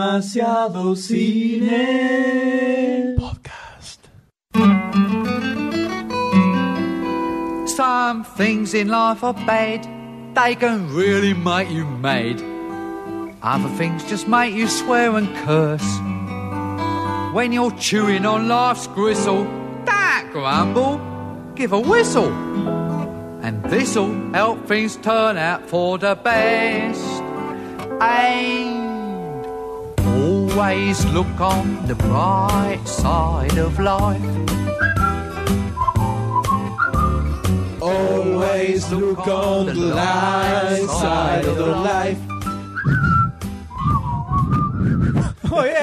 Demasiado cine. Podcast. Some things in life are bad. They can really make you mad. Other things just make you swear and curse. When you're chewing on life's gristle, don't grumble, give a whistle. And this'll help things turn out for the best. And always look on the bright side of life. Always look on the light side of the life. Muy bien.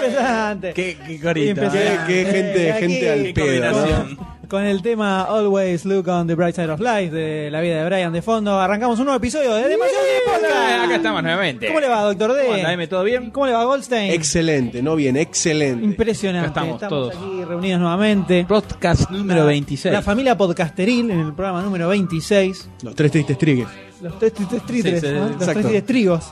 Impresionante. Qué, qué corito. Impresionante. ¿eh? Qué- qué gente- eh, Aquí, gente al qué pedo, combinación. Con el tema Always Look on the Bright Side of Life de la vida de Brian de fondo, arrancamos un nuevo episodio de Demasiado Cine Podcast. Acá estamos nuevamente. ¿Cómo le va, doctor D? ¿Cómo anda, M? ¿Todo bien? ¿Cómo le va, Goldstein? Excelente, no bien, excelente. Impresionante. Acá estamos todos. aquí reunidos nuevamente. Podcast número 26. La familia podcasteril en el programa número 26. Los tres tristes triggers. Los tres tristes tritres, Sí, sí, ¿no? sí, Los exacto. tres tristes trigos.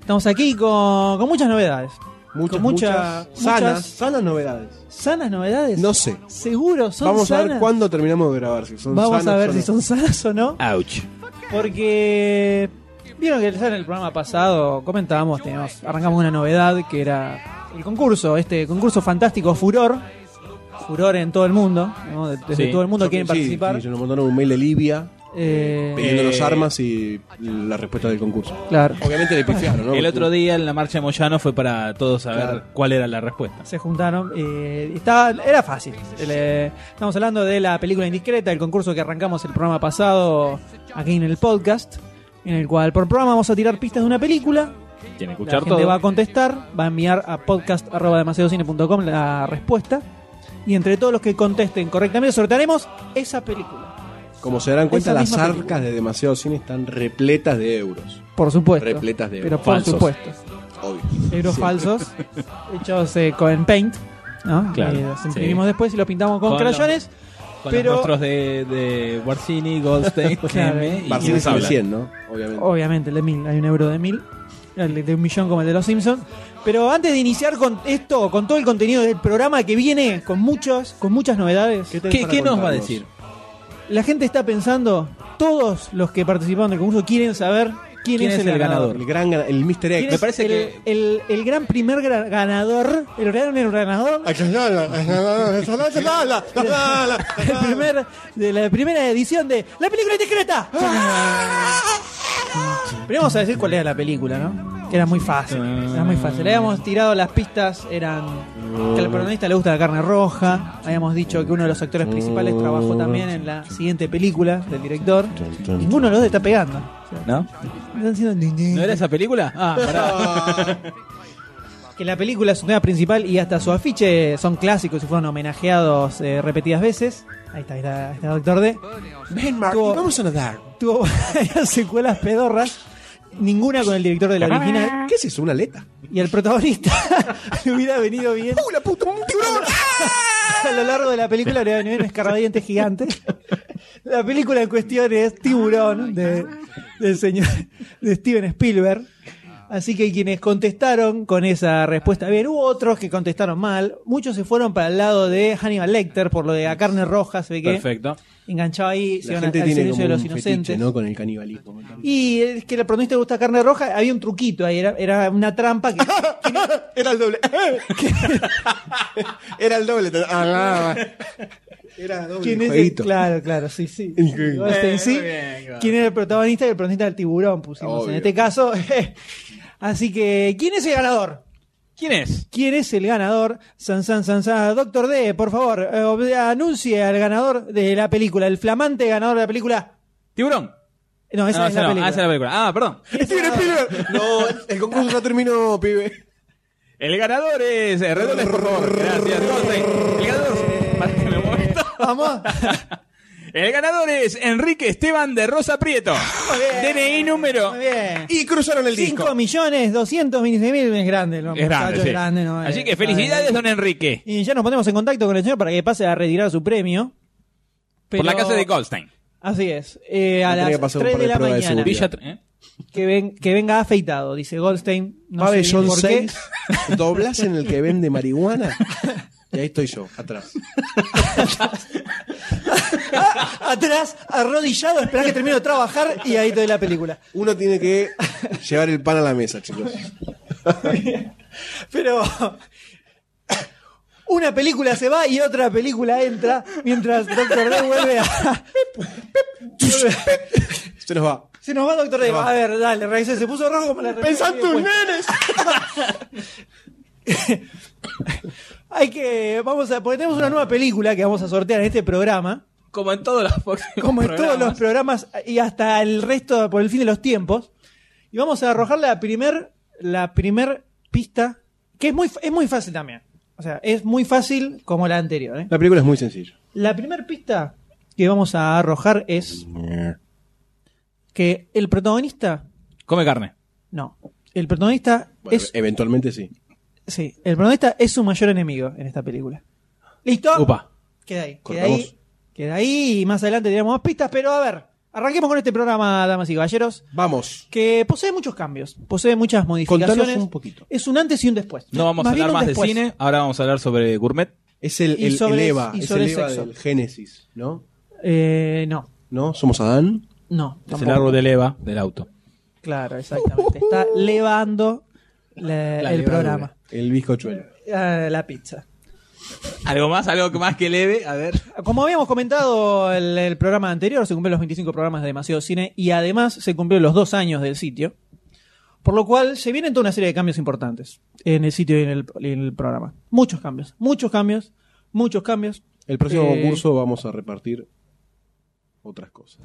Estamos aquí con, con muchas novedades. Muchas, Con mucha- muchas, sanas, muchas- sanas novedades. ¿Sanas novedades? No sé. Seguro, son Vamos a ver sanas? cuándo terminamos de grabar. Si son Vamos sanas a ver o si no. son sanas o no. Ouch. Porque vieron que ya en el programa pasado comentábamos, tenemos, arrancamos una novedad que era el concurso, este concurso fantástico Furor. Furor en todo el mundo, ¿no? desde Sí. todo el mundo Yo- quieren sí, participar. sí, nos mandaron un mail de Libia Eh, pidiéndonos Eh. armas y la respuesta del concurso. claro. Obviamente le pifiaron, ¿no? El otro día en la marcha de Moyano fue para todos saber Claro. cuál era la respuesta. Se juntaron. eh, estaba, era fácil. El, eh, estamos hablando de la película indiscreta, el concurso que arrancamos el programa pasado aquí en el podcast, en el cual por programa vamos a tirar pistas de una película. Tiene que La escuchar gente todo. va a contestar, va a enviar a podcast.demasiadocine.com la respuesta. Y entre todos los que contesten correctamente, sortearemos esa película. Como se darán cuenta, Esa las misma arcas película. de demasiado cine están repletas de euros. Por supuesto. Repletas de euros. Pero por Falsos. supuesto. Obvio. Euros Sí. falsos, hechos eh, con paint. ¿no? Claro, Eh, los sí. imprimimos después y los pintamos con, Con crayones. Con pero- los rostros de, de Barcini, Goldstein, Claro. M, y Barcini nos es el hablan. 100, ¿no? Obviamente. Obviamente, el de mil, hay un euro de mil, el de un millón como el de los Simpsons. Pero antes de iniciar con esto, con todo el contenido del programa que viene, con muchos, con muchas novedades, ¿Qué, para qué nos va a contarnos? decir? la gente está pensando, todos los que participaron del concurso quieren saber quién, es, el, ganador. El gran gana- el Mr. ¿Quién X. Me es parece el, que- el, el gran primer gra- ganador, el gran el ganador, el primer de la primera edición de La película indiscreta. Primero vamos a decir cuál era la película, ¿no? Que era muy fácil, era muy fácil. Le habíamos tirado las pistas, eran que al protagonista le gusta la carne roja, habíamos dicho que uno de los actores principales trabajó también en la siguiente película del director. Ninguno de los dos está pegando. O sea, ¿No? están siendo- ¿No era esa película? Ah, pará. Que la película, su tema principal y hasta su afiche son clásicos y fueron homenajeados eh, repetidas veces. Ahí está, ahí está, ahí está Doctor D. Ven, Mark, Tuvo- vamos a nadar. Tuvo varias secuelas pedorras, ninguna con el director de la original. ¿Qué es eso? ¿Una aleta? Y al protagonista le hubiera venido bien. ¡Uh, la puta! ¡Un tiburón! A lo largo de la película le hubiera venido un escarabadiente gigante. La película en cuestión es Tiburón de, del señor de Steven Spielberg. Así que quienes contestaron con esa respuesta bien, hubo otros que contestaron mal. Muchos se fueron para el lado de Hannibal Lecter por lo de la carne roja, se ve que Perfecto. enganchaba ahí, se La iban al gente tiene silencio como de un los fetiche, inocentes. ¿no? Con el canibalismo. Y es que el protagonista le gusta carne roja, había un truquito ahí, era, era una trampa que Era el doble. Era el doble. Ah, Era doble. ¿Quién es el, jueguito. claro, claro, sí, sí. El jueguito. Goldstein, Eh, sí. muy bien, claro. ¿Quién era el protagonista? Y el protagonista del tiburón pusimos en Obvio. este caso. Así que, ¿quién es el ganador? ¿Quién es? ¿Quién es el ganador? San, san, san, san. Doctor D, por favor, eh, ob- anuncie al ganador de la película, el flamante ganador de la película. ¿Tiburón? No, esa No, es la no, película. Ah, esa es la película. Ah, perdón. Steven Spielberg. No, el concurso ya terminó, pibe. El ganador es. eh, Redobles, por favor. Gracias, Goldstein. El ganador. Para que me mueva. Vamos. El ganador es Enrique Esteban de Rosa Prieto. bien. DNI número. Muy bien. Y cruzaron el 5 disco. millones 200 mil es grande, ¿no? Es grande, muchacho, sí. es grande, ¿no? Así Eh, que está bien. felicidades, don Enrique. Y ya nos ponemos en contacto con el señor para que pase a retirar su premio. Pero- Por la casa de Goldstein. Así es. eh, a Tenía que las pasar un 3 par de de la pruebas de mañana. seguridad. Villa, Tr- ¿eh? Que, ven, que venga afeitado, dice Goldstein. No sé bien Pabellón por qué. 6, doblas en el que vende marihuana. Y ahí estoy yo, atrás. Ah, Atrás, arrodillado, esperá que termino de trabajar y ahí te doy la película. Uno tiene que llevar el pan a la mesa, chicos. Pero una película se va y otra película entra mientras Doctor D vuelve a... Se nos va. Se nos va Doctor D. A ver, dale, Raíces, se puso rojo como la ¡Pensan en tus nenes! Hay que... Vamos a... Porque tenemos una nueva película que vamos a sortear en este programa. Como en todos los como en todos los programas y hasta el resto por el fin de los tiempos. Y vamos a arrojar la primer, la primer pista, que es muy, es muy fácil también. O sea, es muy fácil como la anterior. ¿eh? La película es muy sencilla. La primer pista que vamos a arrojar es que el protagonista, Come carne. no, el protagonista Bueno, es, eventualmente sí. sí, el protagonista es su mayor enemigo en esta película. ¿Listo? Upa. Queda ahí, queda Cortamos. ahí, queda ahí y más adelante tenemos más pistas, pero a ver, arranquemos con este programa, damas y caballeros. Vamos. que posee muchos cambios, posee muchas modificaciones. Contanos un poquito. Es un antes y un después. No vamos a bien hablar un más de después. cine, ahora vamos a hablar sobre gourmet. Es el, Y el, sobre- el Eva, y es sobre el Eva sexo. del Génesis, ¿no? Eh, no, ¿No? ¿Somos Adán? no. Es el tampoco. árbol del Eva del auto. Claro, exactamente. Está levando la- La el levadura, programa, El bizcochuelo. Ah, la pizza. ¿Algo más? ¿Algo más que leve? A ver. Como habíamos comentado en el programa anterior, se cumplieron los 25 programas de Demasiado Cine y además se cumplieron los dos años del sitio. Por lo cual se vienen toda una serie de cambios importantes en el sitio y en el, y en el programa. Muchos cambios, muchos cambios, muchos cambios. El próximo Eh, concurso vamos a repartir otras cosas.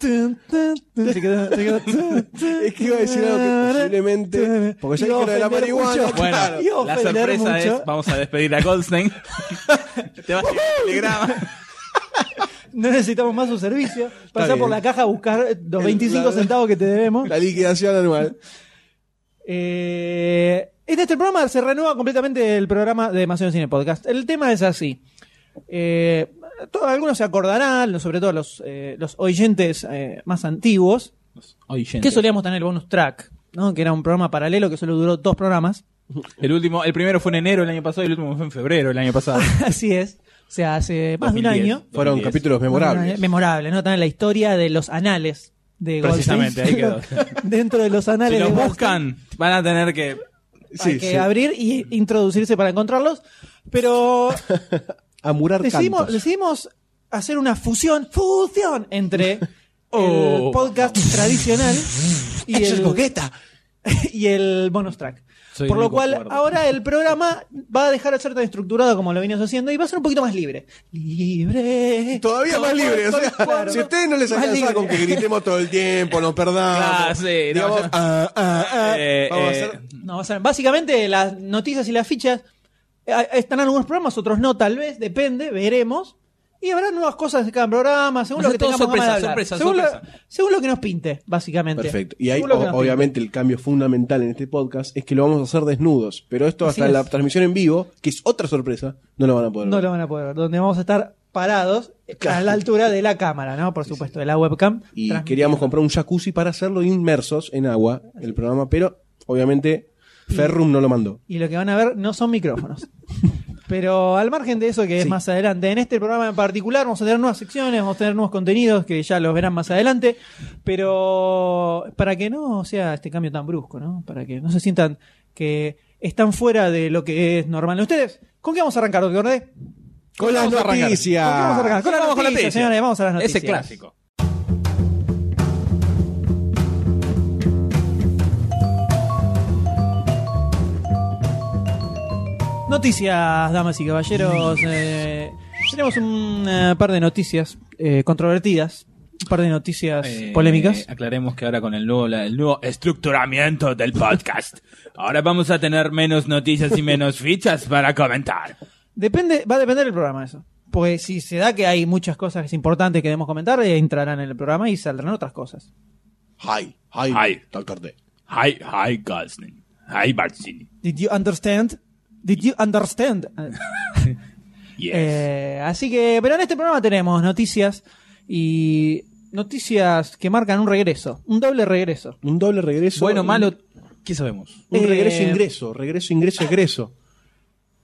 Tun, tun, tun. Se quedó- se quedó- tun, tun. Es que iba a decir algo que posiblemente. Porque ya Iba a dije lo de la ofender marihuana. mucho. Bueno, claro. Iba a la ofender sorpresa mucho. es, vamos a despedir a Goldstein. Te vas a llegar un telegrama. No necesitamos más su servicio. Pasá bien. por la caja a buscar los El- 25 la- centavos que te debemos. La liquidación anual. Eh, este, este programa se renueva completamente el programa de Demasiado Cine Podcast. El tema es así. Eh, to- algunos se acordarán, lo- sobre todo los, eh, los oyentes eh, más antiguos, Oye, gente. que solíamos tener el bonus track, ¿no? que era un programa paralelo que solo duró dos programas. El último, el primero fue en enero el año pasado y el último fue en febrero el año pasado. Así es. O sea, hace más de 2010. un año. Fueron 2010. capítulos eh, memorables. Memorable, ¿no? También la historia de los anales de Goldstein. Precisamente, ahí quedó. Dentro de los anales Si los de Goldstein buscan, van a tener que. Sí, hay que sí. abrir y introducirse para encontrarlos. Pero Amurar decidimos, cantos. decidimos hacer una fusión, fusión entre Oh. el podcast tradicional y Ella es el, coqueta. y el bonus track. Soy Por lo Nico cual, Cuervo. ahora el programa va a dejar de ser tan estructurado como lo venías haciendo y va a ser un poquito más libre. Libre. Todavía más libre. O sea, Claro. si ustedes no les Más alcanza libre. con que gritemos todo el tiempo, nos perdamos. Claro, sí, no, digamos, ya- ah, ah, ah, Eh, vamos a eh, hacer. No, o sea, básicamente las noticias y las fichas eh, están en algunos programas, otros no, tal vez, depende, veremos. Y habrá nuevas cosas en cada programa, según Va a lo ser que todo tengamos sorpresa, ganas de hablar. sorpresa, según, Lo, sorpresa. según lo que nos pinte, básicamente. Perfecto. Y ahí, Según lo que o- nos pinte. obviamente, el cambio fundamental en este podcast es que lo vamos a hacer desnudos. Pero esto, Así hasta la es. transmisión en vivo, que es otra sorpresa, no lo van a poder No ver. lo van a poder ver, donde vamos a estar parados eh, Claro. a la altura de la cámara, ¿no? Por supuesto, de la webcam. Y Transmitiendo. queríamos comprar un jacuzzi para hacerlo inmersos en agua, el programa, pero obviamente Ferrum no lo mandó. Y lo que van a ver no son micrófonos. Pero al margen de eso, que es Sí. más adelante, en este programa en particular vamos a tener nuevas secciones, vamos a tener nuevos contenidos que ya los verán más adelante. Pero para que no sea este cambio tan brusco, ¿no? Para que no se sientan que están fuera de lo que es normal. ¿Ustedes con qué vamos a arrancar, doctor D? ¿Con Con las Vamos a arrancar. qué noticias. vamos a arrancar? Con las Vamos noticias, con la noticia. señores, vamos a las noticias. Ese clásico. Noticias, damas y caballeros. Eh, tenemos un eh, par de noticias eh, controvertidas, un par de noticias Eh, polémicas. Aclaremos que ahora con el nuevo, la- el nuevo estructuramiento del podcast, ahora vamos a tener menos noticias y menos fichas para comentar. Depende, va a depender del programa eso. Porque si se da que hay muchas cosas importantes que debemos comentar, eh, entrarán en el programa y saldrán otras cosas. Hi, hi, Hi. Dr. D. Hi, hi, Gosling. Hi, Barcini. Did you understand? Did you understand? Yes. Eh, así que, pero en este programa tenemos noticias y noticias que marcan un regreso, un doble regreso. Un doble regreso. Bueno, un- malo, ¿qué sabemos? Un Eh, regreso ingreso, regreso ingreso egreso.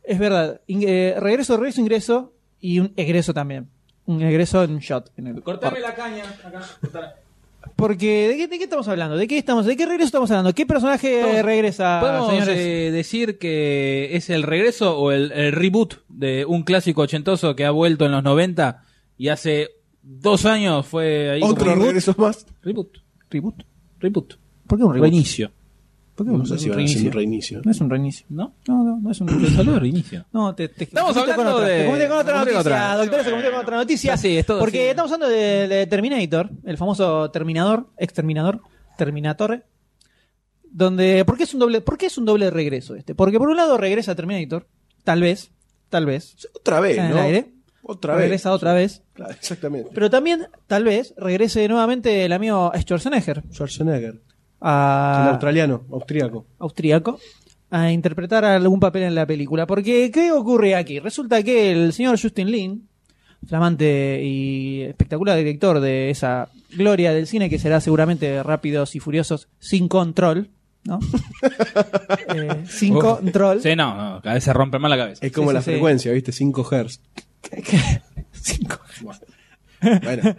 Es verdad, in- eh, regreso, regreso, ingreso y un egreso también. Un egreso en un shot. En el corte. la caña acá. Porque, ¿de qué, de qué estamos hablando? ¿De qué estamos? ¿De qué regreso estamos hablando? ¿Qué personaje Estamos- regresa, ¿Podemos señores? eh, decir que es el regreso o el, el reboot de un clásico ochentoso que ha vuelto en los 90 y hace dos años fue ahí como- Otro regreso más. Reboot, reboot, reboot. ¿Por qué un reboot? Reinicio, ¿Por qué No sé un si van a hacer un reinicio. No es un reinicio. ¿no? No, no, no es un reinicio. Solo reinicio. No, te, te Estamos te confundiste hablando con otra, de- te confundiste con otra confundiste noticia, con otra. doctora, se confundió con otra noticia. Así es, todo Porque así. estamos hablando de, de Terminator, el famoso Terminador, exterminador, Terminator. Donde, ¿por qué es un doble, por qué es un doble regreso este? Porque por un lado regresa Terminator, tal vez, tal vez, Otra vez, está en ¿no? el aire, Otra regresa vez. otra vez, Claro, exactamente. pero también, tal vez, regrese nuevamente el amigo Schwarzenegger, Schwarzenegger, el a, australiano, austríaco. austríaco a interpretar algún papel en la película. Porque, ¿qué ocurre aquí? Resulta que el señor Justin Lin, flamante y espectacular director de esa gloria del cine que será seguramente Rápidos y Furiosos sin control, ¿no? Eh, sin Uf. control. Sí, no, no, cada vez se rompe más la cabeza. Es como sí, la sí. frecuencia, ¿viste? 5 Hz. Sin co- Bueno,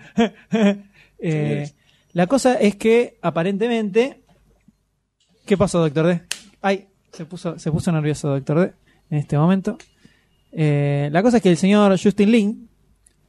Eh, Señores. la cosa es que, aparentemente... ¿Qué pasó, Doctor D? Ay, se puso, se puso nervioso, Doctor D, en este momento. Eh, la cosa es que el señor Justin Lin,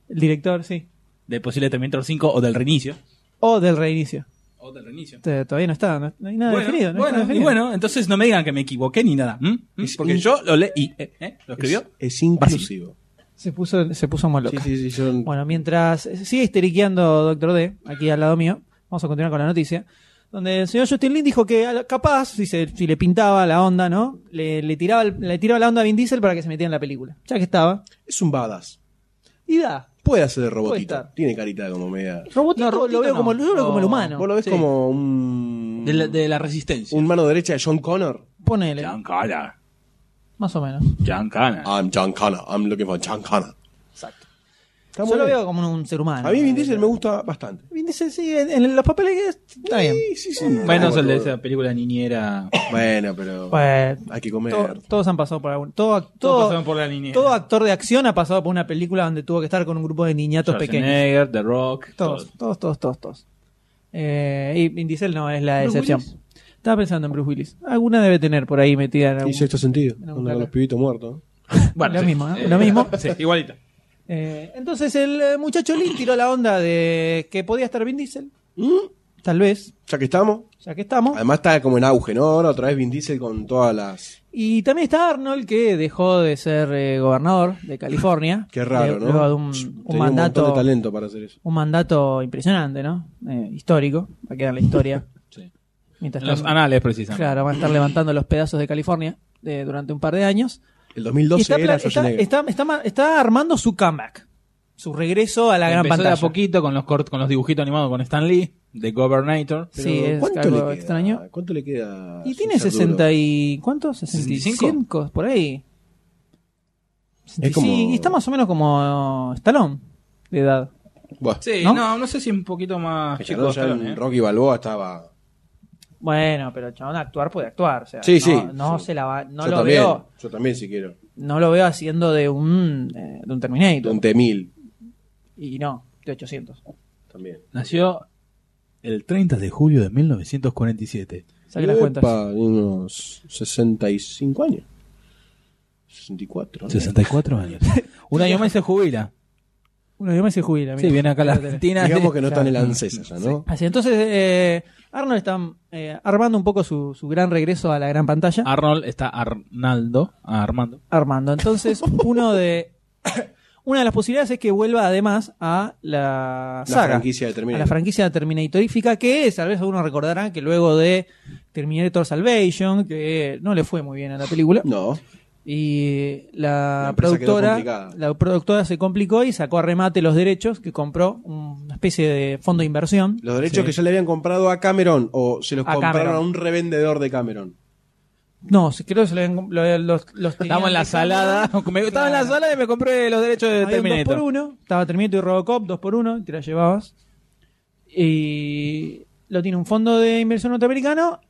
el director, sí, Del posible Terminator 5 o del reinicio. o del reinicio. O del reinicio. T- Todavía no está, no, no hay nada Bueno, definido. no está bueno, y definido. bueno, entonces no me digan que me equivoqué ni nada. ¿m? ¿m? Es Porque in- yo lo leí. ¿eh? ¿eh? ¿Lo es, escribió? es inclusivo. Se puso, se puso muy loca. Sí, sí, sí, son- Ah, Bueno, mientras eh, sigue histeriqueando Doctor D, aquí al lado mío, vamos a continuar con la noticia, donde el señor Justin Lin dijo que a la- capaz, si, se- si le pintaba la onda, ¿no? Le, le tiraba, el- le tiraba la onda a Vin Diesel para que se metiera en la película, ya que estaba. Es un badass. Y da. Puede hacer de Puede robotito. estar. Tiene carita como media. Robotito, No, robotito lo veo no. como, yo lo veo como el No. humano. Vos lo ves sí. como un. De la, de la resistencia. Un mano derecha de John Connor. Ponele, John Connor. más o menos. John Connor. Ah, I'm John Connor. I'm looking for John Connor. Exacto. Yo lo veo como un ser humano. A mí Vin Diesel me gusta bastante. Vin Diesel, sí, en, en los papeles que es- está bien. Sí, sí, sí. Menos el de Bueno, esa película niñera. Bueno, pero. Pues, Hay que comer. to- todos han pasado por algún... Todo, todo, Todos pasaron por la niñera. todo actor de acción ha pasado por una película donde tuvo que estar con un grupo de niñatos pequeños. Schwarzenegger, The Rock. Todos, todos. todos, todos, todos, todos. Eh, y Vin Diesel no es la excepción. Estaba pensando en Bruce Willis. Alguna debe tener por ahí metida en algún- Hizo esto sentido. No, con claro. los pibitos muertos. Bueno, Lo sí. mismo, ¿eh? Lo mismo. Sí, igualita. Eh, entonces el eh, muchacho Lin tiró la onda de que podía estar Vin Diesel. Tal vez, Ya que estamos. ya que estamos. Además está como en auge, ¿no? Ahora otra vez Vin Diesel con todas las. Y también está Arnold, que dejó de ser eh, gobernador de California. Qué raro, Eh, ¿no? Luego de un, Tenía un Un montón de mandato, talento para hacer eso. un mandato impresionante, ¿no? Eh, histórico. Va a quedar en la historia. Sí. Mientras En los tanto- anales, precisamente. Claro, van a estar levantando los pedazos de California eh, durante un par de años. El Y 2012 está, era pla- está, Schwarzenegger. está- está ma- está armando su comeback, su regreso a la gran Empezó de pantalla. a poquito con los, cort- con los dibujitos animados con Stan Lee, The Governator. Pero, sí, es algo queda? extraño. ¿Cuánto le queda? Y sin tiene ser 60 duro? y... ¿Cuánto? 65, por ahí. Es como- Sí, y está más o menos como Stallone de edad. Buah, Sí, ¿No? ¿No? no, sé si un poquito más Stallone chico. ya Stallone, en ¿eh? Rocky Balboa estaba. Bueno, pero el chabón actuar puede actuar, o sea, Sí, no, sí. no Sí. se la va, no yo lo también. veo, Yo también, si quiero. no lo veo haciendo de un eh, de un Terminator Don Temil y no, de 800. también. Nació el 30 de julio de 1947. Saque las cuentas. Epa, unos 65 años. 64. ¿no? 64 años. Un año más y se jubila. Uno de más se jubila. Sí, mira. viene acá a la Argentina. Digamos que no está en el Claro. ANSES allá, ¿no? Así, entonces eh, Arnold está eh, armando un poco su, su gran regreso a la gran pantalla. Ah. Arnold está Arnaldo, ah, Armando. Armando. Entonces, uno de una de las posibilidades es que vuelva además a la La saga. franquicia de a Terminator. la franquicia terminatorífica que tal vez algunos recordarán que luego de Terminator Salvation, que no le fue muy bien a la película, No. y la, La empresa quedó productora complicada. la productora se complicó y sacó a remate los derechos que compró una especie de fondo de inversión. Los derechos Sí. que ya le habían comprado a Cameron o se los A compraron Cameron. a un revendedor de Cameron. No, sí, creo que se lo habían- lo- los, los Estamos en tenían la de salada. cama. Me- Estaba en la Claro. salada y me compré los derechos de Había un 2 por Terminator. 1 estaba Terminator y Robocop, 2 por 1 te la llevabas. Y lo tiene un fondo de inversión norteamericano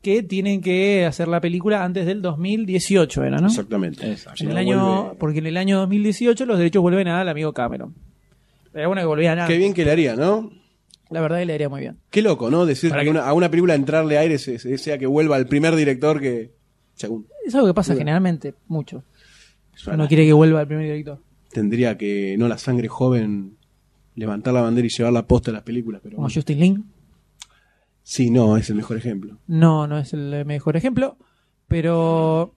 que tienen que hacer la película antes del 2018, ¿era, no? Exactamente. Exacto. Si En el no año, vuelve- Porque en el año 2018 los derechos vuelven al amigo Cameron. Pero bueno que volvían a... Qué bien que le haría, ¿no? La verdad que le haría muy bien. Qué loco, ¿no? Decir Para que que- una- a una película entrarle aire se- se- sea que vuelva al primer director que. Según. Es algo que pasa Bien. generalmente, mucho. Suena. Uno quiere que vuelva el primer director. Tendría que, no la sangre joven, levantar la bandera y llevar la posta de las películas. Pero Como Justin Lin. Sí, no, es el mejor ejemplo. No, no es el mejor ejemplo. Pero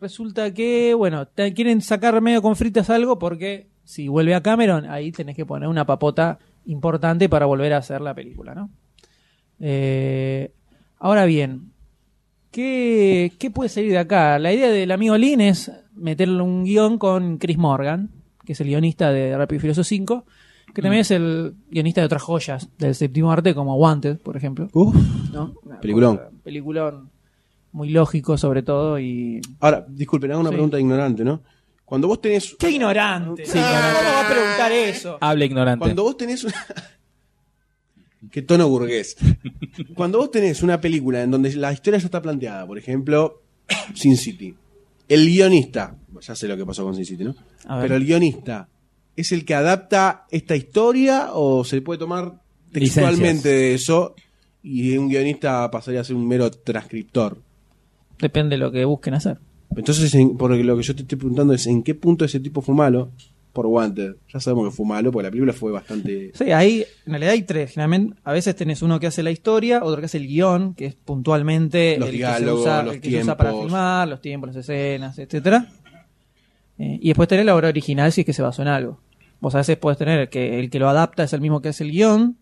resulta que, bueno, te quieren sacar medio con fritas algo porque si vuelve a Cameron, ahí tenés que poner una papota importante para volver a hacer la película, ¿no? Eh, ahora bien, ¿qué, ¿qué puede salir de acá? La idea del amigo Lin es meterle un guión con Chris Morgan, que es el guionista de Rápido y Furioso 5, que también es el guionista de otras joyas del séptimo arte, como Wanted, por ejemplo. Uf. ¿no? Una Peliculón. cosa, peliculón. Muy lógico, sobre todo. y Ahora, disculpen, hago una Sí. pregunta ignorante, ¿no? Cuando vos tenés. ¡Qué ignorante! Sí, ¿Cómo ignorante. va a preguntar eso? Habla ignorante. Cuando vos tenés una. Qué tono burgués. Cuando vos tenés una película en donde la historia ya está planteada, por ejemplo, Sin City, el guionista, ya sé lo que pasó con Sin City, ¿no? A ver. Pero el guionista, ¿es el que adapta esta historia o se puede tomar textualmente Licencias. de eso y un guionista pasaría a ser un mero transcriptor? Depende de lo que busquen hacer. Entonces, en- por lo que yo te estoy preguntando es en qué punto ese tipo fue malo por Wanted. Ya sabemos que fue malo porque la película fue bastante... Sí, ahí en realidad hay tres. Generalmente, a veces tenés uno que hace la historia, otro que hace el guión, que es puntualmente Los el diálogos, que se usa, los el que se usa para tiempos. filmar, los tiempos, las escenas, etcétera. Eh, y después tenés la obra original si es que se basó en algo. Vos a veces podés tener que el que lo adapta es el mismo que hace el guión,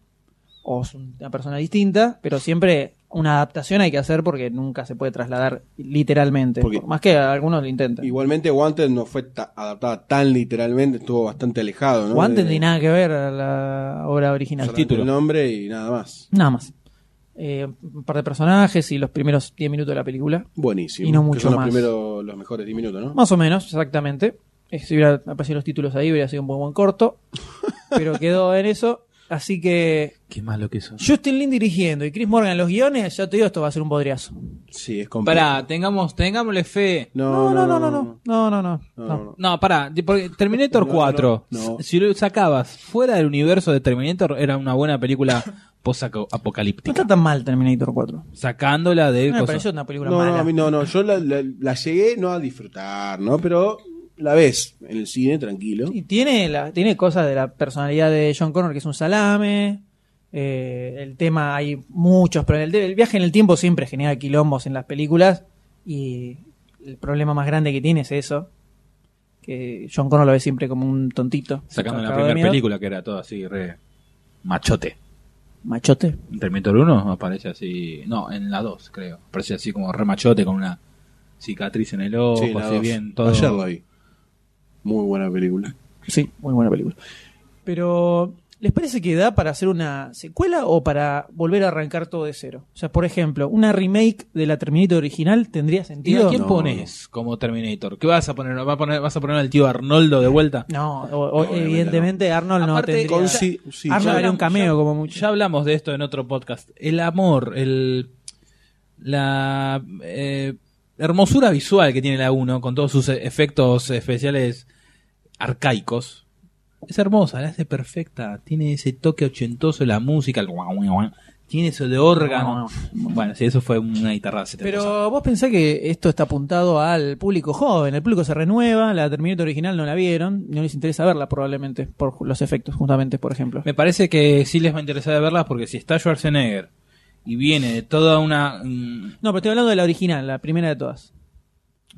o es una persona distinta, pero siempre una adaptación hay que hacer porque nunca se puede trasladar literalmente. Porque- por más que a algunos lo intenten. Igualmente Wanted no fue ta- adaptada tan literalmente, estuvo bastante alejado, ¿no? Guantes De- ni nada que ver a la obra original. solamente El nombre y nada más. Nada más. Eh, un par de personajes y los primeros 10 minutos de la película. Buenísimo. Y no Que mucho son más. los primeros, los mejores 10 minutos, ¿no? Más o menos, exactamente. Eh, Si hubiera aparecido los títulos ahí, hubiera sido un buen, buen corto. Pero quedó en eso. Así que Qué malo que eso. Justin Lin dirigiendo y Chris Morgan en los guiones, ya te digo, esto va a ser un podriazo. Sí, es complejo. Pará, tengamos, tengámosle fe. No, no, no, no, no, no, no, no, no, no. no, no. No, pará, di- porque Terminator No, no, 4, no. si lo sacabas fuera del universo de Terminator, era una buena película No post-apocalíptica. está tan mal Terminator 4. Sacándola de... No me cosas. pareció una película No, no, mala. a mí no, no. Yo la, la- la llegué no a disfrutar, ¿no? Pero la ves en el cine, tranquilo. Y tiene, la, tiene cosas de la personalidad de John Connor, que es un salame. eh, el tema, hay muchos, pero el, de- el viaje en el tiempo siempre genera quilombos en las películas. Y el problema más grande que tiene es eso: que John Connor lo ve siempre como un tontito. Sacando la cagado de primera miedo. película que era todo así, re machote. Machote. En Terminator 1 aparece así, no, en la 2 creo, aparece así como re machote con una cicatriz en el ojo, Sí, la así dos. bien todo. Ayer la vi. Muy buena película. Sí, muy buena película. Pero, ¿les parece que da para hacer una secuela o para volver a arrancar todo de cero? O sea, por ejemplo, una remake de la Terminator original tendría ¿Y a sentido. quién No. pones como Terminator? ¿Qué vas a poner? ¿Vas a poner, vas a poner al tío Arnoldo de vuelta? No, o- o- No, obviamente evidentemente Arnold no Aparte, tendría. con- Sí, sí, Arnold ya- era un cameo ya- como mucho. Ya hablamos de esto en otro podcast. El amor, el la eh, hermosura visual que tiene la 1 con todos sus e- efectos especiales arcaicos. Es hermosa, la hace perfecta. Tiene ese toque ochentoso, la música, el guau, guau, guau. tiene eso de órgano. Bueno, sí, eso fue una guitarra setentosa. Pero vos pensás que esto está apuntado al público joven, el público se renueva, la Terminator original no la vieron, no les interesa verla probablemente por ju- los efectos justamente, por ejemplo. Me parece que sí les va a interesar verlas porque si está Schwarzenegger y viene de toda una mm, No, pero estoy hablando de la original, la primera de todas.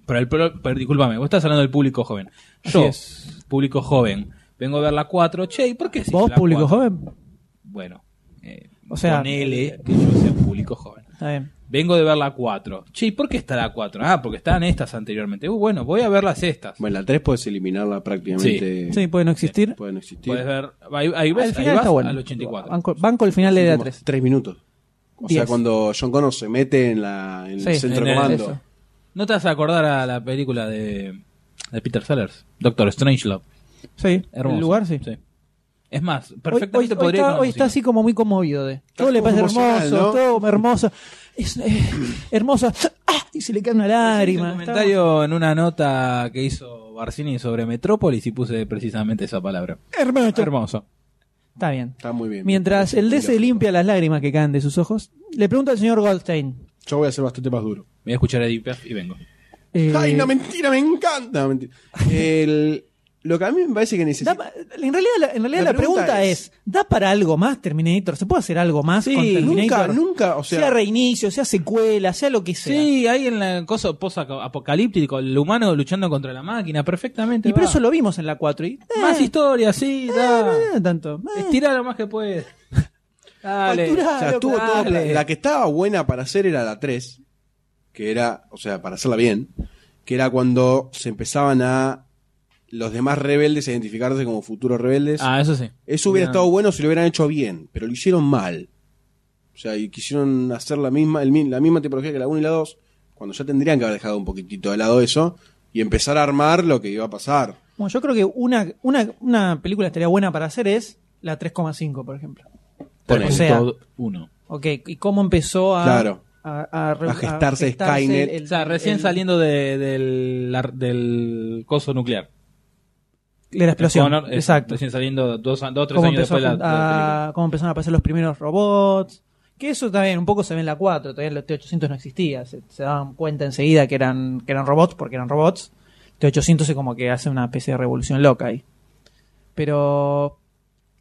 Pero el pro- pero disculpame, vos estás hablando del público joven. Así Yo, es. público joven, vengo a ver la 4, che, ¿y por qué? hiciste ¿Vos, la público 4? joven? Bueno, eh, O sea- eh, ponele que yo sea público joven. Está bien. Vengo de ver la 4. Che, ¿y por qué está la 4? Ah, porque estaban estas anteriormente. Uh, bueno, voy a ver las estas. Bueno, la 3 puedes eliminarla prácticamente. Sí, puede no existir. Puede no existir. Puedes ver, ahí, ahí Al ves, ahí final vas está bueno. al 84. Banco, banco el final de la Como 3. Tres minutos. O sea, Diez. cuando John Connor se mete en, la, en el Sí, centro en el- comando. eso. ¿No te vas a acordar a la película de, de Peter Sellers? Doctor Strangelove. Sí, Hermoso. el lugar sí. Es más, Hoy- perfectamente hoy, hoy podría ir está, con la hoy está música. así como muy conmovido de. Todo le como parece emocional, hermoso, ¿no? todo hermoso. Es eh, hermoso. ¡Ah! Y se le cae una Un lágrima. comentario en una nota que hizo Barcini sobre Metrópolis y puse precisamente esa palabra. Está hermoso. Hermoso. Está bien. Está muy bien. Mientras el DC limpia las lágrimas que caen de sus ojos, le pregunta al señor Goldstein. Yo voy a ser bastante más duro. Voy a escuchar a Edith Piaf y vengo. eh, Ay, no, mentira, me encanta. No, mentira. El- lo que a mí me parece que da necesita. pa- en realidad, la, en realidad la, pregunta, es, ¿da para algo más Terminator? ¿Se puede hacer algo más Sí, con Terminator? Nunca, nunca, o sea, sea reinicio, sea secuela, sea lo que sea. Sí, ahí en la cosa post-apocalíptico, el humano luchando contra la máquina, perfectamente. Y pero va. eso lo vimos en la 4 y eh, Más historia, sí, da. eh, tanto. eh, Estira lo más que puedes. Dale. Factura. o sea, estuvo todo Dale. pla- La que estaba buena para hacer era la 3, que era, o sea, para hacerla bien, que era cuando se empezaban a los demás rebeldes a identificarse como futuros rebeldes. Ah, eso sí. Eso hubiera No. estado bueno si lo hubieran hecho bien, pero lo hicieron mal. O sea, y quisieron hacer la misma, el mi- la misma tipología que la 1 y la 2, cuando ya tendrían que haber dejado un poquitito de lado eso y empezar a armar lo que iba a pasar. Bueno, yo creo que una, una, una película que estaría buena para hacer es la 3,5, por ejemplo. Ponele. O sea, uno. ok, ¿y cómo empezó a, Claro. a, re- A gestarse Skynet. O sea, recién el- saliendo de- del, la- del coso nuclear. de la explosión? Connor, eh, Exacto. Recién saliendo dos, a- dos o tres ¿Cómo, años empezó después de la, a, de la a- cómo empezaron a aparecer los primeros robots? Que eso también, un poco se ve en la 4, todavía el T-800 no existía, se, se daban cuenta enseguida que eran, que eran robots porque eran robots. T-800 es como que hace una especie de revolución loca ahí. Pero,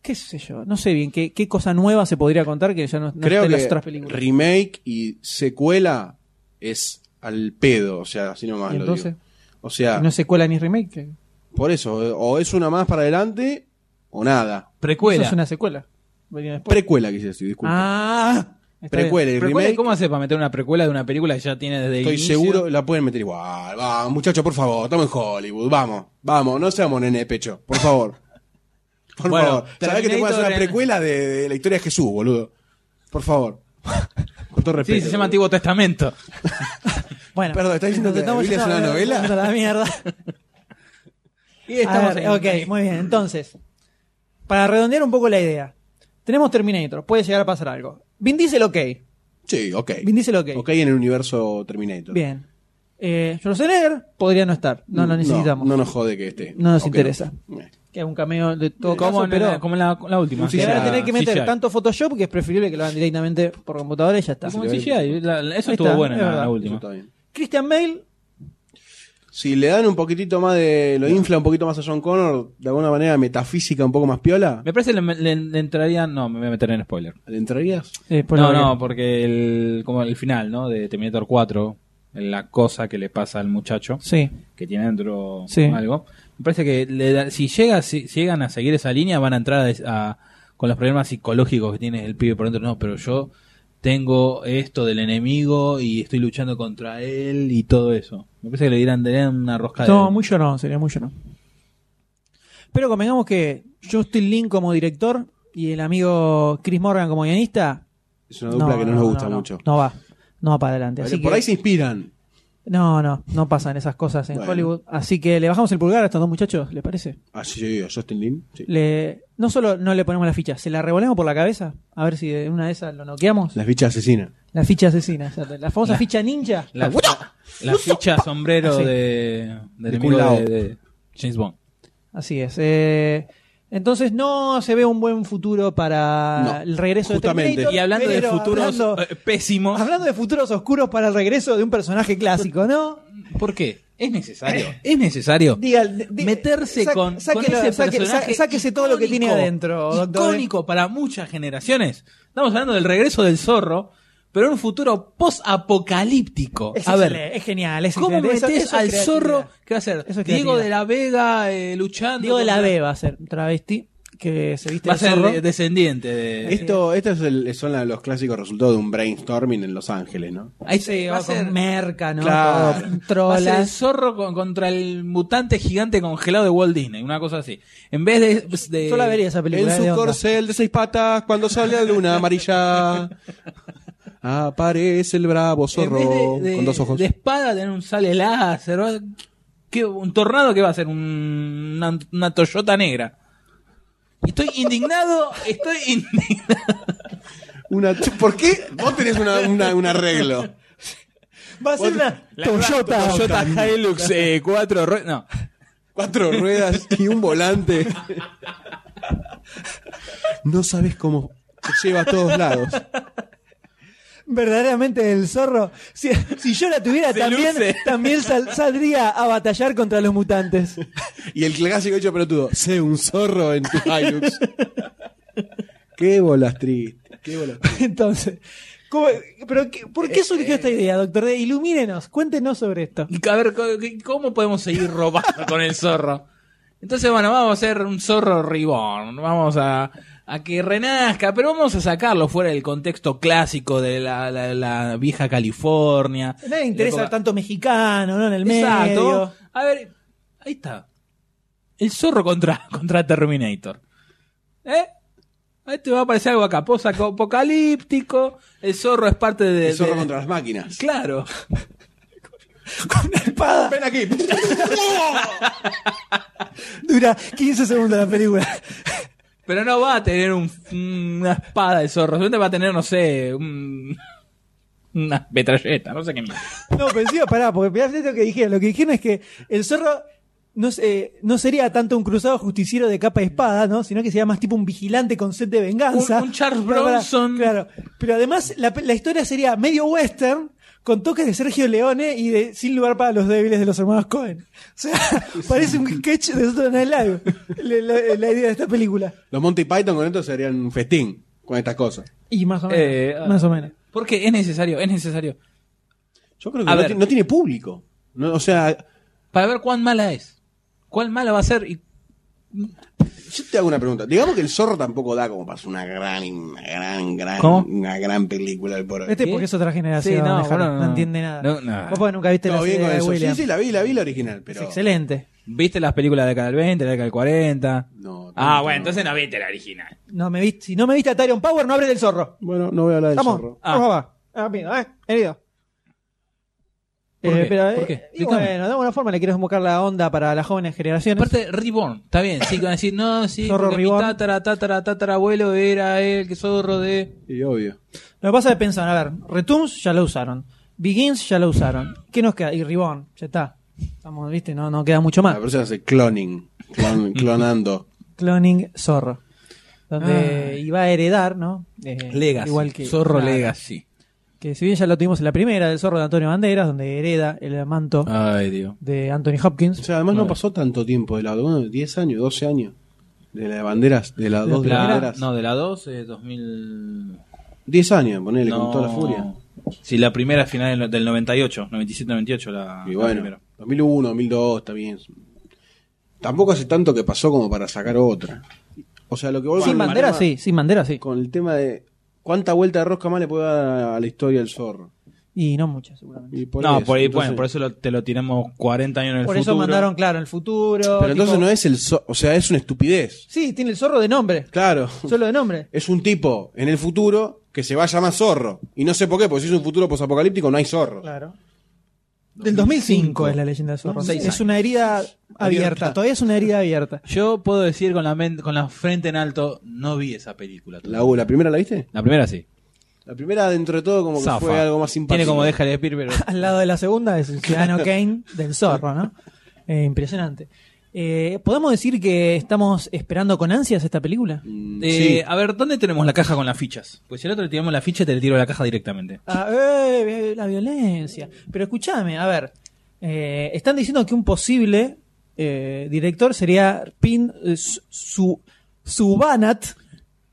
qué sé yo, no sé bien qué, qué cosa nueva se podría contar que ya no, no Creo esté en las que otras películas. remake y secuela es al pedo, o sea, así nomás Y lo entonces, digo. O sea, no es secuela ni remake. que- por eso, eh, o es una más para adelante o nada. película. Precuela. Eso es una secuela. Venía después. Precuela quise decir, disculpa. Ah, está bien. precuela y Precuela, remake. ¿Cómo hace para meter una precuela de una película que ya tiene desde el Estoy inicio? seguro, la pueden meter igual. Vamos, muchachos, por favor, estamos en Hollywood. Vamos, vamos, no seamos nene de pecho, por favor. Por Bueno, favor, sabés que te puedes hacer una Terminator en- precuela de, de la historia de Jesús, boludo. Por favor. Con todo Sí, respeto. se llama Antiguo Testamento. Bueno, Perdón, ¿estás diciendo que la entonces Biblia es estamos una yendo- novela? yendo a La mierda. Y estamos A ver, ahí. ok, muy bien. Entonces, para redondear un poco la idea, tenemos Terminator, puede llegar a pasar algo. Vin Diesel, ok. Sí, ok. Vin Diesel, ok. Ok, en el universo Terminator. Bien. Eh, Schwarzenegger podría no estar, no lo necesitamos. No, nos jode que esté. No nos Ok, interesa. Eh. Que haga un cameo de todo Como caso, en, la, Eh, pero como en la, la última. Un le van a CGI. tener que meter CGI. tanto Photoshop que es preferible que lo hagan directamente por computadora y ya está. Como en CGI, la- la- eso Ahí estuvo está, bueno en es la, verdad. la Eso última. está bien. Christian Bale, Si le dan un poquitito más de. Lo infla un poquito más a John Connor, de alguna manera metafísica un poco más piola, Me parece que le, le- le entraría. No, me voy a meter en spoiler. ¿le entrarías? eh, por no, lo no, que- porque el, como el final, ¿no? De Terminator 4, la cosa que le pasa al muchacho, Sí, que tiene dentro Sí. algo. Me parece que le da- si, llega, si llegan a seguir esa línea, van a entrar a des- a- con los problemas psicológicos que tiene el pibe por dentro. No, pero yo tengo esto del enemigo y estoy luchando contra él y todo eso. Me parece que le dirán, le dan una rosca No, de. muy llorón, sería muy llorón. Pero convengamos que Justin Lin como director y el amigo Chris Morgan como guionista. Es una dupla que no nos gusta mucho. No va, no va para adelante. Pero Así por que- ahí se inspiran. No, no, no pasan esas cosas en Bueno. Hollywood. Así que le bajamos el pulgar a estos dos muchachos, ¿les parece? Ah, sí, sí, a Justin Lin. sí. Le, no solo no le ponemos la ficha, se la revolemos por la cabeza, a ver si de una de esas lo noqueamos. Las bichas asesinas. La ficha asesina, o sea, la famosa ficha ninja. La, la ficha sombrero Así. de, del De enemigo Kulao. de, de James Bond. Así es. eh, entonces no se ve un buen futuro para No, el regreso justamente. de Terminator. Y hablando de pero futuros hablando- eh, pésimos, Hablando de futuros oscuros para el regreso de un personaje clásico, ¿no? ¿por qué? ¿Es necesario? Eh. ¿Es necesario? Diga, di- meterse sa- con, sáquelo, con ese saque- personaje sa- sáquese todo lo que tiene icónico, adentro, doctor. ¿eh? icónico para muchas generaciones. Estamos hablando del regreso del zorro, pero en un futuro post-apocalíptico. eh. Es, A ver, excelente, es genial, es ¿cómo excelente. metes Eso- eso es al creatividad. zorro? ¿Qué va a ser? Eso es Diego creatividad. de la Vega eh, luchando. Diego de la contra- B va a ser un travesti que se viste Va a de ser zorro. de- descendiente de. Esto, estos es el- son la- los clásicos resultados de un brainstorming en Los Ángeles, ¿no? Ahí Sí, se va va a con ser. merca, ¿no? Claro. Todo, Va a ser el Trolas. zorro con- contra el mutante gigante congelado de Walt Disney, una cosa así. En vez de. de- Yo la vería esa En película. ¿eh? su de onda. corcel de seis patas, cuando sale la luna amarilla, aparece el bravo en vez zorro de- de- con dos ojos. De espada, tener un sale láser. va- ¿qué- ¿Un tornado que va a ser? Un- una, una Toyota negra. Estoy indignado, estoy indignado. Una, ¿Por qué vos tenés una, una- un arreglo? Va a ser una Toyota. Toyota Hilux 4 No. Cuatro ruedas y un volante. No sabes cómo te lleva a todos lados. Verdaderamente el zorro. Si, si yo la tuviera Se también, luce. también sal- saldría a batallar contra los mutantes. Y el clásico hecho pelotudo. Sé un zorro en tu Hilux. Qué bolas tristes. Qué bolas tristes. Entonces, ¿cómo- pero qué- ¿por qué surgió esta idea, doctor D? Ilumínenos, cuéntenos sobre esto. A ver, co- que- ¿cómo podemos seguir robando con el zorro? Entonces, bueno, vamos a hacer un zorro ribón. Vamos a, a que renazca, pero vamos a sacarlo fuera del contexto clásico de la, la- la vieja California. No le interesa La época- tanto mexicano, ¿no? En el medio. Exacto. A ver, ahí está. El zorro contra, contra Terminator. ¿Eh? Ahí te va a aparecer algo acá. Posa apocalíptico. El zorro es parte de. El zorro de- contra las máquinas. Claro. Ven aquí. Dura 15 segundos la película. Pero no va a tener un- una espada el zorro. Solamente va a tener, no sé, un- una metralleta. No sé qué mierda. No, pero encima, pará, porque mirá lo que dijeron. Lo que dijeron es que el zorro no, se- eh, no sería tanto un cruzado justiciero de capa y espada, ¿no? Sino que sería más tipo un vigilante con sed de venganza. Un- un Charles Pará, pará, Bronson. claro. Pero además, la, pe- la historia sería medio western, con toques de Sergio Leone y de Sin lugar para los débiles de los hermanos Cohen. O sea, parece un sketch de otro Night Live, la, la- la idea de esta película. Los Monty Python con esto serían un festín con estas cosas. Y más o menos. Eh, ah. más o menos. Porque es necesario, es necesario. Yo creo A que no, ver. ti- no tiene público. No, o sea, Para ver cuán mala es. Cuán mala va a ser y yo te hago una pregunta. Digamos que el zorro tampoco da como para hacer una gran, una gran, gran, ¿Cómo? una gran película hoy por hoy. Este ¿Qué? porque es otra generación, Sí, no, déjalo, no, bueno, no. entiende nada. No, no. Vos porque nunca viste Todo la bien serie con de eso. William. Sí, sí, la vi, la vi la original, pero. Es excelente. ¿Viste las películas de la década del 20, de la década del 40? No, Ah, no, bueno, no. entonces no viste la original. No me viste, si no me viste a Tyrion Power, no hables del zorro. Bueno, no voy a hablar del Vamos, zorro. Ah. vamos, vamos. Rápido, eh, herido. ¿Por Eh, qué? pero, eh, ¿Por qué? y Explícame. bueno, de alguna forma le quiero buscar la onda para las jóvenes generaciones. Aparte, Reborn, está bien, sí, van a decir, no, sí, Zorro porque mi Reborn. tatara, tatara, tatara abuelo era el que zorro de... Y obvio. Lo que pasa es que pensan, a ver, Returns ya lo usaron, Begins ya lo usaron. ¿Qué nos queda? Y Reborn, ya está. Estamos, viste, no, no queda mucho La más. persona hace cloning, clon- clonando. Cloning Zorro. Donde Ay. iba a heredar, ¿no? Eh, Legacy, zorro claro, Legacy. Que si bien ya lo tuvimos en la primera, del zorro de Antonio Banderas, donde hereda el manto Ay, Dios. de Anthony O Hopkins. sea, además no Vale. pasó tanto tiempo de la bueno, 10 años, 12 años. De la de banderas, de las ¿De dos de la las primera? banderas. no, de la 2, eh, 2000... 10 años, ponele no. con toda la furia. Sí, la primera final del- del 98, 97-98 la, Y la bueno, primera. 2001, 2002 también. Tampoco hace tanto que pasó como para sacar otra. O sea, lo que voy Sin con el bandera, tema- sí, sin bandera, sí. Con el tema de cuánta vuelta de rosca más le puede dar a la historia del zorro. Y no muchas, seguramente. Y por no, eso, por, ahí, entonces- bueno, por eso lo- te lo tiramos 40 años en el Por futuro. eso mandaron, claro, el futuro. Pero entonces tipo- no es el zorro, o sea, es una estupidez. Sí, tiene el zorro de nombre. Claro. Solo de nombre. Es un tipo en el futuro que se va a llamar zorro. Y no sé por qué, porque si es un futuro posapocalíptico no hay zorro. Claro. Del 2005 es la leyenda del zorro. Seis Es años. una herida abierta. Abierta. Todavía es una herida abierta. Yo puedo decir con la, men- con la frente en alto, no vi esa película. todavía. La, U, ¿La primera la viste? La primera sí. La primera, dentro de todo, como que Zafa. fue algo más simpático. Tiene como deja de Spear, pero. Al lado de la segunda es el ciudadano Kane del zorro, ¿no? Eh, impresionante. Eh, ¿Podemos decir que estamos esperando con ansias esta película? Mm, Eh, sí. A ver, ¿dónde tenemos la caja con las fichas? Pues si al otro le tiramos la ficha, te le tiro la caja directamente. Ah, eh, eh, la violencia. Pero escúchame, a ver. eh, están diciendo que un posible eh, director sería Pin eh, Su- Su- Subanat,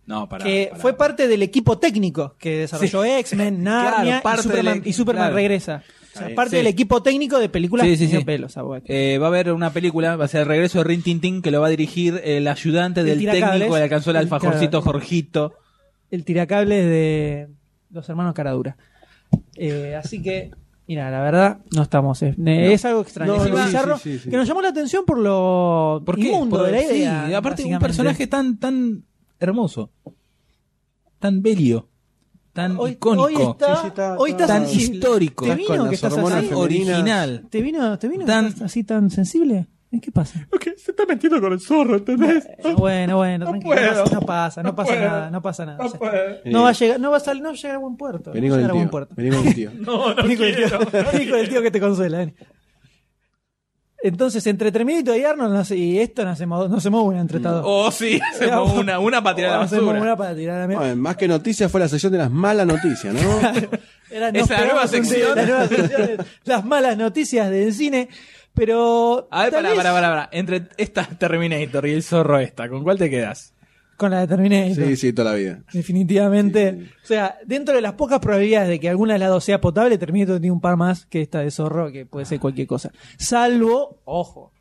No, para. que fue parte del equipo técnico que desarrolló X-Men, Narnia Claro, y parte Superman, del- y Superman claro. Regresa. O sea, bien. parte Sí. del equipo técnico de películas Sí, sí, medio sí. pelos, abuelo. Eh, va a haber una película, va a ser el regreso de Rin Tin Tin, que lo va a dirigir el ayudante El del tiracables. técnico que alcanzó el El alfajorcito tiracables. Jorgito. El tiracable de los hermanos Caradura. Eh, así que, mira, la verdad, no estamos. eh, Es algo No, extraño. es no, algo sí, bizarro sí, sí, sí. que nos llamó la atención por lo ¿Por qué? inmundo Por- de la sí, idea. aparte un básicamente. personaje tan, tan hermoso, tan bello, tan hoy, icónico, Hoy está, Sí, sí, está- hoy está- estás tan sensible. histórico, ¿Te Estás con vino las que estás hormonas así? femeninas. original. ¿Te vino, te vino que Tan- estás así tan sensible? ¿Qué pasa? se está metiendo con el zorro, ¿entendés? Bueno, bueno, No tranquilo, puedo. no pasa- no pasa, no No pasa puedo. nada, no pasa nada. ya está. puedo. No va a llegar, no va a salir, no va a llegar a buen puerto. Vení con no va a el llegar a buen tío. puerto. Vení con el tío. Vení con el tío, vení con el tío que te consuela. vení. Entonces, entre Tremilito y Arnold nos- y esto no hacemos, no hacemos una entre todos. Oh, sí, hacemos una, una para tirar a la Hacemos basura. una para tirar a la mierda. Bueno, más que noticias fue la sección de las malas noticias, ¿no? Era, Esa nos nueva pegamos un- sección. la nueva sección de las malas noticias del cine. Pero. A ver, tal pará, vez pará, pará, pará. Entre esta Terminator y el zorro esta, ¿con cuál te quedas? Con la de Terminator. Sí, sí, toda la vida. Definitivamente. Sí, sí. O sea, dentro de las pocas probabilidades de que alguna de las dos sea potable, Terminator tiene un par más que esta de Zorro, que puede ser cualquier cosa. Salvo, ojo,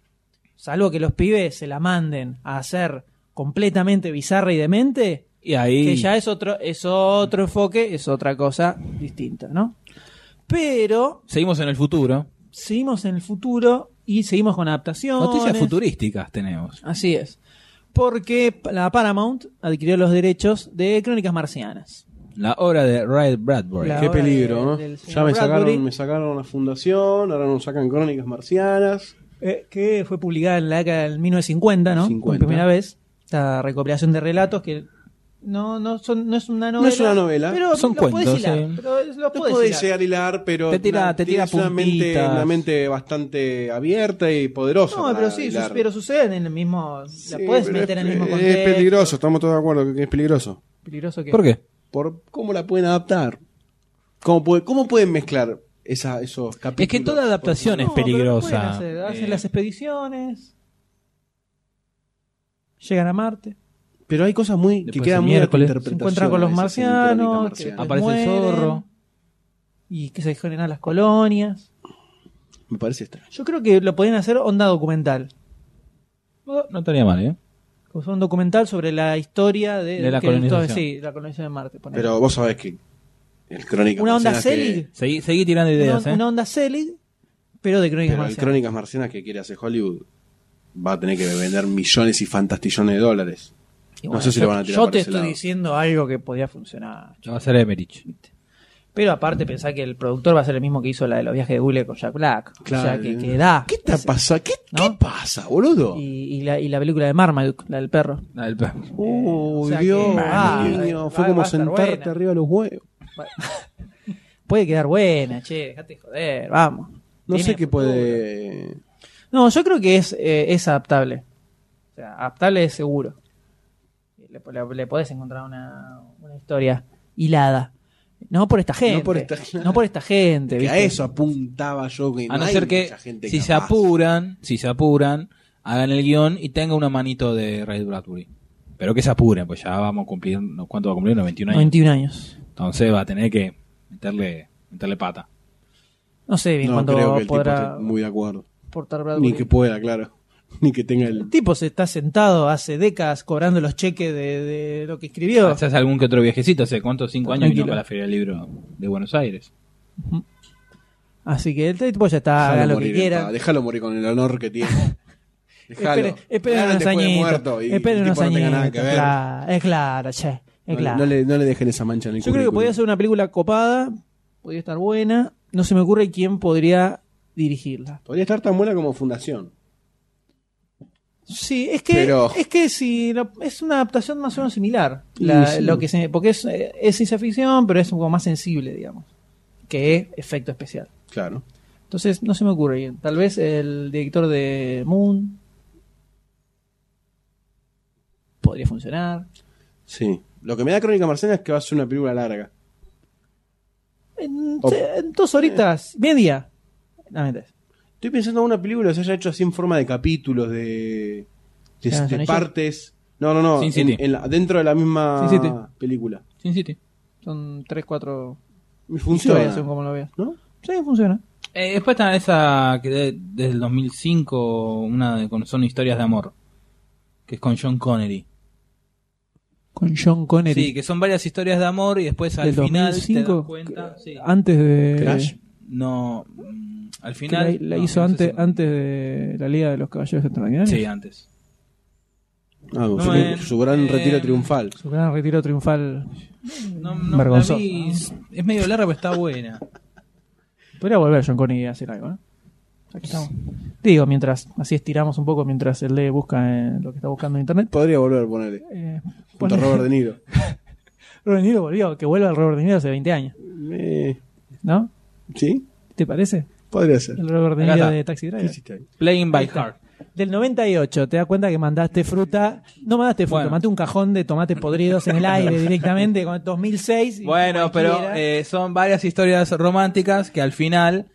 salvo que los pibes se la manden a hacer completamente bizarra y demente, Y ahí. que ya es otro, es otro enfoque, es otra cosa distinta, ¿no? Pero Seguimos en el futuro. seguimos en el futuro y seguimos con adaptaciones. Noticias futurísticas tenemos. Así es. Porque la Paramount adquirió los derechos de Crónicas Marcianas. La obra de Ray Bradbury. La Qué obra de- peligro, del ¿no? señor Ya me Bradbury. sacaron, me sacaron la fundación, ahora nos sacan crónicas marcianas. Eh, que fue publicada en la década del 1950, ¿no? 50. Por primera vez. Esta recopilación de relatos que no, no, son, no es una novela. es una novela, Pero son lo podés cuentos, hilar, sí. pero es- lo No podés podés hilar. llegar a hilar, pero Te tira- na- te tira tienes una mente, puntitas. una mente bastante abierta y poderosa. No, para pero sí, hilar. su- pero suceden en el mismo. Sí, la puedes pero meter es- en el mismo Es contexto. peligroso, estamos todos de acuerdo que es peligroso. Peligroso que. ¿Por qué? Por cómo la pueden adaptar. ¿Cómo, puede- cómo pueden mezclar esa, esos capítulos? Es que toda adaptación No, es pero lo pueden peligrosa. hacer. Hacen Eh, las expediciones. Llegan a Marte. Pero hay cosas muy que Después quedan el muy a tu miércoles. interpretación Se encuentran con los esas en Crónicas marcianos, Marcianas. que- aparece el mueren. zorro. Y que se generan las colonias. Me parece extraño. Yo creo que lo podían hacer onda documental. No, no estaría mal, ¿eh? Como sea, un documental sobre la historia de, De la que- colonización. Sí, la colonización de Marte. ponele. Pero vos sabés que el Crónicas una onda Marcianas que- Selig. Seguí, seguí tirando Una, ideas, ¿eh? una onda Selig, pero de crónicas Pero el marcianas. Crónicas Marcianas que quiere hacer Hollywood va a tener que vender millones y fantastillones de dólares. Y no sé si yo, lo van a tirar yo por te ese estoy lado. diciendo algo que podía funcionar. Va a ser Emerich. Pero aparte pensá que el productor va a ser el mismo que hizo la de los viajes de Google con Jack Black. O sea, Claro. que, que da. ¿Qué te Ese- pasa? ¿Qué, ¿No? qué pasa, boludo? Y, y la, y la película de Marmaduke, la del perro. La del perro. Uy, o sea que- Dios, Ah, niño, va- fue va como a estar sentarte buena. arriba de los huevos. Puede quedar buena, che, dejate de joder, vamos. No Tiene sé qué futuro. puede. No, yo creo que es, eh, es adaptable. O sea, adaptable es seguro. Le, le- le podés encontrar una, una historia hilada. No por esta gente. por esta- no por esta gente. Que a ¿viste? eso apuntaba yo. Que A no hay ser que mucha gente si se capaz. apuran, si se apuran, hagan el guión y tenga una manito de Ray Bradbury. Pero que se apuren, pues ya vamos a cumplir, ¿no? ¿cuánto va a cumplir? Unos 21 años. 91 años. Entonces va a tener que meterle, meterle pata. No sé bien No cuándo creo que el tipo podrá esté muy de acuerdo. portar Ni Bradbury. que pueda, claro. Ni que tenga El el. tipo se está sentado hace décadas cobrando los cheques de, de lo que Ah, escribió. Haces algún que otro viajecito, hace cuántos, cinco años Tranquilo. vino para la Feria del Libro de Buenos Aires. Así que el tipo ya está, haga Déjalo lo morir que en quiera. paz, Déjalo morir con el honor que tiene. Déjalo. Esperen, esperen Ahora unos después de añitos. muerto y el esperen tipo unos no tenga añitos. nada que ver. Claro, es claro, che. Es No, claro. no le, no le dejen esa mancha en el Yo creo que podría ser una película copada, podría estar buena. No se me ocurre quién podría dirigirla. Podría estar tan buena como Fundación. Sí, es que Pero- es que si lo- es una adaptación más o menos similar, la- Sí, sí. lo que se- porque es, eh, es ciencia ficción, pero es un poco más sensible, digamos, que efecto especial. Claro. Entonces no se me ocurre bien. Tal vez el director de Moon podría funcionar. Sí. Lo que me da Crónica Marcena es que va a ser una película larga. En, O- en dos horitas, media. No, mentira. Estoy pensando en una película que se haya hecho así en forma de capítulos, de, de, Ah, de ¿son ellos? partes. No, no, no. Sin en- City. en la- dentro de la misma Sin City. película. Sin City. Son tres, cuatro Y historias, Funciona. según como lo veas. ¿no? Sí, funciona. Eh, después está esa que de- del 2005, una de, con, son historias de amor, que es con John Connery. Con John Connery. Sí, que son varias historias de amor y después al del final 2005, te das cuenta. que- sí. antes de Crash. No, mm, al que final. la, la no, hizo no sé antes si- antes de la Liga de los Caballeros Extraordinarios. Sí, antes. Ah, No, su, eh, su gran eh, retiro triunfal. Su gran retiro triunfal. No, no, Vergonzoso. la vi, es- es medio larga, pero está buena. Podría volver John Connery a hacer algo, ¿no? Aquí estamos. Te digo, mientras, así estiramos un poco mientras el D busca eh, lo que está buscando en internet. Podría volver a ponerle. Eh, Junto a ponle- Robert De Niro. Robert De Niro volvió, que vuelva el Robert De Niro hace 20 años, Eh, ¿no? ¿Sí? ¿Te parece? Podría ser. El Robert De Acá Niro está. de Taxi ¿Qué Driver. hiciste ahí? Playing by Ahí está. Heart. Del 98, te das cuenta que mandaste fruta. No mandaste fruta, Bueno. mandaste un cajón de tomates podridos en el aire directamente con 2006. y Bueno, pero cualquiera. eh, son varias historias románticas que al final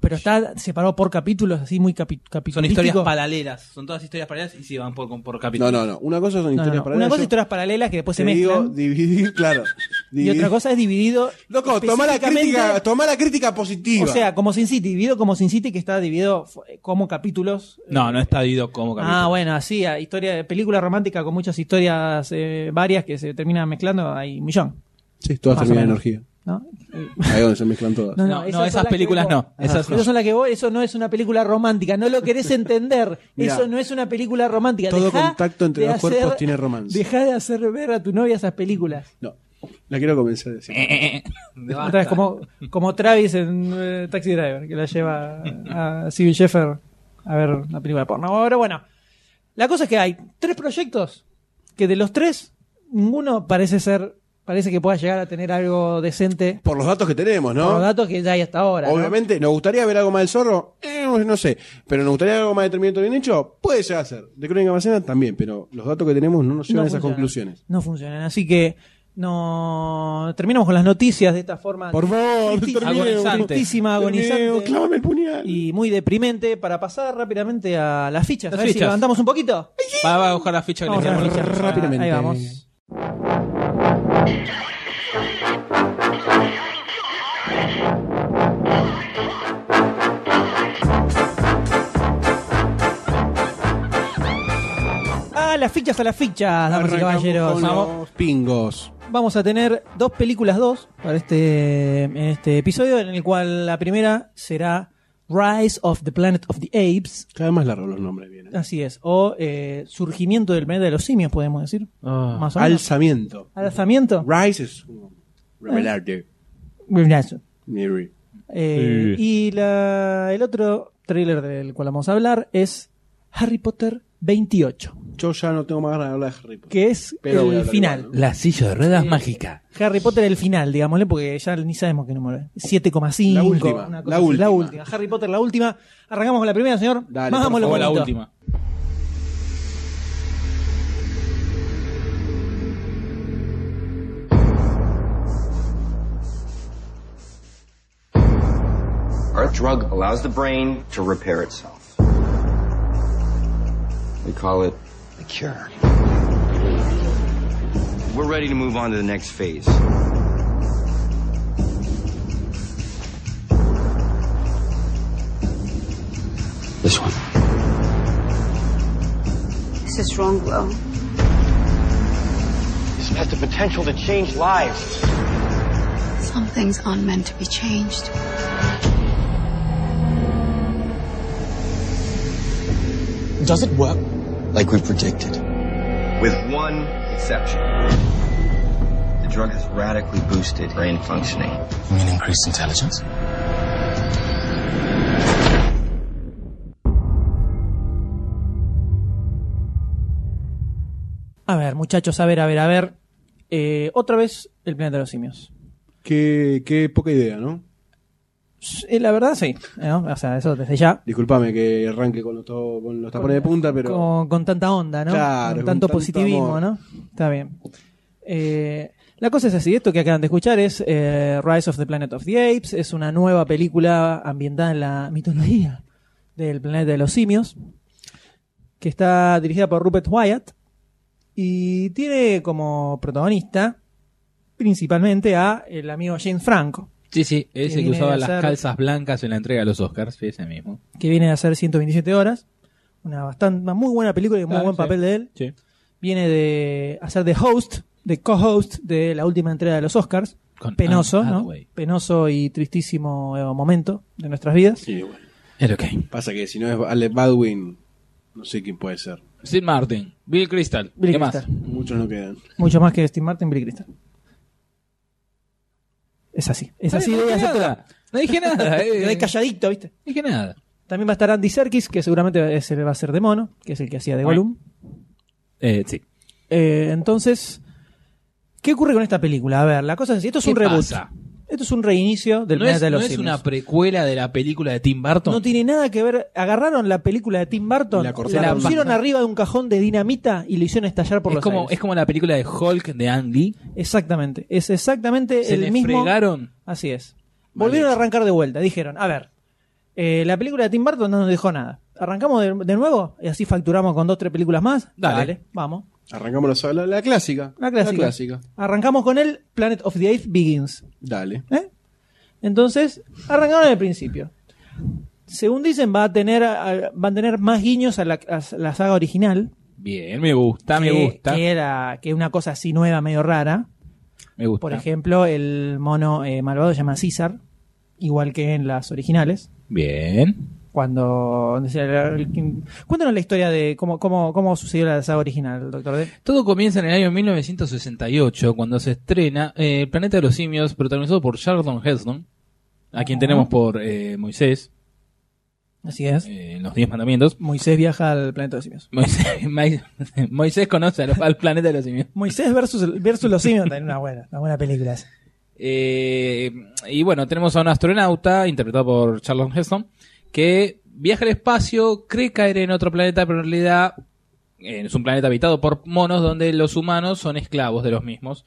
pero está separado por capítulos, así muy capi son historias capitulísticos. paralelas. Son todas historias paralelas y si van por, por capítulo. No, no, no. Una cosa son No, no, historias no. paralelas. Una cosa Yo es historias paralelas que después se te digo, mezclan. dividir, claro. Y Dividir- otra cosa es dividido. Loco, toma la específicamente- crítica, toma la crítica positiva. O sea, como Sin City, dividido como Sin City, que está dividido eh, como capítulos. No, no, está dividido como capítulo. Ah, bueno, así, a historia de película romántica con muchas historias eh, varias que se terminan mezclando, hay un millón, sí, todas más o terminan en menos. orgía. ¿no? Eh, Ahí donde se mezclan todas. No, no, son esas las que películas vos- Ah, no, esas no. son las que vos, eso no es una película romántica, no lo querés entender. Mirá. eso no es una película romántica. Todo Dejá contacto entre de dos cuerpos hacer- tiene romance. Dejá de hacer ver a tu novia esas películas. No, la quiero comenzar a decir. Otra vez, como, como Travis en eh, Taxi Driver, que la lleva a Civil Sheffer a ver una película de porno. Ahora, bueno, la cosa es que hay tres proyectos que de los tres, ninguno parece ser, parece que pueda llegar a tener algo decente Por los datos que tenemos, ¿no? por los datos que ya hay hasta ahora. ¿no? Obviamente, ¿nos gustaría ver algo más del zorro? Eh, no sé. ¿Pero nos gustaría algo más determinado bien hecho? Puede llegar a ser. De Crónica Marciana también, pero los datos que tenemos no nos llevan No a esas funcionan. conclusiones. No funcionan. Así que no terminamos con las noticias de esta forma Por favor, Tristísima, terminemos. agonizante. tristísima, agonizante Terminemos, clávame el puñal. y muy deprimente para pasar rápidamente a las fichas. Las a ver si fichas. levantamos un poquito. Va, va a buscar la ficha que Vamos le a las quedamos. fichas. rápidamente. Ahí vamos. A las fichas, a las fichas, damas y Arrancamos caballeros. con Vamos. los pingos. Vamos a tener dos películas dos para este, en este episodio, en el cual la primera será Rise of the Planet of the Apes, Cada vez más largos los nombres vienen. así es, o eh, Surgimiento del Planeta de los Simios, podemos decir. Más o menos. Alzamiento. Alzamiento. Rise es un revelarte. Buenazo. Miri. Eh, Y la- el otro thriller del cual vamos a hablar es Harry Potter 28, Yo ya no tengo más ganas de hablar de Harry Potter. que es Pero voy a el hablar final. igual, La silla de ruedas Sí. mágica. Harry Potter el final, digámosle, porque ya ni sabemos qué número es. 7,5. La última, una la así. última. Harry Potter, la última. Arrancamos con la primera, señor. Dale, Más por vámonos O la poquito. última. Our drug allows the brain to repair itself. We call it the cure. We're ready to move on to the next phase. This one. This is wrong, Will. This has the potential to change lives. Some things aren't meant to be changed. Does it work? Like we predicted. With one exception. The drug has radically boosted brain functioning. You mean increased intelligence? A ver, muchachos, a ver, a ver, a ver. Eh, otra vez el planeta de los simios. Qué, qué poca idea, ¿no? Eh, la verdad, sí. ¿no? O sea, eso desde ya. Disculpame que arranque con los, to- con los tapones de punta, pero. Con, con tanta onda, ¿no? Claro, con con tanto tanto positivismo, amor. ¿no? Está bien. Eh, la cosa es así, esto que acaban de escuchar es eh, Rise of the Planet of the Apes, es una nueva película ambientada en la mitología del planeta de los simios, que está dirigida por Rupert Wyatt y tiene como protagonista principalmente a el amigo James Franco, Sí, sí, Que ese que viene a usaba las ser- calzas blancas en la entrega de los Oscars, sí, ese mismo. que viene de hacer 127 horas, una bastante una muy buena película y muy Ah, buen sí. papel de él. Sí. viene de hacer de host, de co-host de la última entrega de los Oscars. Con Penoso, Anne ¿no? Ah, Hathaway. Penoso y tristísimo eh, momento de nuestras vidas. Sí, bueno. El ok. Pasa que si no es Alec Baldwin, no sé quién puede ser. Sid Martin, Bill Crystal, Billy ¿qué Crystal. más? Muchos no quedan. Mucho más que Steve Martin, Billy Crystal. Es así. Es así. no voy a dije hacer- nada. No dije nada. Me eh, doy No calladito, ¿viste? dije nada. También va a estar Andy Serkis, que seguramente es el- va a ser de mono, que es el que hacía de Gollum. Eh, sí. Eh, entonces, ¿qué ocurre con esta película? A ver, la cosa es así. Esto es ¿Qué un reboot. pasa? Esto es un reinicio del ¿No planeta es, de los no es Simios. una precuela de la película de Tim Burton? No tiene nada que ver. Agarraron la película de Tim Burton, Y la la, cortaron. pusieron arriba de un cajón de dinamita y lo hicieron estallar por es, los como, aires. es como la película de Hulk de Andy. Exactamente. Es exactamente Se le el mismo. fregaron. Así es. Volvieron a arrancar de vuelta. Dijeron, a ver, eh, la película de Tim Burton no nos dejó nada. ¿Arrancamos de, de nuevo? Y así facturamos con dos, tres películas más. Dale. vamos. Arrancamos la, la, la clásica. La clásica. Arrancamos con el Planet of the Apes Begins. Dale. ¿Eh? Entonces, arrancaron en el principio. Según dicen, va a tener, a- van a tener más guiños a la, a la saga original. Bien, me gusta, me que- gusta. Que era que una cosa así nueva, medio rara. me gusta. Por ejemplo, el mono eh, malvado se llama César, igual que en las originales. Bien. Cuando. Cuéntanos la historia de cómo, cómo, cómo sucedió la saga original, doctor D. Todo comienza en el año 1968, cuando se estrena eh, El Planeta de los Simios, protagonizado por Charlton Heston, a quien tenemos por eh, Moisés, Así es. eh, en los Diez Mandamientos. Moisés viaja al planeta de los simios. Moisés, Moisés- Moisés conoce a los- al planeta de los simios. Moisés versus, el- versus los simios. También una buena, una buena película esa. Eh, y bueno, tenemos a un astronauta, interpretado por Charlton Heston, que viaja al espacio, cree caer en otro planeta, pero en realidad eh, es un planeta habitado por monos donde los humanos son esclavos de los mismos.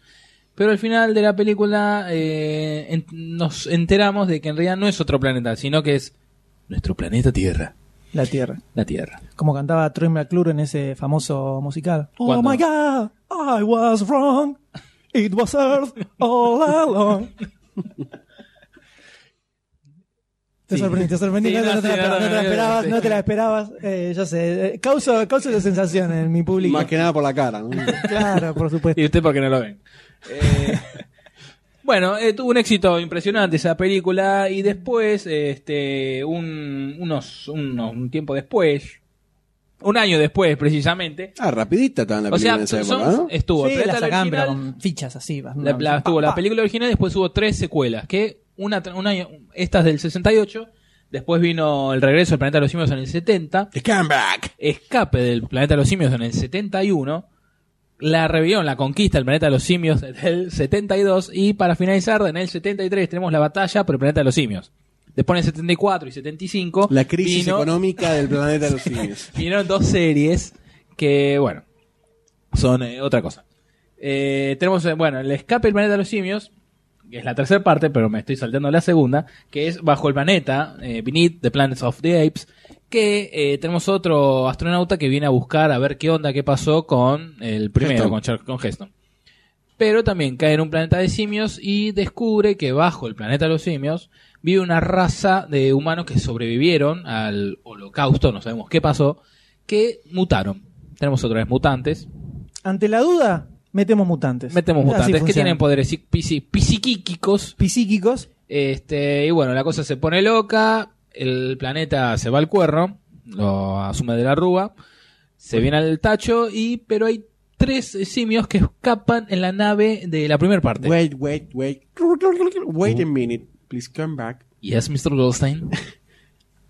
Pero al final de la película eh, en- nos enteramos de que en realidad no es otro planeta, sino que es nuestro planeta Tierra. La Tierra. La Tierra. Como cantaba Troy McClure en ese famoso musical. ¿Cuándo? Oh my God, I was wrong. It was Earth all along. Te Sí. sorprendí, te sorprendí, Sí, no, no, no te la sí, no, esperabas, no te la no, esperabas, sí. no te la esperabas. Eh, ya sé, eh, causa, causa esa sensación en mi público. Más que nada por la cara. ¿no? Claro, por supuesto. Y usted porque no lo ven. Eh, bueno, eh, tuvo un éxito impresionante esa película y después, este, un, unos, unos- un tiempo después, un año después precisamente, Ah, rapidita estaba en la o sea, película en esa son- época, ¿no? estuvo el sí, la planeta sacaban, pero original, con fichas así. va, la, no, la- pa, estuvo la pa. película original, después hubo tres secuelas, que una, tra- una, estas del 68, después vino el regreso del planeta de los simios en el 70, The comeback. escape del planeta de los simios en el 71, la rebelión, la conquista del planeta de los simios del 72 y para finalizar en el 73 tenemos la batalla por el planeta de los simios. Después en el 74 y 75 La crisis vino- económica del planeta de los simios. vinieron dos series que, bueno, son eh, otra cosa. Eh, tenemos, eh, bueno, el escape del planeta de los simios, que es la tercera parte, pero me estoy saltando la segunda, que es Bajo el planeta, eh, Beneath the Planets of the Apes, que eh, tenemos otro astronauta que viene a buscar a ver qué onda, qué pasó con el primero, Heston. con, Char- con Heston. Pero también cae en un planeta de simios y descubre que bajo el planeta de los simios vive una raza de humanos que sobrevivieron al holocausto, no sabemos qué pasó, que mutaron. Tenemos otra vez mutantes. Ante la duda, metemos mutantes. Metemos Así mutantes que funciona. tienen poderes psi- psi- psiquíquicos. Psíquicos. Este, y bueno, la cosa se pone loca, el planeta se va al cuerno, lo asume de la rúa, se viene al tacho, y pero hay tres simios que escapan en la nave de la primera parte. Wait, wait, wait. Wait a minute. Please come back. Yes, Mr. Goldstein.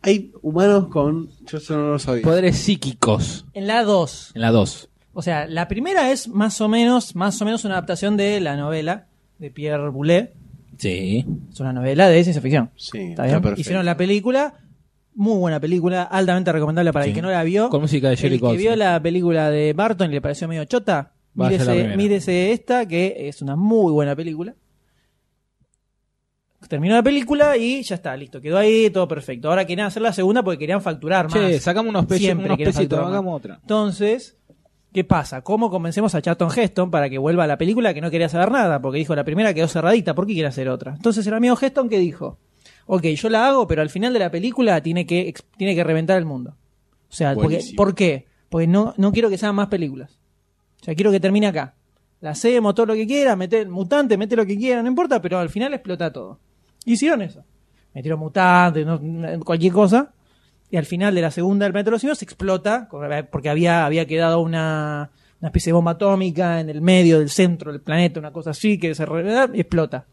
Hay humanos con. Yo eso no lo sabía. Poderes psíquicos En la 2. en la 2. O sea, la primera es más o menos, más o menos una adaptación de la novela de Pierre Boulet. Sí. Es una novela de ciencia ficción. Sí, ¿Está está bien? perfecto. Hicieron la película, muy buena película, altamente recomendable para Sí. el que no la vio. Con música de Jerry el que Goldsmith. vio la película de Barton y le pareció medio chota, Vaya la mírese, primera. mírese esta, que es una muy buena película. Terminó la película y ya está, listo. Quedó ahí, todo perfecto. Ahora querían hacer la segunda porque querían facturar más. Che, sacamos unos, pesos, Siempre unos quiere pesitos, facturar más. hagamos otra. Entonces, ¿qué pasa? ¿Cómo convencemos a Charlton Heston para que vuelva a la película que no quería saber nada? Porque dijo, la primera quedó cerradita, ¿por qué quiere hacer otra? Entonces el amigo Heston que dijo, ok, yo la hago, pero al final de la película tiene que, ex- tiene que reventar el mundo. O sea, porque, Buenísimo. ¿por qué? Porque no, no quiero que sean más películas. O sea, quiero que termine acá. La hacemos todo lo que quiera, mete mutante, mete lo que quiera, no importa, pero al final explota todo. Hicieron eso. Metieron mutantes, no- cualquier cosa. Y al final de la segunda del planeta de los simios se explota, eh, porque había, había quedado una, una especie de bomba atómica en el medio del centro del planeta, una cosa así, que se re- eh, explota.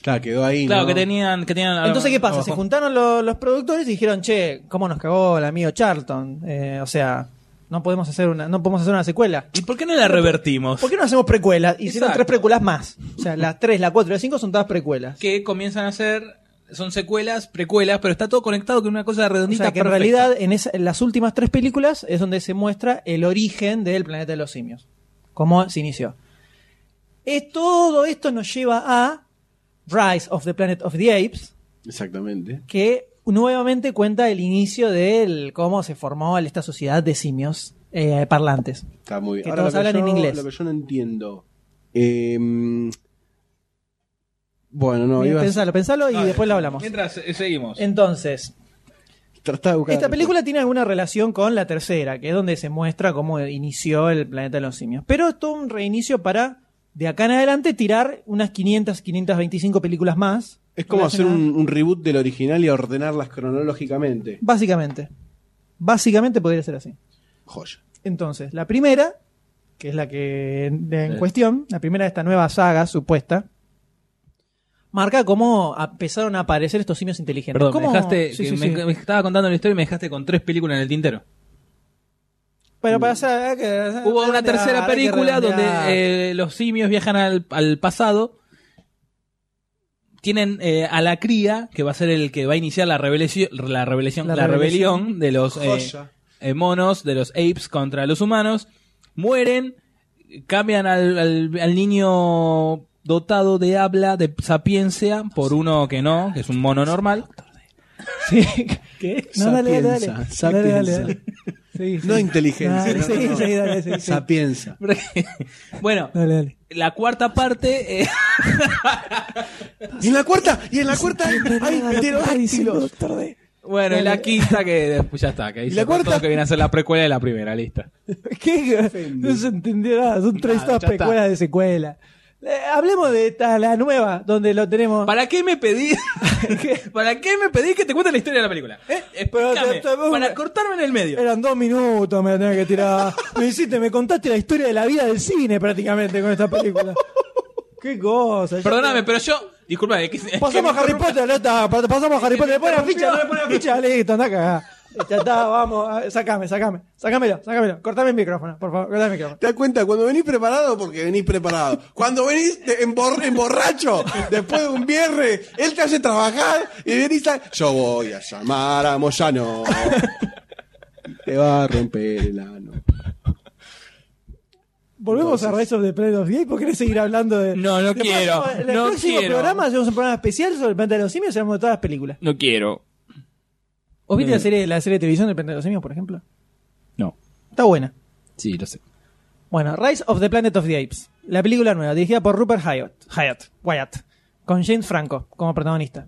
Claro, quedó ahí. Claro, ¿no? que tenían, que tenían Entonces, ¿qué pasa? abajo. Se juntaron lo- los productores y dijeron, che, ¿cómo nos cagó el amigo Charlton? Eh, o sea, no podemos hacer una, no podemos hacer una secuela. ¿Y por qué no la revertimos? ¿Por qué no hacemos precuelas? Hicieron Exacto. tres precuelas más. O sea, las tres, la cuatro y la cinco son todas precuelas. que comienzan a ser son secuelas, precuelas, pero está todo conectado con una cosa O redondita sea, que en perfecta. realidad en, esa- en las últimas tres películas es donde se muestra el origen del planeta de los simios. Cómo se inició. Es, todo esto nos lleva a Rise of the Planet of the Apes, Exactamente. que nuevamente cuenta el inicio de cómo se formó esta sociedad de simios eh, parlantes. Está muy bien. Que Ahora, todos lo que hablan en yo- inglés. Lo que yo no entiendo. Eh, bueno, no, Mira, iba a- pensalo, pensalo y Ah, después lo hablamos. Mientras eh, seguimos. Entonces, trataba de buscar- Esta película tiene alguna relación con la tercera, que es donde se muestra cómo inició el planeta de los simios. Pero es todo un reinicio para, de acá en adelante, tirar unas 500, 525 películas más. Es como hacer relacionadas- un, un reboot del original y ordenarlas cronológicamente. Básicamente. Básicamente podría ser así. Joya. Entonces, la primera, que es la que en, en cuestión, la primera de esta nueva saga supuesta, marca cómo empezaron a aparecer estos simios inteligentes. Perdón, me ¿Cómo- dejaste, Sí, que sí, me, sí. me estaba contando la historia y me dejaste con tres películas en el tintero. Pero pasa que- Hubo una redondear, Ah, hay tercera que película redondear. donde eh, los simios viajan al, al pasado, tienen eh, a la cría, que va a ser el que va a iniciar la revelación, la revelación, La la, rebelión de los eh, Joya. eh, monos, de los apes contra los humanos, mueren, cambian al, al- al niño dotado de habla, de sapiencia, por uno que no, que es un mono normal. Sí. ¿Qué? No, dale, dale, dale. Sapienza, Dale, dale, sapienza. dale. Sí, sí. No inteligencia. Dale, no, sí, no. sí, dale, sí, sí. Sapienza. bueno, Dale, dale. la cuarta parte... eh, Y en la cuarta, y en la cuarta hay Dale, dale, diciendo, pterodáctilos. doctor D. Bueno, y la quinta que después ya está, que ahí la se cortó, cuarta? que viene a ser la precuela de la primera, lista. ¿Qué? No se entendió nada. Son tres Nada, estas ya está. precuelas de secuela. Eh, hablemos de esta, la nueva, donde lo tenemos. ¿Para qué me pedí? ¿Para qué me pedí que te cuente la historia de la película? ¿Eh? Pero te- Explícame, te- para cortarme en el medio. Eran dos minutos, me la tenía que tirar. Me hiciste, me contaste la historia de la vida del cine prácticamente con esta película. Qué cosa. ya Perdóname, te- pero yo, disculpa, es que, es que Pasamos me a Harry Potter, ya está, pa- pasamos a Harry Potter, le pones la ficha, no le pones la ficha, listo, anda a cagar. Ya está, vamos, a- sacame, sacame, sacámelo, sacámelo, cortame el micrófono, por favor, cortame el micrófono. ¿Te das cuenta? Cuando venís preparado, porque venís preparado. Cuando venís te- embor- emborracho, después de un viernes, él te hace trabajar y venís a... Yo voy a llamar a Moyano. Te va a romper el ano. Volvemos a Rise of the Planet of the Apes, porque querés seguir hablando de... No, no de- quiero, En el no próximo quiero. programa hacemos un programa especial sobre el planeta de los simios y hablamos de todas las películas. No quiero. ¿Vos viste la serie, la serie de televisión del planeta de los simios, por ejemplo? No. Está buena. Sí, lo sé. Bueno, Rise of the Planet of the Apes, la película nueva, dirigida por Rupert Hyatt, Hyatt, Wyatt, con James Franco como protagonista.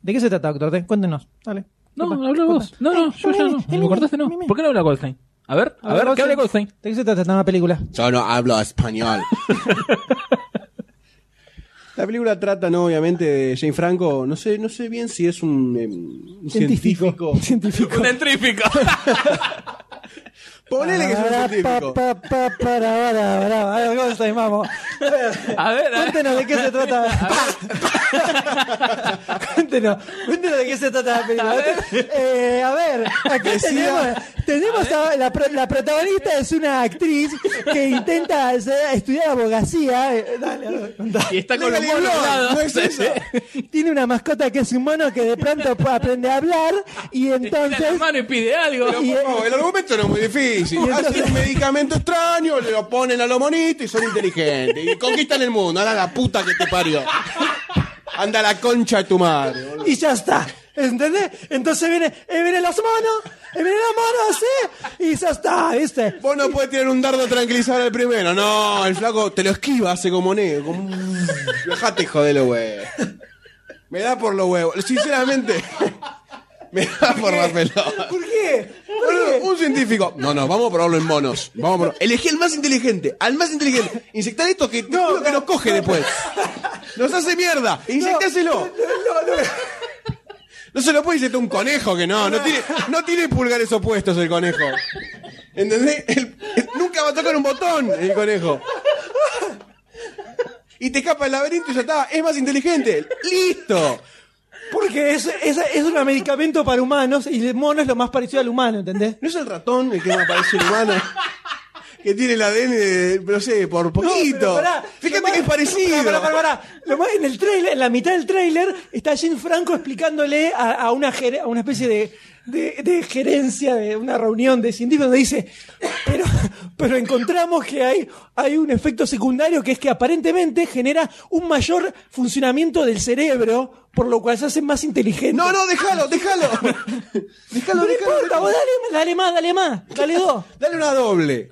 ¿De qué se trata, doctor? T? Cuéntenos, dale. No, Contá, habla contá. vos. No, no, Eh, yo ya eh, no. eh, ¿Me cortaste? No. mi, mi. ¿Por qué no habla Goldstein? A ver, a ver, ¿qué habla Goldstein? ¿De qué se trata una película? Yo no hablo español. La película trata, ¿no? obviamente, de Jane Franco. No sé, no sé bien si es un, eh, un científico. Científico. Un dentrífico. Ponele Este que es un Para, científico. pa, pa, pa, para, para, para. A ver, Goldstein, vamos. A ver, a ver. Cuéntenos de qué se trata. cuéntenos, cuéntenos de qué se trata la película. Eh, a ver, aquí tenemos, tenemos a- la, pro- la protagonista es una actriz que intenta hacer- estudiar abogacía. Eh, dale, a ver, contá. Y está con los Legally monos blonde, al lado. no es eso. Tiene una mascota que es un mono que de pronto aprende a hablar y Estira la entonces... mano y pide algo. Pero, por favor, el argumento no es muy difícil. Hacen un medicamento extraño, le lo ponen a los monitos y son inteligentes. Y conquistan el mundo. Anda la puta que te parió. Anda la concha de tu madre. boludo. y ya está. ¿Entendés? Entonces viene, eh, vienen los monos, eh, vienen los monos, sí, y ya está, ¿viste? Vos no puedes tirar un dardo tranquilizador al primero. No, el flaco te lo esquiva, hace como negro. Como... un- Dejate joder los huevos. Me da por los huevos. Sinceramente, me da por la pelota. ¿Por qué? Boludo, un científico. No, no, vamos a probarlo en monos. Vamos a probarlo. Elegí al más inteligente, al más inteligente. Inyectar esto que te juro que nos coge después. Nos hace mierda. Inyectáselo. No, se lo puede inyectar un conejo que no. No tiene, no tiene pulgares opuestos el conejo. ¿Entendés? El- el- nunca va a tocar un botón el conejo. y te escapa del laberinto y ya está. Es más inteligente. ¡Listo! Porque es, es, es un medicamento para humanos y el mono es lo más parecido al humano, ¿entendés? ¿No es el ratón el que me aparece humano? Que tiene el ADN, de, no sé, por No, pero poquito. pará, Fíjate lo más- que es parecido. Pará, pará, pará, pará. Lo más, en el trailer, en la mitad del tráiler, está Jim Franco explicándole a, a una, gere- a una especie de, de- de gerencia de una reunión de científicos donde dice, pero, pero encontramos que hay, hay un efecto secundario que es que aparentemente genera un mayor funcionamiento del cerebro, por lo cual se hace más inteligente. No, no, déjalo, déjalo. déjalo, No le déjalo. importa, vos dale, dale más, dale más, dale dos. Dale una doble.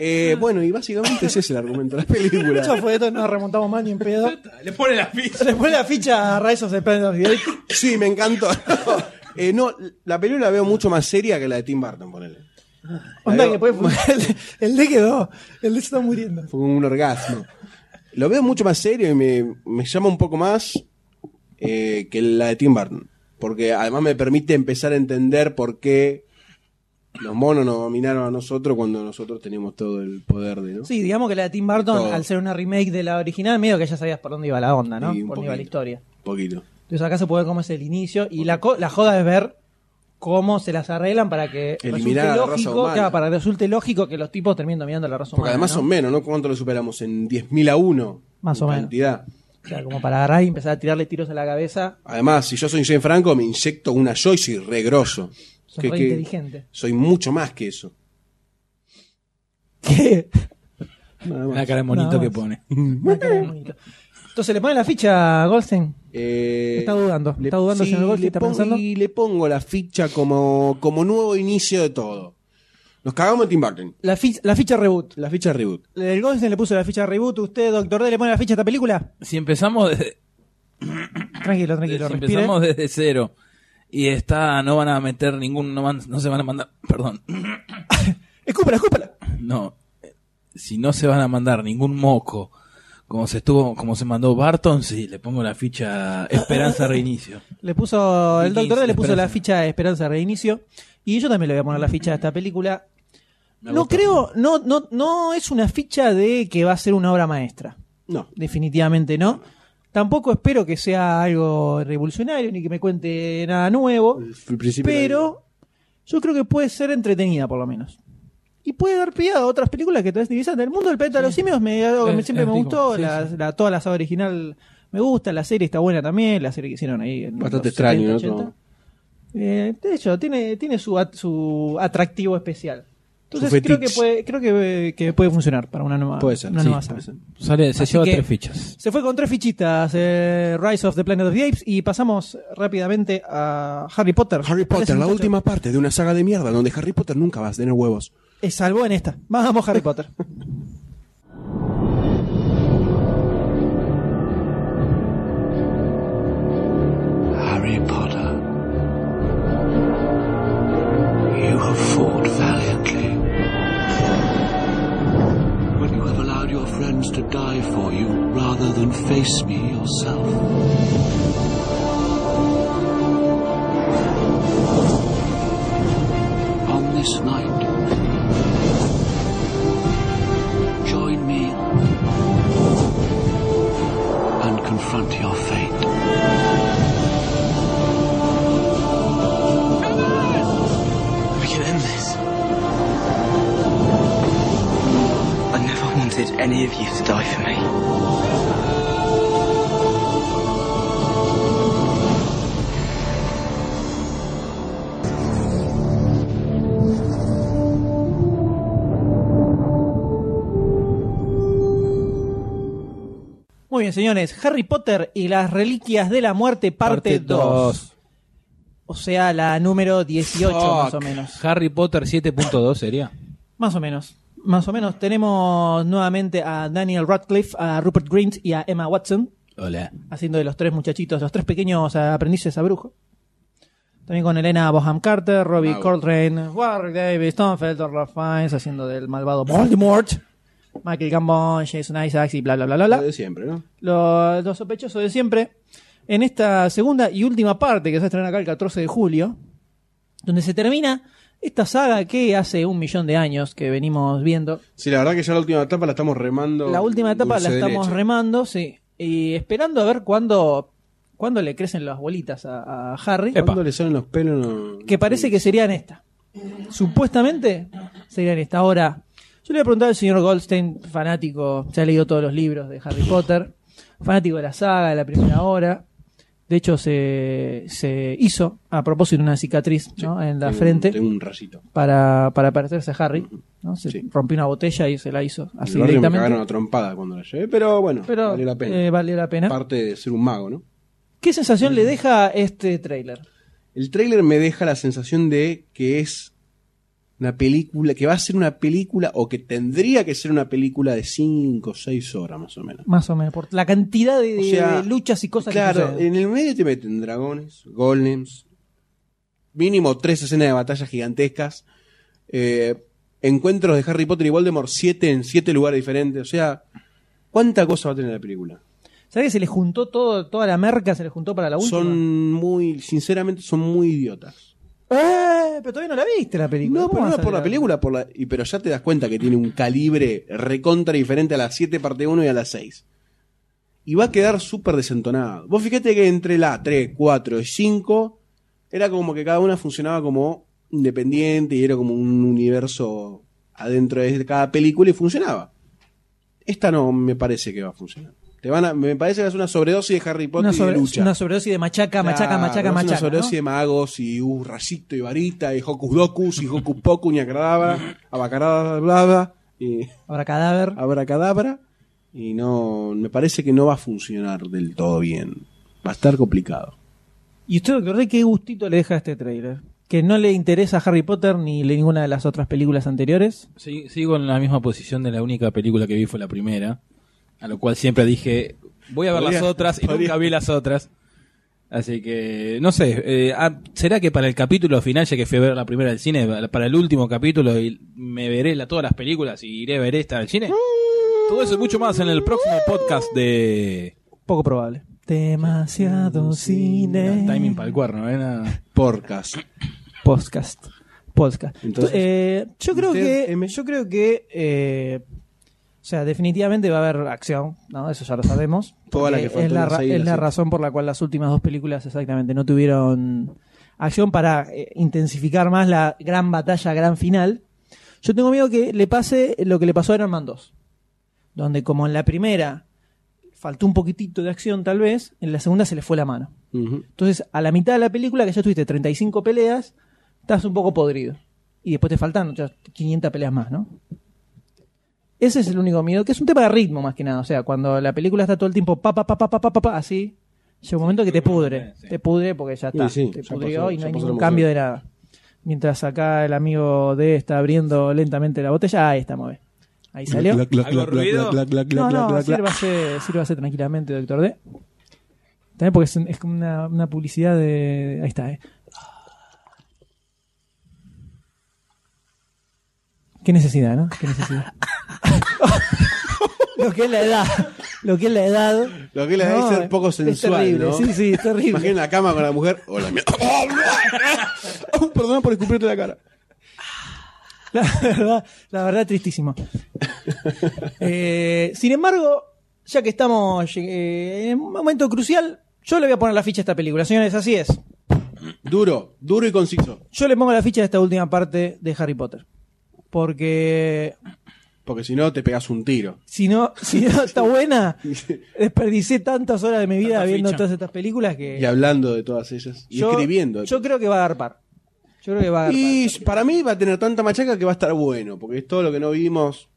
Eh, bueno, y básicamente ese es el argumento de la película. Eso fue todo, no remontamos más ni en pedo. Le pone la ficha. Le pone la ficha a Rise of the Planet of the Apes. Sí, me encantó. No, eh, no, la película la veo mucho más seria que la de Tim Burton, ponele. Onda Ahí que va. puede funcionar. El, el D quedó. El D se está muriendo. Fue un orgasmo. Lo veo mucho más serio y me, me llama un poco más eh, que la de Tim Burton. Porque además me permite empezar a entender por qué los monos nos dominaron a nosotros cuando nosotros teníamos todo el poder de, ¿no? Sí, digamos que la de Tim Burton, Todo. al ser una remake de la original, medio que ya sabías por dónde iba la onda, ¿no? Sí, un por dónde iba la poquito. historia. Un poquito. Entonces acá se puede ver cómo es el inicio. Y la, co- la joda es ver cómo se las arreglan para que Eliminar a la raza lógico, humana. claro, para que resulte lógico que los tipos terminen dominando la raza Porque humana. además ¿no? son menos, ¿no? ¿Cuánto lo superamos? En 10.000 a 1. Más o menos. Cantidad. O sea, como para agarrar y empezar a tirarle tiros a la cabeza. Además, si yo soy Jane Franco, me inyecto una yo y soy re grosso. Sos Que- re que inteligente. Soy mucho más que eso. ¿Qué? Nada más. La cara de monito Nada que más. pone. Entonces le ponen la ficha a Goldstein. Eh, Está dudando, está dudando, señor Golfi, le ¿está pongo- pensando? Y le pongo la ficha como, como nuevo inicio de todo. Nos cagamos en Tim Burton. La, fi- la ficha reboot. La ficha reboot. El Goldstein le puso la ficha reboot. ¿Usted, doctor D, le pone la ficha a esta película? Si empezamos desde, Tranquilo, tranquilo, si respire. Eh, empezamos desde cero y está, no van a meter ningún, no, van- no se van a mandar, perdón, Escúpala, escúpala. no, eh, si no se van a mandar ningún moco, como se estuvo, como se mandó Barton, sí, le pongo la ficha Esperanza Reinicio. Le puso, el Y doctor D le puso Esperanza. la ficha de Esperanza de Reinicio. Y yo también le voy a poner la ficha a esta película. Me No gusta. creo, no, no, no es una ficha de que va a ser una obra maestra. No. Definitivamente no. Tampoco espero que sea algo revolucionario ni que me cuente nada nuevo. El principio Pero yo creo que puede ser entretenida, por lo menos. Y puede dar pie a otras películas que te interesantes. El mundo del planeta de los simios me, me- siempre es me rico, gustó. sí, la, la- toda la saga original me gusta. La serie está buena también. La serie que hicieron ahí. en Bastante los extraño, ¿no? 80. Todo. Eh, de hecho, tiene, tiene su, at- su atractivo especial. Entonces Su creo que, fetiche. puede, creo que, que puede funcionar para una nueva, Puede ser, una sí, nueva puede saga. ser. Sale, se Así lleva que- tres fichas. Se fue con tres fichitas eh, Rise of the Planet of the Apes y pasamos rápidamente a Harry Potter. Harry Potter, la Muchacho. última parte de una saga de mierda donde Harry Potter nunca va a tener huevos. Eh, salvo en esta. Vamos, Harry Potter. Harry Potter, you have fought valiantly. But you have allowed your friends to die for you rather than face me yourself. On this night, join me and confront your fate. We can end this. I never wanted any of you to die for me. Muy bien, señores. Harry Potter y las Reliquias de la Muerte, parte Parte 2. dos. O sea, la número 18, más o Fuck. menos. Harry Potter 7.2 sería. Más o menos. Más o menos. Tenemos nuevamente a Daniel Radcliffe, a Rupert Grint y a Emma Watson. Hola. haciendo de los tres muchachitos, los tres pequeños eh, aprendices a brujo. También con Elena Boham Carter, Robbie Mago. Coltrane, Warwick Davis, Tom Felton, Ralph Fiennes haciendo del malvado Voldemort, Michael Gambon, Jason Isaacs y bla bla bla bla. Lo bla. de siempre, ¿no? Los, los sospechosos de siempre. En esta segunda y última parte que se estrena acá el 14 de julio, donde se termina Esta saga que hace un millón de años que venimos viendo. Sí, la verdad que ya la última etapa la estamos remando. La última etapa dulce la de estamos leche. remando, sí. Y esperando a ver cuándo, cuándo le crecen las bolitas a, a Harry. ¿Cuándo le salen los pelos? No- Que parece que serían esta. Supuestamente serían esta. Ahora, yo le voy a preguntar al señor Goldstein, fanático, se ha leído todos los libros de Harry Potter, fanático de la saga, de la primera hora. De hecho, se, se hizo a propósito una cicatriz ¿no? en Tengo la un- frente Tengo un rayito. para, para parecerse a Harry. ¿no? Se Sí. rompió una botella y se la hizo En el así barrio Me directamente. cagaron a trompada cuando la llevé, pero bueno, Pero valió la pena. eh, valió la pena. Parte de ser un mago, ¿no? ¿Qué sensación le deja este tráiler? El tráiler me deja la sensación de que es una película, que va a ser una película o que tendría que ser una película de 5 o 6 horas más o menos. Más o menos, por la cantidad de, O sea, de luchas y cosas que Claro, en suceden. el medio te meten dragones, golems, mínimo tres escenas de batallas gigantescas, eh, encuentros de Harry Potter y Voldemort, siete en siete lugares diferentes. O sea, ¿cuánta cosa va a tener la película? ¿Sabés que se le juntó todo, toda la merca, se le juntó para la última? Son muy, sinceramente, son muy idiotas. ¡Eh! Pero todavía no la viste la película. No, ¿Cómo pero vas no a por la ver? película, por la, y, pero ya te das cuenta que tiene un calibre recontra diferente a las 7 parte 1 y a las 6. Y va a quedar súper desentonado. Vos fíjate que entre la 3, 4 y 5 era como que cada una funcionaba como independiente y era como un universo adentro de cada película y funcionaba. Esta no me parece que va a funcionar. Te van a- me parece que es una sobredosis de Harry Potter Una, y sobre- de lucha. una sobredosis de machaca, machaca, Claro, machaca, es machaca. Una sobredosis de ¿no? magos y uh, racito y varita y hocus docus y hocus pocus y acaraba, abacarada, bla, bla, y Habrá cadáver. abracadabra. Y no, me parece que no va a funcionar del todo bien. Va a estar complicado. ¿Y usted, doctor Rey, qué gustito le deja a este tráiler? Que no le interesa Harry Potter ni le- ninguna de las otras películas anteriores. Sí, sigo en la misma posición de la única película que vi fue la primera, a lo cual siempre dije, voy a ver Podría- las otras y podría- nunca vi las otras. Así que, no sé, eh, ah, ¿será que para el capítulo final, ya que fui a ver la primera del cine, para el último capítulo y me veré la- todas las películas y iré a ver esta al cine? Todo eso y mucho más en el próximo podcast de... Poco probable. Mm, Demasiado cine. Timing para el cuerno, ¿eh? Nada. Porcas. Podcast. Podcast. Entonces, Eh, yo creo usted, que. M. Yo creo que. eh, o sea, definitivamente va a haber acción, ¿no? Eso ya lo sabemos. Toda la Porque que faltó es la, en las ra- seis y es las la siete. razón por la cual las últimas dos películas exactamente no tuvieron acción para eh, intensificar más la gran batalla, gran final. Yo tengo miedo que le pase lo que le pasó a Iron Man 2. Donde como en la primera faltó un poquitito de acción tal vez, en la segunda se le fue la mano. Ujú. Entonces, a la mitad de la película, que ya tuviste 35 peleas, estás un poco podrido. Y después te faltan otras 500 peleas más, ¿no? Ese es el único miedo, que es un tema de ritmo más que nada. O sea, cuando la película está todo el tiempo pa, pa, pa, pa, pa, pa, pa, pa, así, llega un momento que te pudre. sí. Te pudre porque ya está. Sí, sí, te ya pudrió pasó, y no ya pasó la hay ningún emoción. cambio de nada. Mientras acá el amigo D está abriendo lentamente la botella, ahí está, mueve. Ahí salió. ¿Algo ruido? No, no, sírvase, sírvase tranquilamente, doctor D. También porque es, un- es como una, una publicidad de. Ahí está, eh. Qué necesidad, ¿no? Qué necesidad. lo que es la edad. Lo que es la edad. Lo que le da No, es ser poco es sensual. terrible, ¿no? sí, sí, es terrible. Imagina la cama con la mujer. Hola, mierda. Oh, Perdona por escupirte la cara. La verdad, la verdad tristísimo. Eh, sin embargo, ya que estamos eh, en un momento crucial, yo le voy a poner la ficha a esta película. Señores, así es. Duro, duro y conciso. Yo le pongo la ficha de esta última parte de Harry Potter. Porque Porque si no, te pegas un tiro. si no, si no está buena, desperdicé tantas horas de mi vida Tanta viendo ficha. todas estas películas que Y hablando de todas ellas. Y yo, escribiendo. yo creo que va a agarpar. Yo creo que va a agarpar. Y para mí va a tener tanta machaca que va a estar bueno, porque es todo lo que no vimos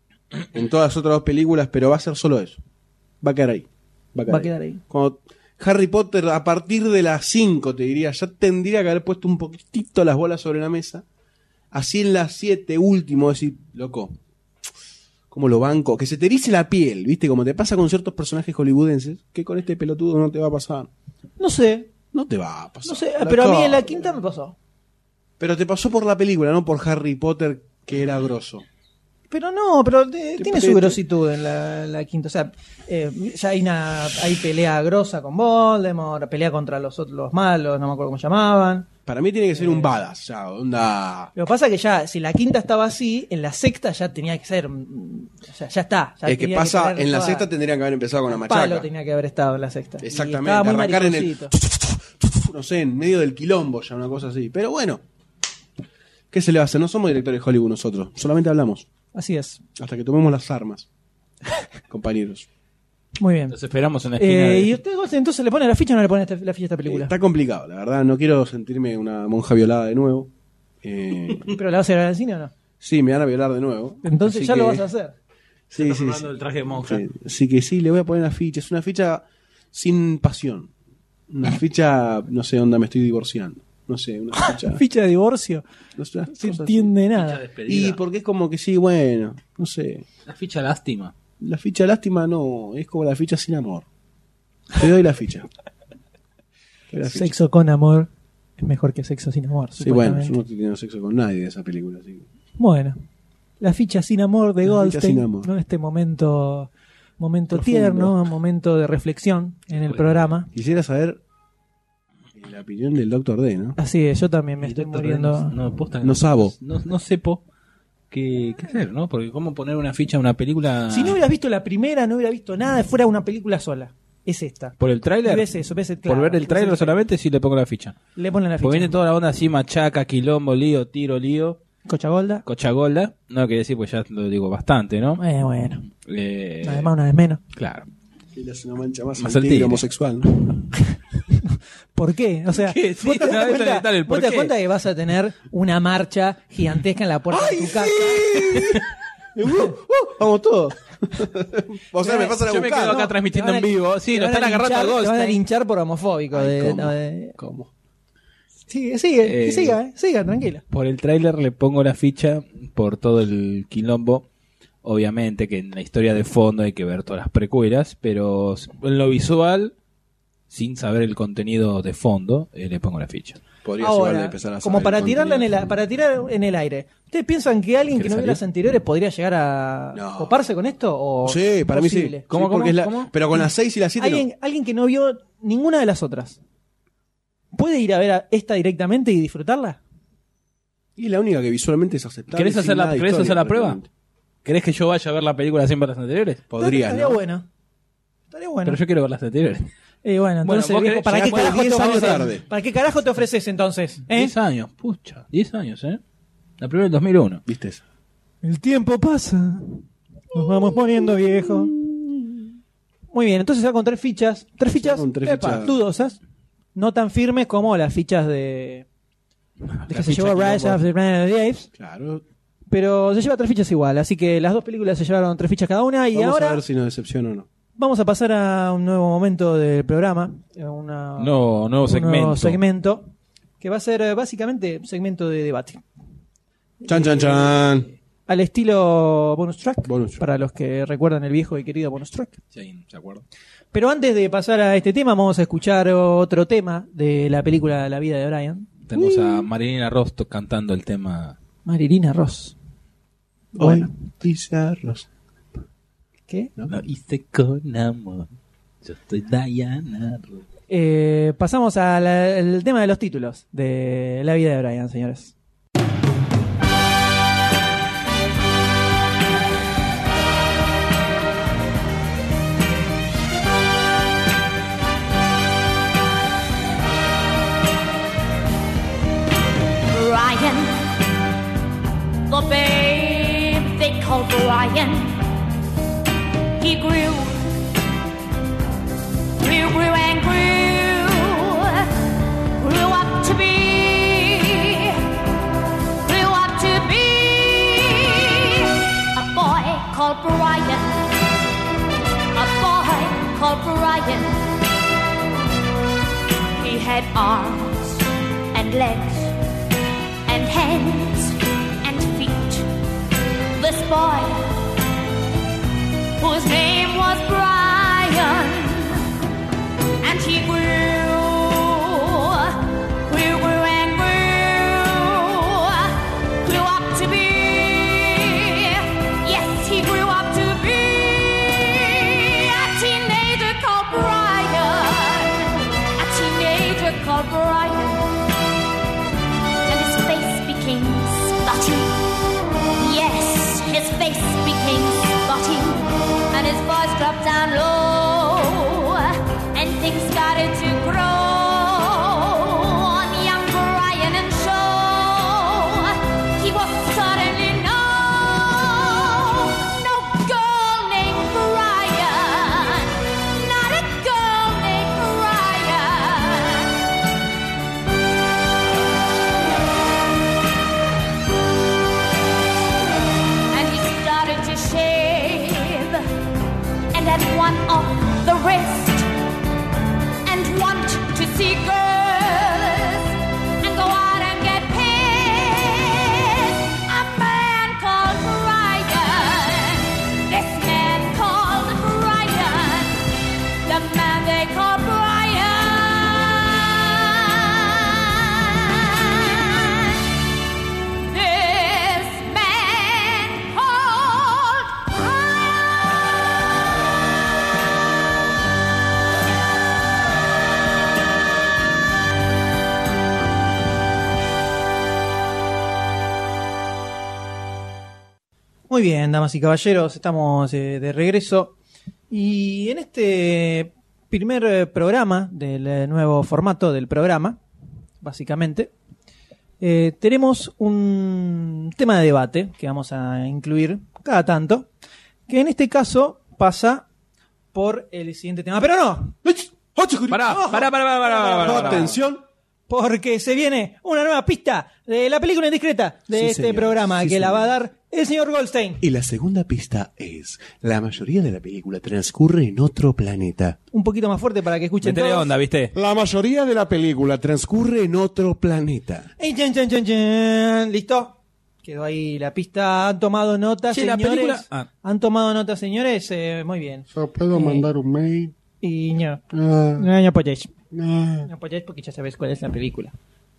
en todas las otras dos películas, pero va a ser solo eso. Va a quedar ahí. Va a quedar, Va a ahí. quedar ahí. Cuando Harry Potter, a partir de las 5, te diría, ya tendría que haber puesto un poquitito las bolas sobre la mesa. Así en las 7, último, decir, loco, como lo banco, que se te erice la piel, ¿viste? Como te pasa con ciertos personajes hollywoodenses, que con este pelotudo no te va a pasar. No sé, No te va a pasar. no sé, La pero a mí en la cosa. quinta me pasó. Pero te pasó por la película, no por Harry Potter, que era grosso. Pero no, pero eh, Te tiene su prete. grositud en la, la quinta. O sea, eh, ya hay una hay pelea grosa con Voldemort, pelea contra los otros los malos, no me acuerdo cómo se llamaban. Para mí tiene que ser Eh. un badass, ya, onda. Lo que pasa es que ya, si la quinta estaba así, en la sexta ya tenía que ser. mm, O sea, ya está. ya Es que tenía pasa, tener en la toda- sexta tendrían que haber empezado con la un Palo machaca. tenía que haber estado en la sexta. Y Exactamente, estaba muy arrancar en el- mariconcito. No sé, en medio del quilombo ya, una cosa así. Pero bueno, ¿qué se le va a hacer? No somos directores de Hollywood nosotros, solamente hablamos. Así es. Hasta que tomemos las armas, compañeros. Eh, Muy bien. Los esperamos en la esquina. Eh, de- ¿Y usted Goldstein, entonces le pone la ficha o no le pone esta- la ficha a esta película? Está complicado, la verdad. No quiero sentirme una monja violada de nuevo. Eh, ¿Pero la vas a ir al cine o no? sí, me van a violar de nuevo. Entonces Así ya lo que- vas a hacer. Sí, Se está sí, formando sí. el traje de monja. Sí, Eh, así que sí, le voy a poner una ficha. Es una ficha sin pasión. Una ficha, no sé, onda, me estoy divorciando. No sé, una Ah, ficha. Ficha de divorcio. no sé, unas Se cosas entiende Ficha nada. así. despedida. Y porque es como que sí, bueno, no sé. La ficha lástima. La ficha lástima no, es como la ficha sin amor. Te doy la ficha. Te doy la ficha. Sexo con amor es mejor que sexo sin amor. Sí, bueno, supuestamente. yo no estoy teniendo sexo con nadie de esa película. Así. que- Bueno, la ficha sin amor de La ficha Goldstein, sin amor. ¿no? este momento, momento Profundo. tierno, momento de reflexión en el Bueno. programa. Quisiera saber eh, la opinión del Doctor D, ¿no? Así es, yo también me estoy Directo, muriendo. No, posta que No sabo. No, no sepo qué, qué hacer, ¿no? Porque cómo poner una ficha a una película Si no hubieras visto la primera, no hubieras visto nada, fuera una película sola. Es esta. por el Y tráiler. ves eso, ves el- por claro, ver el ves tráiler solamente sí le pongo la ficha. Le ponen la pues Porque viene ficha. toda la onda así, machaca, quilombo, lío, tiro, lío, Cochagolda. cochagolda. No quería decir, pues ya lo digo bastante, ¿no? Eh, bueno, Eh, además una vez menos. claro. Y le hace una mancha más, Más al al tigre tigre. homosexual. ¿no? ¿Por qué? O sea, ¿Qué? Sí, vos te no, das eso cuenta, es tal, el vos te das porqué. cuenta que vas a tener una marcha gigantesca en la puerta de tu casa. Uh, uh, vamos todos. o sea, me pasan a Yo me buscar. quedo acá ¿no? transmitiendo Te en van a- vivo. te Sí, lo van a están agarrando a linchar- Te van a Goldstein. linchar por homofóbico. de- ¿cómo? de- ¿Cómo? Sigue, sigue, Eh, siga, eh, siga, tranquila. Por el tráiler le pongo la ficha, por todo el quilombo. Obviamente que en la historia de fondo hay que ver todas las precuelas, pero en lo visual, sin saber el contenido de fondo, eh, le pongo la ficha. Podrías igual Ahora, empezar a como saber para el tirarla en el, contenido. a- para tirar en el aire. ¿Ustedes piensan que alguien que ¿Querés no vio las salir? anteriores podría llegar a No. coparse con esto? O Sí, para mí posible? sí. ¿Cómo, Sí, porque cómo, es la- cómo? Pero con las 6 y las 7 Alguien, alguien que no vio ninguna de las otras. ¿Puede ir a ver a esta directamente y disfrutarla? Y es la única que visualmente es aceptable. ¿Querés sin hacer la- nada de querés historia, hacer la prueba? prácticamente. ¿Crees que yo vaya a ver la película siempre las anteriores? Podrías, Estaría ¿no? bueno. Estaría bueno. Pero yo quiero ver las anteriores. Eh, bueno, entonces, vos viejo, querés- ¿para, qué llegaste carajo te 10 años ofreces? tarde. ¿para qué carajo te ofreces entonces? ¿Eh? 10 años, pucha. 10 años, ¿eh? La primera del 2001. ¿Viste eso? El tiempo pasa. Nos vamos poniendo viejo. Muy bien, entonces ya con tres fichas. Tres fichas, con tres epa, fichas. dudosas. No tan firmes como las fichas de, de que se llevó Rise of the Planet of the Apes. Claro. Pero se lleva tres fichas igual. Así que las dos películas se llevaron tres fichas cada una. Y Vamos ahora a ver si nos decepciona o no. vamos a pasar a un nuevo momento del programa. a Una, No, nuevo Ah. un segmento. nuevo segmento. Que va a ser eh, básicamente un segmento de debate. Chan, chan, chan. Al estilo bonus track, Bonus track. para los que recuerdan el viejo y querido bonus track. Sí, ¿se acuerdan? Pero antes de pasar a este tema, vamos a escuchar otro tema de la película La vida de Brian. Tenemos Uh. a Marilina Rostock cantando el tema. Marilina Ross. Hoy Bueno. dice arroz. ¿Qué? Lo hice con amor. Yo soy Diana Ross. Eh, pasamos al al tema de los títulos de La vida de Brian, señores. Brian, the babe they called Brian. He grew, grew, grew and grew, grew up to be, grew up to be a boy called Brian, a boy called Brian. He had arms and legs and hands and feet. This boy, whose name was Brian, and he grew, grew, grew and grew, grew up to be, Muy bien, damas y caballeros, estamos eh, de regreso. Y en este primer eh, programa del eh, nuevo formato del programa, básicamente, eh, tenemos un tema de debate que vamos a incluir cada tanto, que en este caso pasa por el siguiente tema. Pero no, Pará, pará, pará, pará, pará, pará, pará. Atención. porque se viene una nueva pista de la película indiscreta de Sí, este señor. programa Sí, que la va a señor. dar el señor Goldstein. Y la segunda pista es, la mayoría de la película transcurre en otro planeta. Un poquito más fuerte para que escuchen Metele todos. onda, ¿viste? La mayoría de la película transcurre en otro planeta. Ey, chan, chan, chan, chan. ¿Listo? Quedó ahí la pista. ¿Han tomado nota, Che, la señores? película- ah. ¿Han tomado nota, señores? Eh, muy bien. Yo puedo mandar un mail. Y no, Ah, no, no apoyáis. ah. No apoyáis porque ya sabéis cuál es la película.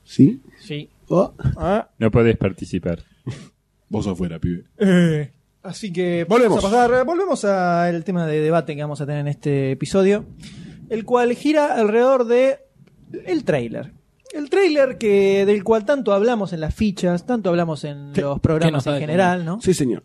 ¿Sí? Sí. Oh. Ah. No podés participar. Vos afuera, pibe. Eh, así que Volvemos. vamos a pasar, eh, volvemos al tema de debate que vamos a tener en este episodio, el cual gira alrededor de el tráiler. El tráiler que del cual tanto hablamos en las fichas, tanto hablamos en los programas nos ha en general, ¿no? Sí, señor.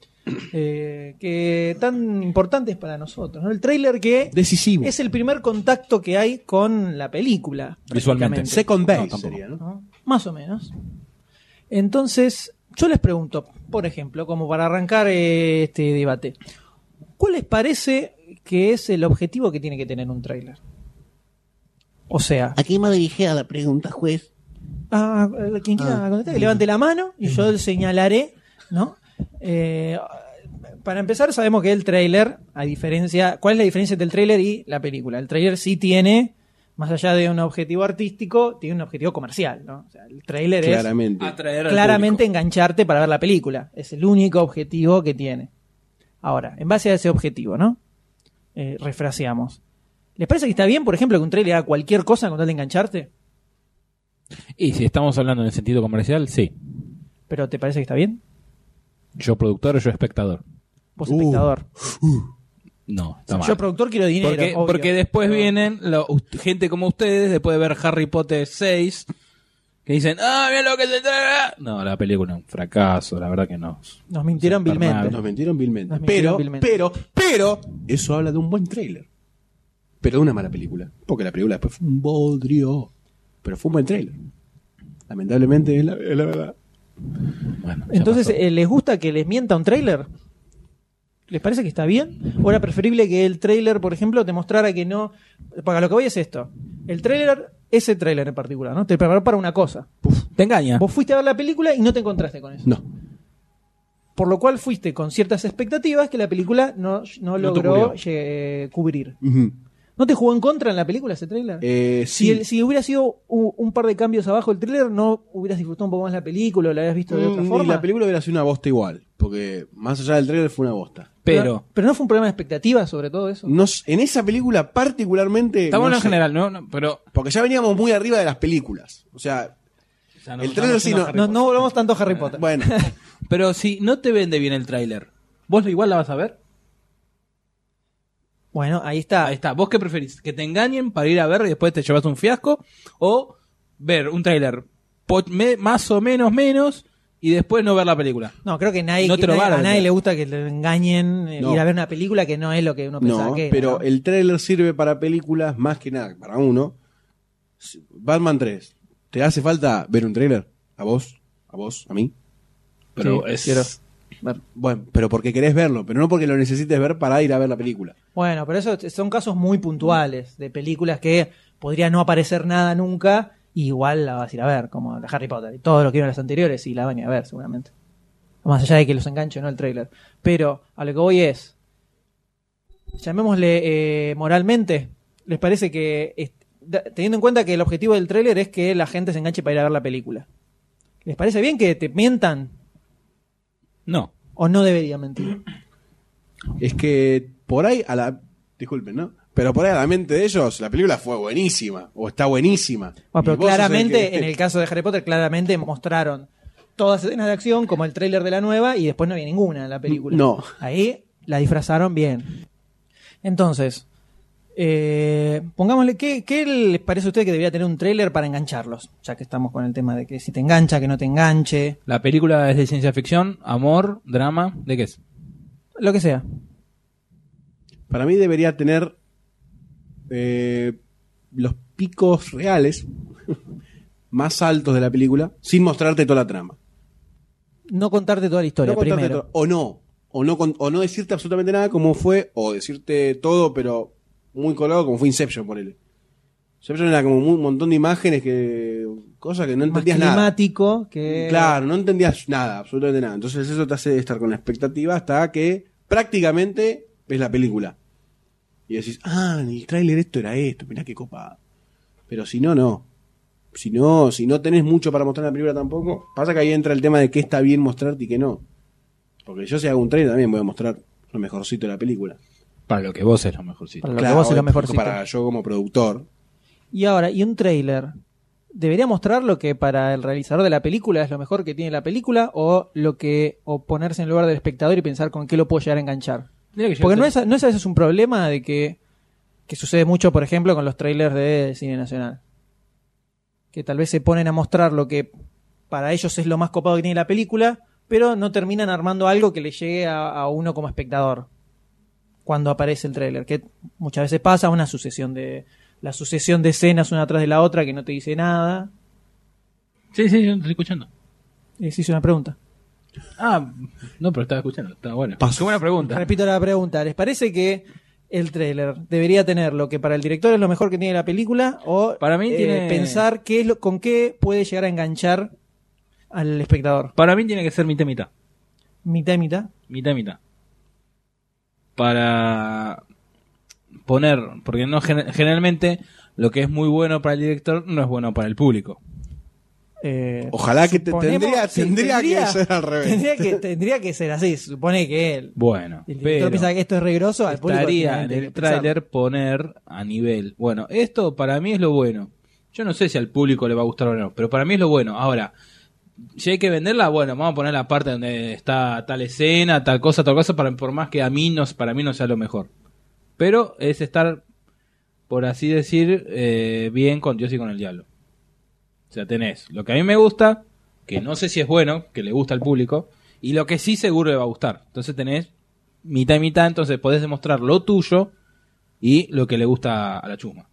Eh, que tan importantes para nosotros, ¿no? El tráiler que Decisivo. es el primer contacto que hay con la película Visualmente. prácticamente. Second base No, tampoco. sería, ¿no? ¿no? Más o menos. Entonces, yo les pregunto, por ejemplo, como para arrancar eh, este debate, ¿cuál les parece que es el objetivo que tiene que tener un tráiler? O sea, ¿A quién me dirigía la pregunta, juez? ah, eh, quien quiera contestar, que levante la mano y yo señalaré, ¿no? Eh, para empezar, sabemos que el tráiler, a diferencia, ¿cuál es la diferencia entre el tráiler y la película? El tráiler sí tiene, más allá de un objetivo artístico, tiene un objetivo comercial, ¿no? O sea, el tráiler es Claramente. Atraer al claramente público. engancharte para ver la película. Es el único objetivo que tiene. Ahora, en base a ese objetivo, ¿no? Eh, refraseamos. ¿Les parece que está bien, por ejemplo, que un trailer haga cualquier cosa con tal de engancharte? Y si estamos hablando en el sentido comercial, sí. ¿Pero te parece que está bien? Yo productor, yo espectador. Vos Uh, espectador. No, está mal. Yo productor quiero dinero. Porque, obvio. porque después Pero- vienen la- ust- gente como ustedes, después de ver Harry Potter 6, que dicen, ah, mira lo que se trae. No, la película un fracaso, la verdad que no. Nos mintieron Superman. vilmente. Nos mentieron vilmente. Nos mintieron pero, vilmente. pero, pero, eso habla de un buen tráiler. Pero de una mala película. Porque la película después fue un bodrio. Pero fue un buen tráiler. Lamentablemente es la, es la verdad. Bueno, ya Entonces, pasó. eh, ¿les gusta que les mienta un trailer? ¿Les parece que está bien? ¿O era preferible que el trailer, por ejemplo, te mostrara que no... Para lo que voy es esto. El trailer, ese trailer en particular, ¿no? Te preparó para una cosa. te engaña. Vos fuiste a ver la película y no te encontraste con eso. No. Por lo cual fuiste con ciertas expectativas que la película no, no logró cubrió. lle- cubrir. Ujú. ¿No te jugó en contra en la película ese trailer? Eh, sí. Si, el- si hubiera sido u- un, par de cambios abajo el tráiler, ¿no hubieras disfrutado un poco más la película o la habías visto de otra Mm, y forma? la película hubiera sido una bosta igual. Porque más allá del tráiler fue una bosta. Pero, pero no fue un problema de expectativas sobre todo eso. No s- en esa película particularmente. está no bueno en sé, general, ¿no? No, Pero, Porque ya veníamos muy arriba de las películas. O sea, o sea, no- El no tráiler me sí siento no- Eh, Harry No, Potter. no volvamos tanto a Harry Potter. bueno. Pero si no te vende bien el tráiler, ¿vos igual la vas a ver? Bueno, ahí está. Ahí está. ¿Vos qué preferís? ¿Que te engañen para ir a ver y después te llevas un fiasco? ¿O ver un tráiler po- me- más o menos menos y después no ver la película? No, creo que nadie, No te lo nadie- van a a nadie vender. le gusta que le engañen eh, No. ir a ver una película que no es lo que uno pensaba No, que era, pero ¿no? el tráiler sirve para películas más que nada, para uno. Si- Batman 3, ¿te hace falta ver un tráiler? ¿A vos? ¿A vos? ¿A mí? Pero Sí, es... quiero- Bueno, pero porque querés verlo, pero no porque lo necesites ver para ir a ver la película. Bueno, pero eso son casos muy puntuales de películas que podría no aparecer nada nunca y igual la vas a ir a ver, como la Harry Potter y todo lo que vieron las anteriores y la van a ir a ver seguramente. Más allá de que los enganche o no el trailer. Pero a lo que voy es, llamémosle eh, moralmente, ¿les parece que, est- da- teniendo en cuenta que el objetivo del trailer es que la gente se enganche para ir a ver la película, ¿les parece bien que te mientan No. o no debería mentir? Es que por ahí a la... Disculpen, ¿no? Pero por ahí a la mente de ellos, la película fue buenísima, o está buenísima. Bueno, Y pero vos sos el claramente, que- eh, en el caso de Harry Potter, claramente mostraron todas las escenas de acción, como el tráiler de la nueva, y después no había ninguna en la película. No. Ahí la disfrazaron bien. Entonces, eh, pongámosle, ¿qué, qué les parece a usted que debería tener un tráiler para engancharlos? Ya que estamos con el tema de que si te engancha, que no te enganche. La película es de ciencia ficción, amor, drama, ¿de qué es? Lo que sea. Para mí debería tener eh, los picos reales más altos de la película sin mostrarte toda la trama. No contarte toda la historia No contarte primero. todo, o no, o no, con- o no decirte absolutamente nada como fue, o decirte todo, pero muy colado como fue Inception, ponele. Inception era como un montón de imágenes que. cosas que no Más entendías nada. climático que. Claro, no entendías nada, absolutamente nada. Entonces eso te hace estar con la expectativa hasta que prácticamente ves la película. Y decís, ah, en el tráiler esto era esto, mirá qué copa. Pero si no, no. Si no, si no tenés mucho para mostrar en la película tampoco, pasa que ahí entra el tema de qué está bien mostrarte y qué no. Porque yo si hago un trailer también voy a mostrar lo mejorcito de la película. Para lo que vos es lo mejorcito. Para lo que vos es lo obvio, mejorcito. Para yo como productor. Y ahora, ¿y un trailer? ¿Debería mostrar lo que para el realizador de la película es lo mejor que tiene la película o lo que o ponerse en el lugar del espectador y pensar con qué lo puedo llegar a enganchar? Porque no es, a- no es a veces un problema de que, que sucede mucho, por ejemplo, con los trailers de cine nacional. Que tal vez se ponen a mostrar lo que para ellos es lo más copado que tiene la película, pero no terminan armando algo que le llegue a, a uno como espectador cuando aparece el trailer. Que muchas veces pasa una sucesión de. La sucesión de escenas una tras de la otra que no te dice nada. Sí, sí, yo te estoy escuchando. Eh, se hizo una pregunta. Ah, no, pero estaba escuchando. Está bueno. Paso. Qué buena pregunta. Repito la pregunta. ¿Les parece que el trailer debería tener lo que para el director es lo mejor que tiene la película o Para mí eh, tiene- pensar qué es lo, con qué puede llegar a enganchar al espectador? Para mí tiene que ser mitad y mitad. Mitad y mitad. mitad y mitad. Para poner, porque no gen- generalmente lo que es muy bueno para el director no es bueno para el público. Eh, Ojalá que te- suponemos- tendría- sí, tendría que ser al revés. Tendría que, tendría que ser así. Se Supone que él. Bueno, El director pero piensa que esto es regroso. Al público estaría tiene en que el pensar. tráiler poner a nivel. Bueno, esto para mí es lo bueno. Yo no sé si al público le va a gustar o no, pero para mí es lo bueno. Ahora, si hay que venderla, bueno, vamos a poner la parte donde está tal escena, tal cosa, tal cosa, para, por más que a mí no, para mí no sea lo mejor. Pero es estar, por así decir, eh, bien con Dios y con el diablo. O sea, tenés lo que a mí me gusta, que no sé si es bueno, que le gusta al público, y lo que sí seguro le va a gustar. Entonces tenés mitad y mitad, entonces podés demostrar lo tuyo y lo que le gusta a la chusma.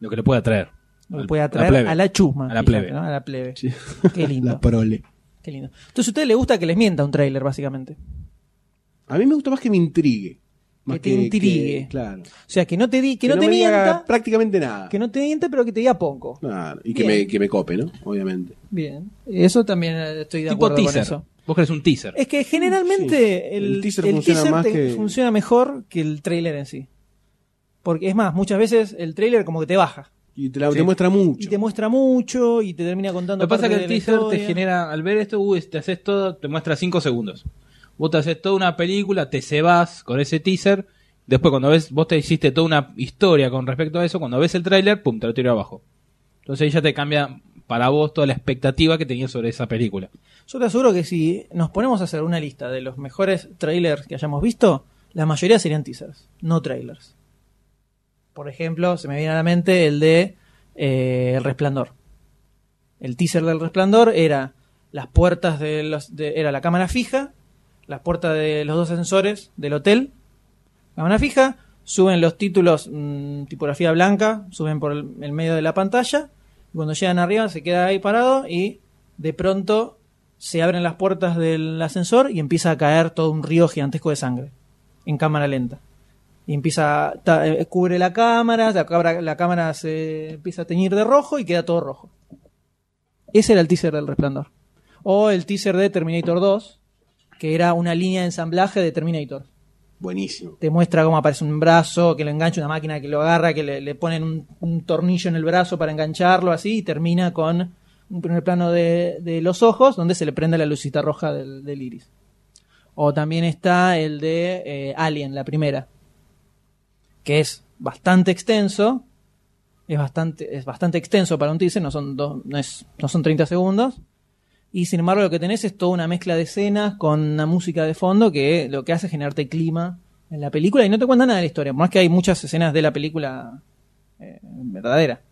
Lo que le puede atraer. Lo Al- que puede a la atraer plebe. a la chusma. A la fíjate, plebe. ¿no? A la plebe. Sí. Qué lindo. La prole. Qué lindo. Entonces a ustedes les gusta que les mienta un trailer, básicamente. A mí me gusta más que me intrigue. Más Que te intrigue. claro. O sea, que no te, di, que no te me diga mienta. prácticamente nada. Que no te mienta, pero que te diga poco. Claro, y que Bien. me, que me cope, ¿no? Obviamente. Bien. Eso también eh, estoy de Tipo acuerdo con teaser. eso. Vos querés un teaser. Es que generalmente Sí. el, El teaser el funciona teaser más te- que- funciona mejor que el trailer en sí. Porque es más, muchas veces el trailer como que te baja. Y te, la, Sí. te muestra mucho. Y te muestra mucho y te termina contando Lo que pasa es parte que el de la teaser te historia. genera, al ver esto, uy, te haces todo, te muestra 5 segundos. Vos te haces toda una película, te cebas con ese teaser. Después, cuando ves, vos te hiciste toda una historia con respecto a eso, cuando ves el tráiler, pum, te lo tiro abajo. Entonces ahí ya te cambia para vos toda la expectativa que tenías sobre esa película. Yo te aseguro que si nos ponemos a hacer una lista de los mejores trailers que hayamos visto, la mayoría serían teasers, no trailers. Por ejemplo, se me viene a la mente el de eh, El Resplandor. El teaser del Resplandor era las puertas de los de- era la cámara fija, las puertas de los dos ascensores del hotel, cámara fija, suben los títulos mm, tipografía blanca, suben por el, el medio de la pantalla, y cuando llegan arriba se queda ahí parado y de pronto se abren las puertas del ascensor y empieza a caer todo un río gigantesco de sangre en cámara lenta. Y empieza, ta- eh, cubre la cámara, la cámara, la cámara se empieza a teñir de rojo y queda todo rojo. Ese era el teaser del Resplandor. O el teaser de Terminator 2, que era una línea de ensamblaje de Terminator. Buenísimo. Te muestra cómo aparece un brazo, que lo engancha una máquina que lo agarra, que le, le ponen un, un tornillo en el brazo para engancharlo, así, y termina con un primer plano de, de los ojos, donde se le prende la lucita roja del, del iris. O también está el de eh, Alien, la primera, que es bastante extenso, es bastante, es bastante extenso para un teaser, no son, dos- no, es- no son 30 segundos. Y sin embargo, lo que tenés es toda una mezcla de escenas con una música de fondo que lo que hace es generarte clima en la película y no te cuenta nada de la historia, por más que hay muchas escenas de la película eh, verdadera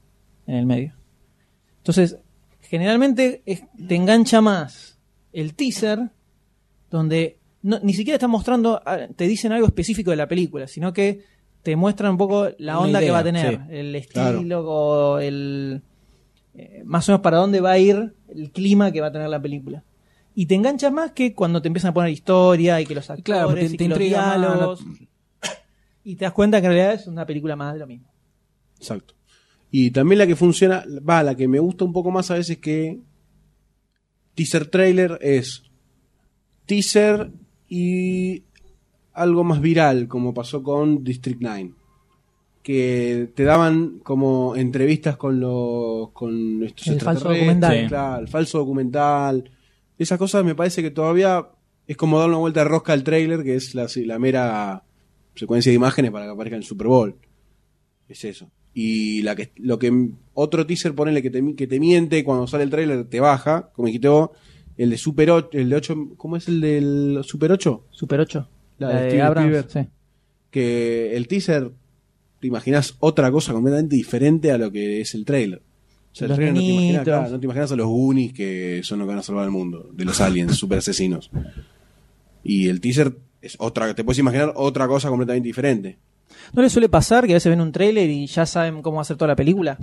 en el medio. Entonces, generalmente es- te engancha más el teaser donde no- ni siquiera están mostrando, ah, te dicen algo específico de la película, sino que te muestran un poco la Una onda que idea, va a tener, sí. el Claro. estilo, o el eh, más o menos para dónde va a ir el clima que va a tener la película. Y te enganchas más que cuando te empiezan a poner historia y que los actores claro, porque te- y te que los intriga más, no- diálogos. Y te das cuenta que en realidad es una película más de lo mismo. Exacto. Y también la que funciona, va, la que me gusta un poco más a veces que teaser trailer es teaser y algo más viral, como pasó con District 9. Que te daban como entrevistas con los con estos El falso extraterrestres, documental. claro, el falso documental. Esas cosas me parece que todavía es como dar una vuelta de rosca al trailer, que es la, la mera secuencia de imágenes para que aparezca en el Super Bowl. Es eso. Y la que, lo que otro teaser ponele que te, mi- que te miente cuando sale el trailer te baja, como dijiste vos, el de Super 8, el de 8, ¿cómo es el del Super 8? Super 8. La de Steven Spielberg. sí. Que el teaser te imaginas otra cosa completamente diferente a lo que es el trailer. O sea, el Los trailer no te, imaginas, nenitos. claro, no te imaginas a los Goonies que son los que van a salvar el mundo, de los aliens, super asesinos. Y el teaser es otra, te puedes imaginar otra cosa completamente diferente. ¿No les suele pasar que a veces ven un tráiler y ya saben cómo va a ser toda la película?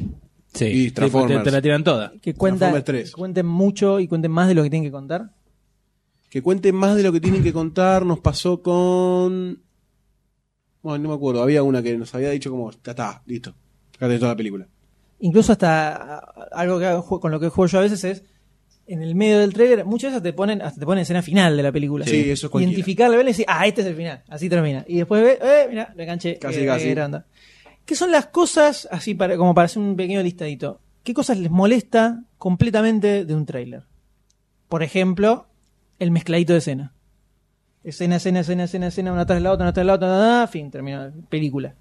Sí, Y tipo, te, Transformers. te la tiran toda. Que, cuenta, Transformers tres. que cuenten mucho y cuenten más de lo que tienen que contar. que cuenten más de lo que tienen que contar. Nos pasó con. Bueno, no me acuerdo. Había una que nos había dicho como, ya está, listo. Acá tenés toda la película. Incluso hasta ah, algo que hago, con lo que juego yo a veces es en el medio del tráiler, muchas veces te ponen hasta te ponen escena final de la película. Sí, eso es cualquiera. Identificarla, verla y decir, "Ah, este es el final." Así termina. Y después ve, "Eh, mira, la canché." Casi, eh, casi. era onda. ¿Qué son las cosas así para como para hacer un pequeño listadito? ¿Qué cosas les molesta completamente de un tráiler? Por ejemplo, el mezcladito de escena. Escena, escena, escena, escena, escena, una tras la otra, una tras la otra, nada, fin, terminó la película.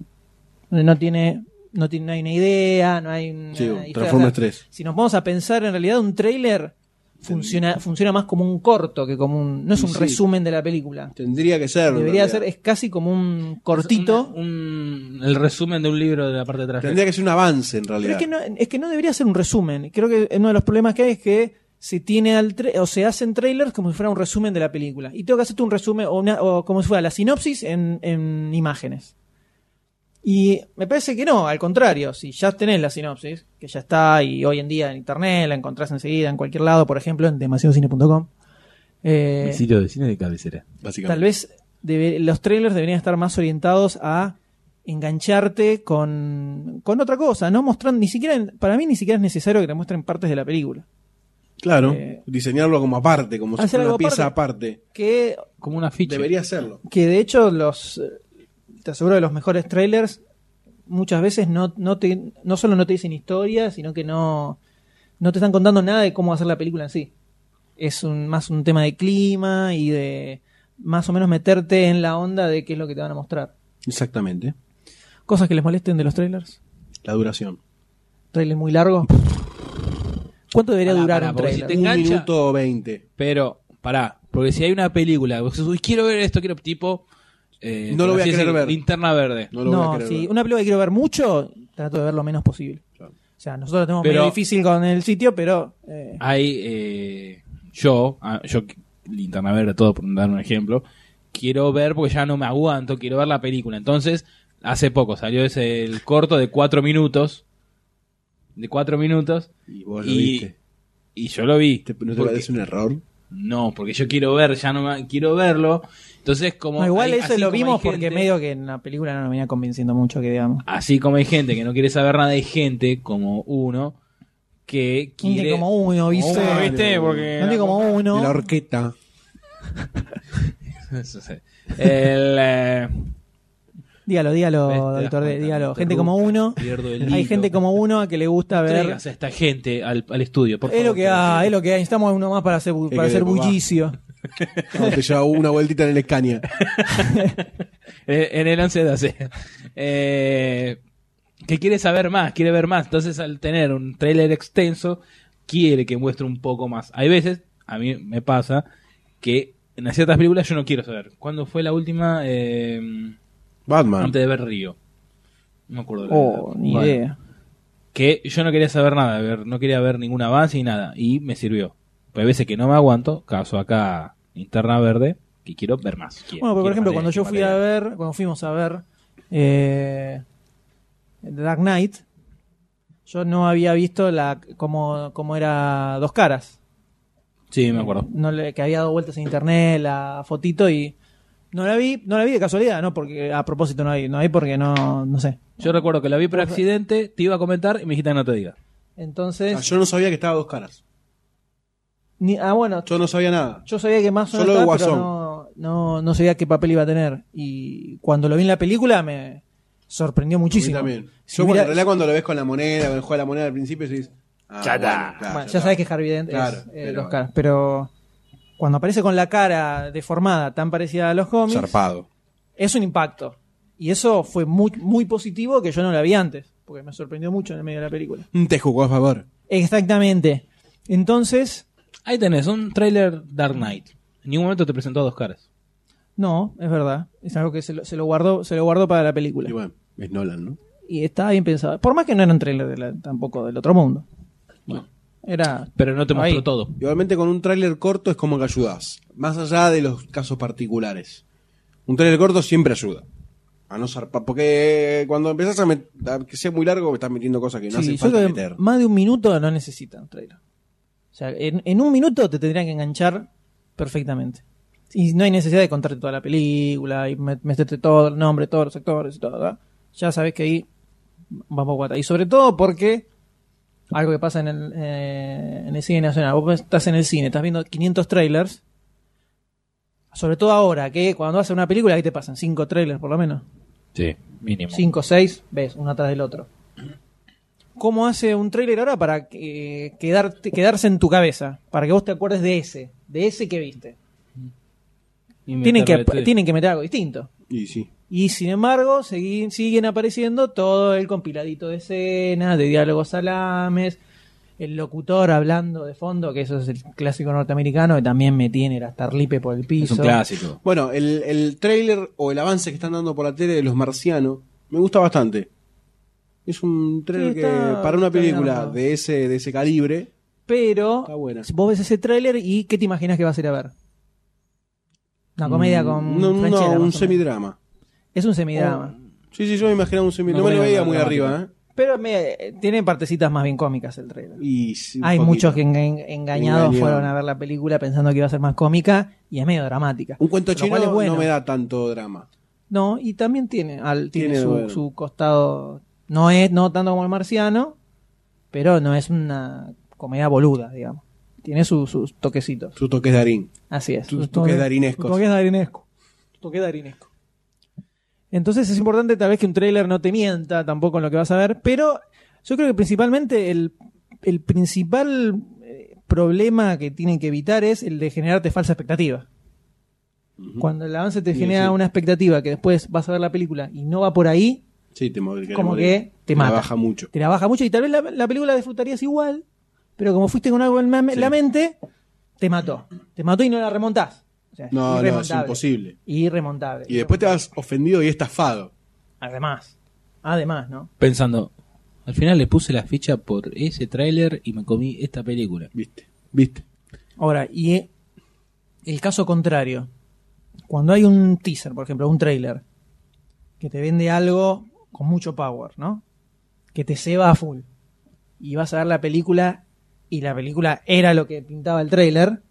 Donde no tiene, no tiene, no hay una idea, no hay una Sí, historia. Transformers O sea, 3. Si nos vamos a pensar, en realidad un tráiler funciona, funciona más como un corto que como un. no es Y un sí. resumen de la película. Tendría que ser. en Debería realidad. ser, es casi como un cortito. Un- un- el resumen de un libro de la parte de atrás. Tendría que ser un avance en Pero realidad. es que, no, es que no debería ser un resumen. Creo que uno de los problemas que hay es que se tiene al tra- o se hacen trailers como si fuera un resumen de la película. Y tengo que hacerte un resumen o, una- o como si fuera la sinopsis en, en imágenes. Y me parece que no, al contrario, si ya tenés la sinopsis, que ya está y hoy en día en internet la encontrás enseguida en cualquier lado, por ejemplo, en demasiadocine.com. eh, El sitio de cine de cabecera. básicamente. tal vez debe- los trailers deberían estar más orientados a engancharte con, con otra cosa, no mostrando ni siquiera, para mí ni siquiera es necesario que te muestren partes de la película. Claro. eh, diseñarlo como aparte, como si hacer fuera una algo pieza aparte. Que, Como una ficha. Debería serlo. que de hecho los, eh, te aseguro que los mejores trailers muchas veces no, no, te, no solo no te dicen historia, sino que no, no te están contando nada de cómo va a ser la película en sí. Es un, más un tema de clima y de más o menos meterte en la onda de qué es lo que te van a mostrar. Exactamente. Cosas que les molesten de los trailers. La duración. ¿Trailer muy largo? ¿Cuánto debería Pará, durar pará, un porque trailer? ¿Te un engancha? minuto veinte. Pero, pará, porque si hay una película, vos decís, uy, quiero ver esto, quiero tipo... eh, No lo por voy a así querer decir, ver. Linterna verde. No lo voy a No, querer si ver. una película que quiero ver mucho, trato de ver lo menos posible. Claro. O sea, nosotros tenemos Pero- Ah, medio difícil con el sitio, pero eh, Hay, eh, yo, ah, yo, Linterna verde, todo por dar un ejemplo, quiero ver, porque ya no me aguanto, quiero ver la película. Entonces, hace poco salió ese el corto de cuatro minutos, de cuatro minutos, Y vos lo y, viste. y yo lo vi. ¿Te- ¿No te Porque- parece un error? No, porque yo quiero ver, ya no me- quiero verlo. Entonces, como. no, igual hay- eso así lo como hay vimos porque gente- medio que en la película no nos venía convenciendo mucho, que digamos. Así como hay gente que no quiere saber nada, hay gente como uno que Gente quiere. como uno, ¿viste? Uno, ¿viste? Porque. Gente como De la uno. horqueta. El, eh, Dígalo, dígalo, Ves, te das doctor, D, cuenta, dígalo. me Gente como uno. pierdo el Hay hilo. gente como uno a que le gusta ver. Traigas a esta gente al, al estudio, por Es lo favor, que te hay, es pido. lo que hay. Necesitamos uno más para hacer, bu- ¿Qué para hacer querés, papá? bullicio. No, te lleva una vueltita en el Escaña. Eh, En el 11 de hace. Eh, que quiere saber más, quiere ver más. Entonces, al tener un trailer extenso, quiere que muestre un poco más. Hay veces, a mí me pasa, que en ciertas películas yo no quiero saber. ¿Cuándo fue la última? Eh, Batman. antes de ver Río. No me acuerdo. la Oh, verdad. ni Bueno, idea. Que yo no quería saber nada, ver, no quería ver ningún avance ni nada. Y me sirvió. Pues hay veces que no me aguanto, caso acá, interna verde, que quiero ver más. Bueno, Quiero- pero por quiero ejemplo, más de este cuando yo esto, fui más a de- ver, cuando fuimos a ver eh, The Dark Knight, yo no había visto la cómo, cómo era Dos Caras. Sí, me acuerdo. No le- que había dado vueltas en internet la fotito y no la vi, no la vi de casualidad, no porque a propósito no hay, no hay porque no, no sé. Yo recuerdo que la vi por accidente, te iba a comentar y me dijiste que no te diga. Ah, Entonces, yo no sabía que estaba a dos caras. ni- ah bueno, Yo no sabía nada. Yo sabía que más o menos Solo de estaba, pero Guasón. no, no, no sabía qué papel iba a tener. Y cuando lo vi en la película me sorprendió muchísimo. A mí también. Si yo, bueno, hubiera- en realidad, cuando lo ves con la moneda, con el juego de la moneda al principio, dices. Ah, Ya está. bueno, claro, bueno, ya ya está. sabes que Harvey Dent Claro, es eh, pero- los caras. Pero cuando aparece con la cara deformada tan parecida a los cómics, Zarpado. es un impacto. Y eso fue muy, muy positivo que yo no la vi antes, porque me sorprendió mucho en el medio de la película. Mm, Te jugó a favor. Exactamente. Entonces, Ahí tenés, un trailer Dark Knight. En ningún momento te presentó a dos caras. no, es verdad. Es algo que se lo, se lo guardó, se lo guardó para la película. Y bueno, es Nolan, ¿no? y estaba bien pensado. Por más que no era un trailer de la- tampoco del otro mundo. Era. Pero no te Ahí. mostró todo. Igualmente, con un tráiler corto es como que ayudás. Más allá de los casos particulares. Un tráiler corto siempre ayuda. A no zarpar. Porque cuando empezás a, met- a que sea muy largo, estás metiendo cosas que no Sí, hacen yo falta creo que meter. más de un minuto no necesitan un trailer. O sea, en, en un minuto te tendrían que enganchar perfectamente. Y no hay necesidad de contarte toda la película y met- meterte todo el nombre, todos los actores y todo. ¿verdad? Ya sabes que ahí vamos guata. Y sobre todo porque algo que pasa en el, eh, en el cine nacional. Vos estás en el cine, estás viendo 500 trailers. Sobre todo ahora, que cuando haces una película, ahí te pasan 5 trailers por lo menos. Sí, mínimo. 5 o 6, ves, uno atrás del otro. ¿Cómo hace un trailer ahora para que- quedarte, quedarse en tu cabeza? Para que vos te acuerdes de ese, de ese que viste. Y Tienen que, meterle- sí. tienen que meter algo distinto. Y sí. Y sin embargo, segui- siguen apareciendo todo el compiladito de escenas, de diálogos salames, el locutor hablando de fondo, que eso es el clásico norteamericano, que también me tiene la tarlipe por el Es piso. un clásico. Bueno, el, el trailer o el avance que están dando por la tele de los marcianos me gusta bastante. Es un trailer Sí, que está- para una está bien película armado. de ese de ese calibre, Pero Está buena. vos ves ese tráiler y ¿qué te imaginas que vas a ir a ver? Una comedia mm, con no, no, Franchella, más o un Oh. menos. semidrama. Es un semidrama. Sí, sí, yo me imaginaba un Una semidrama. No me lo comedia veía muy dramática. arriba, ¿eh? Pero me- eh, tiene partecitas más bien cómicas el tráiler. Y sí, un Hay poquito. muchos que enga- engañados Engañados. fueron a ver la película pensando que iba a ser más cómica y es medio dramática. Un cuento Lo cual es chino bueno. no me da tanto drama. No, y también tiene, al, tiene, Tiene, su, bueno. su costado. No es no tanto como el marciano, pero no es una comedia boluda, digamos. Tiene su- sus toquecitos. Su toque es Darín. Así es. Tus Tus toques toques- darinescos. tus toques darinescos. Tus toques darinescos. Entonces es importante tal vez que un tráiler no te mienta tampoco en lo que vas a ver, pero yo creo que principalmente el, el principal eh, problema que tienen que evitar es el de generarte falsa expectativa. Cuando el avance te Sí, genera sí. una expectativa que después vas a ver la película y no va por ahí, Sí, te mod- como modela. que te mata. La baja mucho. Te la baja mucho y tal vez la, la película la disfrutarías igual, pero como fuiste con algo en la, la mente, te mató. Te mató y no la remontás. O sea, No, no, es irremontable. imposible. Irremontable. Y después te vas ofendido y estafado. Además. Además, ¿no? Pensando, al final le puse la ficha por ese tráiler y me comí esta película. ¿Viste? ¿Viste? Ahora, y eh, el caso contrario. Cuando hay un teaser, por ejemplo, un trailer, que te vende algo con mucho power, ¿no? Que te ceba a full. Y vas a ver la película y la película era lo que pintaba el trailer,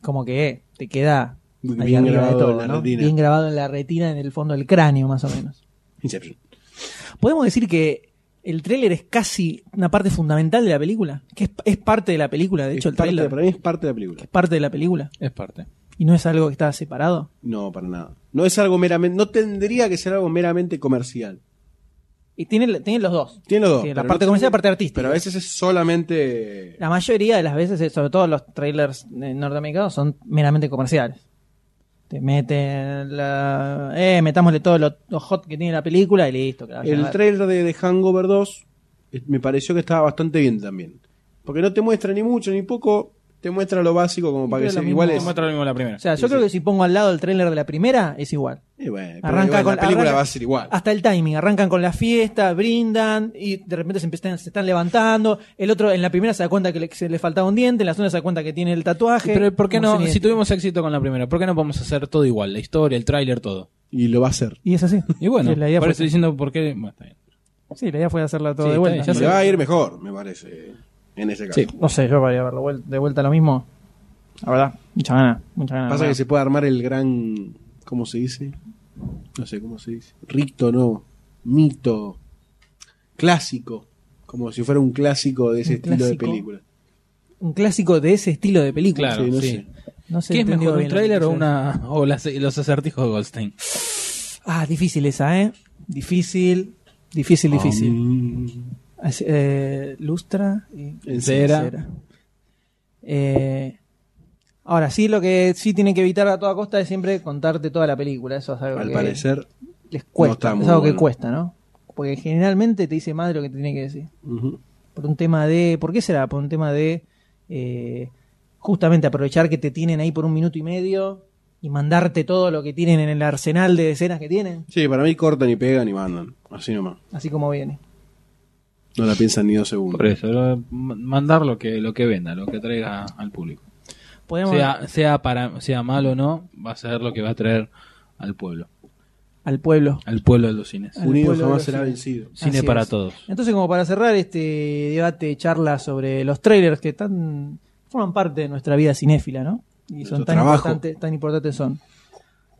como que eh, te queda ahí Bien arriba de grabado todo, en la ¿no? retina. Bien grabado en la retina, en el fondo del cráneo, más o menos. Inception. ¿Podemos decir que el tráiler es casi una parte fundamental de la película? Que es, es parte de la película, de hecho, Es el parte- tráiler Para mí es parte de la película. es parte de la película. Es parte. ¿Y no es algo que está separado? No, para nada. No es algo meramente, no tendría que ser algo meramente comercial. Y tiene, tiene los dos. Tiene los dos. Tiene la pero parte no comercial y la tiene- parte artística. Ah, Pero a veces es solamente. La mayoría de las veces, eh, sobre todo los trailers eh, norteamericanos, son meramente comerciales. Te meten la... Eh, metámosle todo lo, lo hot que tiene la película y listo. que la vayan a El ver. trailer de, de Hangover 2 eh, me pareció que estaba bastante bien también. Porque no te muestra ni mucho ni poco. Te muestra lo básico como para que sean iguales. Muestra lo mismo la primera. O sea, yo creo que si pongo al lado el tráiler de la primera, es igual. Y bueno, pero Arranca igual con la película arranca- Ah. va a ser igual. Hasta el timing, arrancan con la fiesta, brindan y de repente se, empiezan- se están levantando. El otro en la primera se da cuenta que le, se le faltaba un diente, en la segunda se da cuenta que tiene el tatuaje. Pero ¿por qué Como no? sin Si identidad. tuvimos éxito con la primera, ¿por qué no podemos hacer todo igual? La historia, el tráiler, todo. Y lo va a hacer. Y es así. Y bueno, Sí, la idea por fue- eso estoy diciendo por qué. bueno, está bien. Sí, la idea fue hacerla todo Sí, de está vuelta. bien, ya Y sé. le va a ir mejor, me parece, en ese caso. Sí. No sé, yo para verlo vuel- de vuelta lo mismo. La verdad, mucha gana, mucha gana. Pasa la que verdad. se puede armar el gran. ¿Cómo se dice? No sé cómo se dice. Rito, no. Mito. Clásico. Como si fuera un clásico de ese Un estilo clásico. de película. Un clásico de ese estilo de película. Claro, Sí, no sí. Ah. sé. No sé ¿Qué es mejor, un tráiler o, una, o las- los acertijos de Goldstein? Ah, difícil esa, ¿eh? Difícil, Ah, difícil, difícil. Mm. Así, eh, lustra y En cera. Eh, ahora sí, lo que sí tienen que evitar a toda costa es siempre contarte toda la película. Eso es algo Al que parecer. les no cuesta. está muy es algo que bueno. cuesta, ¿no? Porque generalmente te dice más de lo que te tiene que decir. ujú. por un tema de. ¿Por qué será? Por un tema de. eh, justamente aprovechar que te tienen ahí por un minuto y medio y mandarte todo lo que tienen en el arsenal de escenas que tienen, Sí, para mí cortan y pegan y mandan. Así nomás. así como viene. No la piensan ni dos segundos. Por eso, lo- ma- mandar lo que, lo que venda, lo que traiga al público. Podemos Sea, sea, para, sea malo o no, va a ser lo que va a traer al pueblo. al pueblo. Al pueblo de los cines. Al Unido pueblo de jamás los será cines. vencido. Cine Así para es. todos. Entonces, como para cerrar este debate, charla sobre los trailers que tan forman parte de nuestra vida cinéfila, ¿no? Y Nuestro son tan trabajo. importantes, tan importantes son.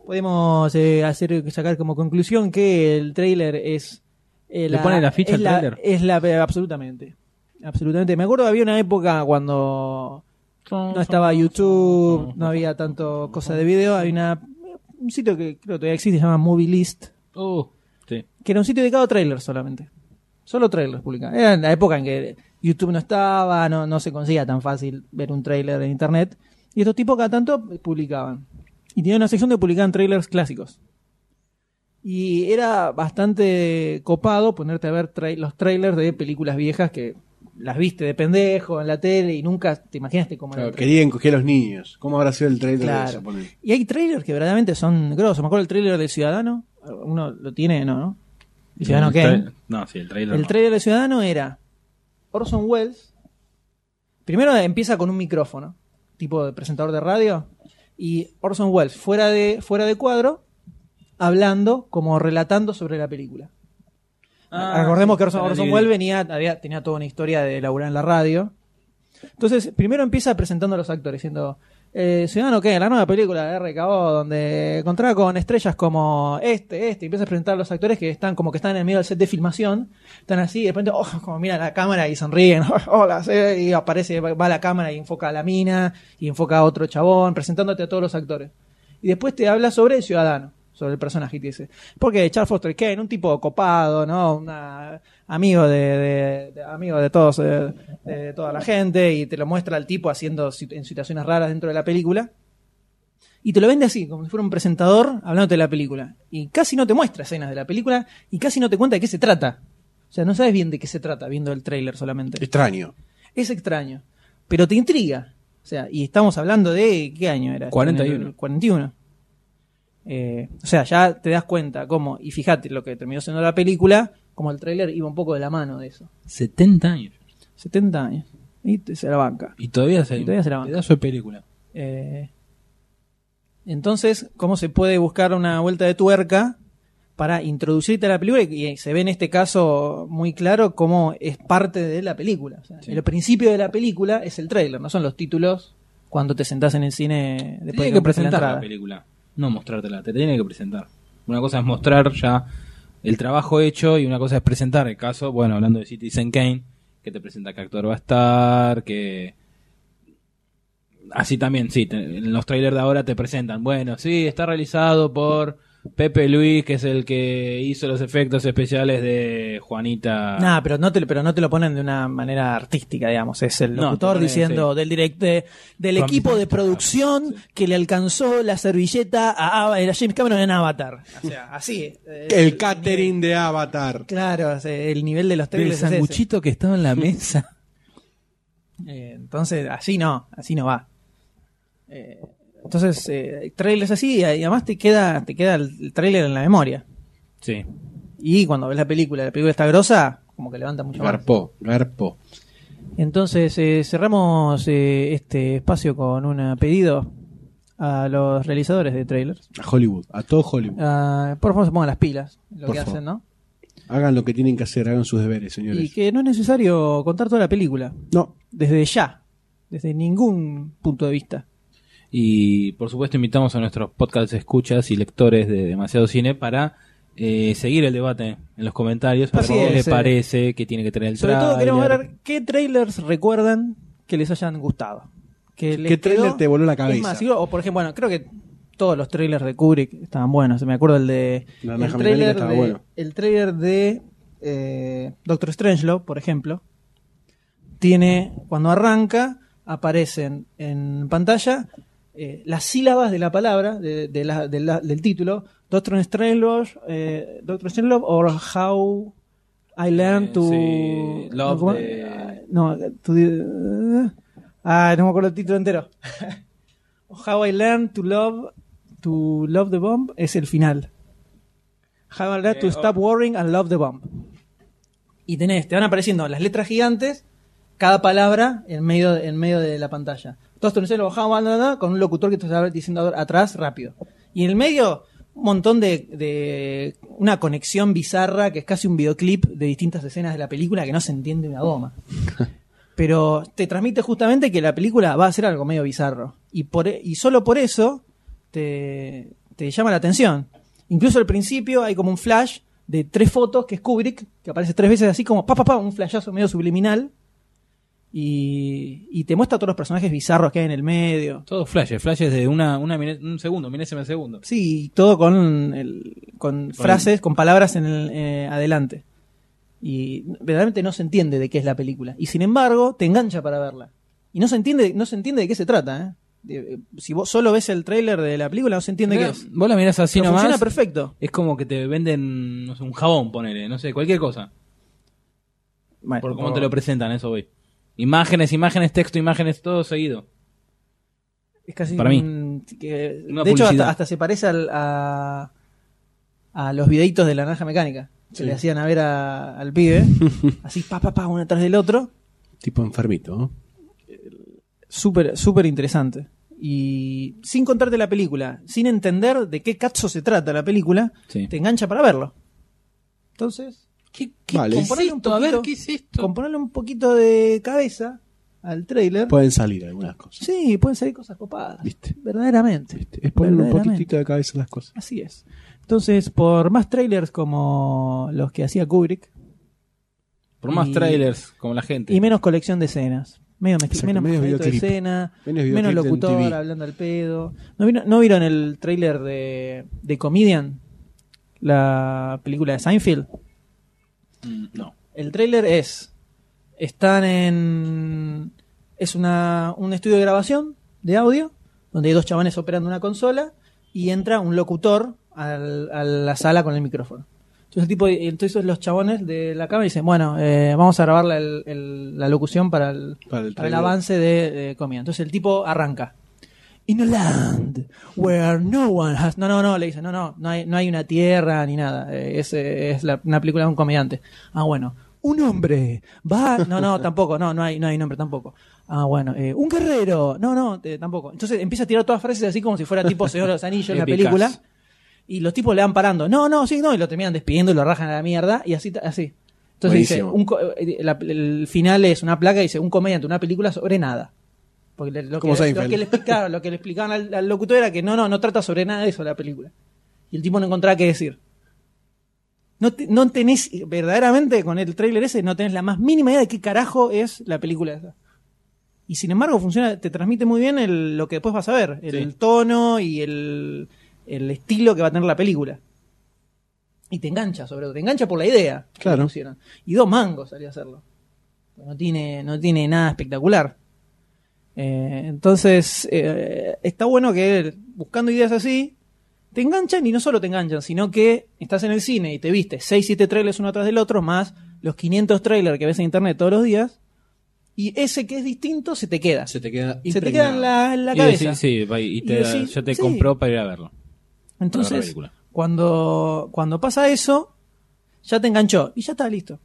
Podemos eh, hacer sacar como conclusión que el trailer es eh, ¿Le pone la ficha es al tráiler? Es la eh, absolutamente. Absolutamente. Me acuerdo había una época cuando no estaba YouTube, no había tanto cosa de video, hay una un sitio que creo que todavía existe, se llama Movie List Oh, sí. que era un sitio dedicado a trailers solamente. Solo trailers publicaban. Era en la época en que YouTube no estaba, no, no se conseguía tan fácil ver un trailer en internet. Y estos tipos cada tanto publicaban. Y tenían una sección donde publicaban trailers clásicos. Y era bastante copado ponerte a ver trai- los trailers de películas viejas que las viste de pendejo en la tele y nunca te imaginaste cómo era Claro, el trailer. querían coger a los niños. ¿Cómo habrá sido el trailer Claro. de eso? ponele? Y hay trailers que verdaderamente son grosos. Me acuerdo el trailer de Ciudadano. Uno lo tiene, ¿no? ¿no? El Ciudadano El Kane. tra- No, sí, el trailer. El no. trailer de Ciudadano era Orson Welles. Primero empieza con un micrófono, tipo de presentador de radio, y Orson Welles fuera de fuera de cuadro hablando como relatando sobre la película. Ah, Recordemos que sí, Orson, Orson sí. Welles venía había- tenía toda una historia de laburar en la radio. Entonces, primero empieza presentando a los actores, diciendo, eh, Ciudadano que la nueva película de RKO, donde encontraba con estrellas como este, este, y empieza a presentar a los actores que están como que están en el medio del set de filmación, están así, y de repente, oh, como mira la cámara y sonríen, hola, sí", y aparece, va va la cámara y enfoca a la mina, y enfoca a otro chabón, presentándote a todos los actores. Y después te habla sobre el ciudadano, sobre el personaje, y te dice, porque Charles Foster Kane, un tipo copado, ¿no? Una- amigo de, de- de- amigo de todos, eh, de, toda la gente, y te lo muestra al tipo haciendo sit- en situaciones raras dentro de la película. Y te lo vende así, como si fuera un presentador hablándote de la película. Y casi no te muestra escenas de la película y casi no te cuenta de qué se trata. O sea, no sabes bien de qué se trata viendo el tráiler solamente. Extraño. Es extraño, pero te intriga. O sea, y estamos hablando de qué año era. 41. 41. Eh, o sea, ya te das cuenta cómo, y fíjate lo que terminó siendo la película, como el tráiler iba un poco de la mano de eso. 70 años. 70 años. Y te- se la banca. Y todavía se, Y todavía se la banca. pedazo de película. Eh, entonces, ¿cómo se puede buscar una vuelta de tuerca para introducirte a la película? Y se ve en este caso muy claro cómo es parte de la película. O sea, Sí. El principio de la película es el tráiler, no son los títulos cuando te sentás en el cine Te después de tiene que compras que la presentar la entrada. película, no mostrártela, te tiene que presentar. Una cosa es mostrar ya el trabajo hecho y una cosa es presentar. El caso, bueno, hablando de Citizen Kane, que te presenta qué actor va a estar, que... Así también, sí, te- en los trailers de ahora te presentan, bueno, sí, está realizado por Pepe Luis, que es el que hizo los efectos especiales de Juanita. Nah, pero no, te, pero no te lo ponen de una manera artística, digamos. Es el No, te locutor ponen, diciendo del direct, de- del Trump- equipo de producción que le alcanzó la servilleta a, Ava- a James Cameron en Avatar. O sea, así. eh, El catering de Avatar. Claro, o sea, el nivel de los del trailers es ese. sanguchito que estaba en la mesa. Eh, entonces, así no, así no va. Eh, entonces, eh, trailers así y además te queda, te queda el el trailer en la memoria. Sí. Y cuando ves la película, la película está grosa, como que levanta mucho más. Garpó, garpó. Entonces eh, cerramos eh, este espacio con un pedido a los realizadores de trailers. A Hollywood, a todo Hollywood. Ah, por favor, se pongan las pilas, lo Por que favor. hacen, ¿no? Hagan lo que tienen que hacer, hagan sus deberes, señores. Y que no es necesario contar toda la película, No, desde ya, desde ningún punto de vista. Y por supuesto invitamos a nuestros podcast escuchas y lectores de Demasiado Cine para eh, seguir el debate en los comentarios. A ver Así ¿Qué es, les eh. parece que tiene que tener el Sobre todo queremos tráiler. ver qué trailers recuerdan que les hayan gustado. Que les ¿qué trailer quedó- te voló la Es cabeza? más, digo, o por ejemplo, bueno, creo que todos los trailers de Kubrick estaban buenos. Me acuerdo el de. La el naranja mecánica trailer estaba de, bueno. el trailer de eh, Doctor Strangelove, por ejemplo, tiene. Cuando arranca, aparecen en pantalla eh, las sílabas de la palabra, de, de la- de la- del título: Doctor Strangelove, eh, Doctor Strangelove, or How. I learned Eh, to sí, love ¿cómo? Ah, the- no, to the- ah, no me acuerdo el título entero. How I Learned to Love to Love the Bomb es el final. How I Eh, oh. Learned to Stop Worrying and Love the Bomb. Y tenés, te van apareciendo las letras gigantes, cada palabra en medio, en medio de la pantalla. Todos tenés el how I learned con un locutor que te está diciendo atrás rápido. Y en el medio, un montón de, de una conexión bizarra que es casi un videoclip de distintas escenas de la película que no se entiende una goma pero te transmite justamente que la película va a ser algo medio bizarro. Y, por, e- y solo por eso te, te llama la atención. Incluso al principio hay como un flash de tres fotos que es Kubrick, que aparece tres veces así como pa, pa, pa, un flashazo medio subliminal. Y, y te muestra todos los personajes bizarros que hay en el medio. Todo flashes, flashes de una, una mine- un segundo, minésima de segundo. Sí, y todo con, el- con frases, con palabras en el, eh, adelante. Y verdaderamente no se entiende de qué es la película. Y sin embargo, te engancha para verla. Y no se entiende, no se entiende de qué se trata. ¿eh? De- si vos solo ves el tráiler de la película, no se entiende qué Mirá, es. Vos la mirás así Pero funciona nomás. perfecto. Es como que te venden no sé, un jabón, ponele, no sé, cualquier cosa. Bueno, Por cómo te lo presentan, eso voy. Imágenes, imágenes, texto, imágenes, todo seguido. es casi para mí. un- que- Una de hecho, publicidad. hasta, hasta se parece al- a, a los videitos de la naranja mecánica. Sí. Se le hacían a ver a- al pibe. así, pa, pa, pa, uno atrás del otro. tipo enfermito, ¿no? súper súper interesante y sin contarte la película sin entender de qué cacho se trata la película Sí. te engancha para verlo entonces ¿Qué, Vale. qué ¿Qué es es Componele un esto? A ver, poquito. ¿qué es esto? componerle un poquito de cabeza al trailer Pueden salir algunas cosas. sí pueden salir cosas copadas Viste. verdaderamente ¿viste? Es poner un Verdaderamente. poquitito de cabeza las cosas. así es entonces por más trailers como los que hacía Kubrick Por más Y- trailers, como la gente. y menos colección de escenas menos mezcla- Exacto, menos menos mezcladito de videoclip. escena Menos, Menos videoclip en locutor TV. hablando al pedo. ¿No, vino- no vieron el tráiler de, de Comedian? La película de Seinfeld. Mm, No. El tráiler es. Están en. Es una, un estudio de grabación de audio. Donde hay dos chavanes operando una consola. Y entra un locutor al- a la sala con el micrófono. Entonces, el tipo, entonces los chabones de la cámara dicen: Bueno, eh, vamos a grabar la, el- el- la locución para el, Para el para el trailer. avance de eh, comida. Entonces el tipo arranca. In a land where no one has. No, no, no, le dice, no, no, no hay, no hay una tierra ni nada. Eh, es eh, es la- una película de un comediante. Ah, bueno. Un hombre va. No, no, tampoco, no, no hay, no hay nombre tampoco. Ah, bueno. eh, un guerrero. No, no, eh, tampoco. Entonces empieza a tirar todas frases así como si fuera tipo Señor de los Anillos en la Épicas. película. Y los tipos le van parando. No, no, sí, no. Y lo terminan despidiendo y lo rajan a la mierda. Y así, así. Entonces dice, Buenísimo. un co- eh, la- el final es una placa que dice un comediante, una película sobre nada. Porque le- lo, que, Como lo Seinfeld. que le explicaron, lo que le explicaban al, al locutor era que no, no, no trata sobre nada de eso la película. Y el tipo no encontraba qué decir. No, te- no tenés, verdaderamente con el tráiler ese, no tenés la más mínima idea de qué carajo es la película esa. Y sin embargo funciona, te transmite muy bien el- lo que después vas a ver, el, Sí. tono y el, el estilo que va a tener la película. Y te engancha, sobre todo, te engancha por la idea que Claro. le pusieron. Y dos mangos salió a hacerlo. No tiene, no tiene nada espectacular. Eh, entonces, eh, está bueno que buscando ideas así, te enganchan y no solo te enganchan, sino que estás en el cine y te viste 6, 7 trailers uno atrás del otro, más los 500 trailers que ves en internet todos los días, y ese que es distinto se te queda. Se te queda, se te queda en la, en la Y cabeza. decís, sí, va, y te, Y decís, yo te sí. compro para ir a verlo. Para ver la Entonces, película. cuando, cuando pasa eso, ya te enganchó y ya está listo.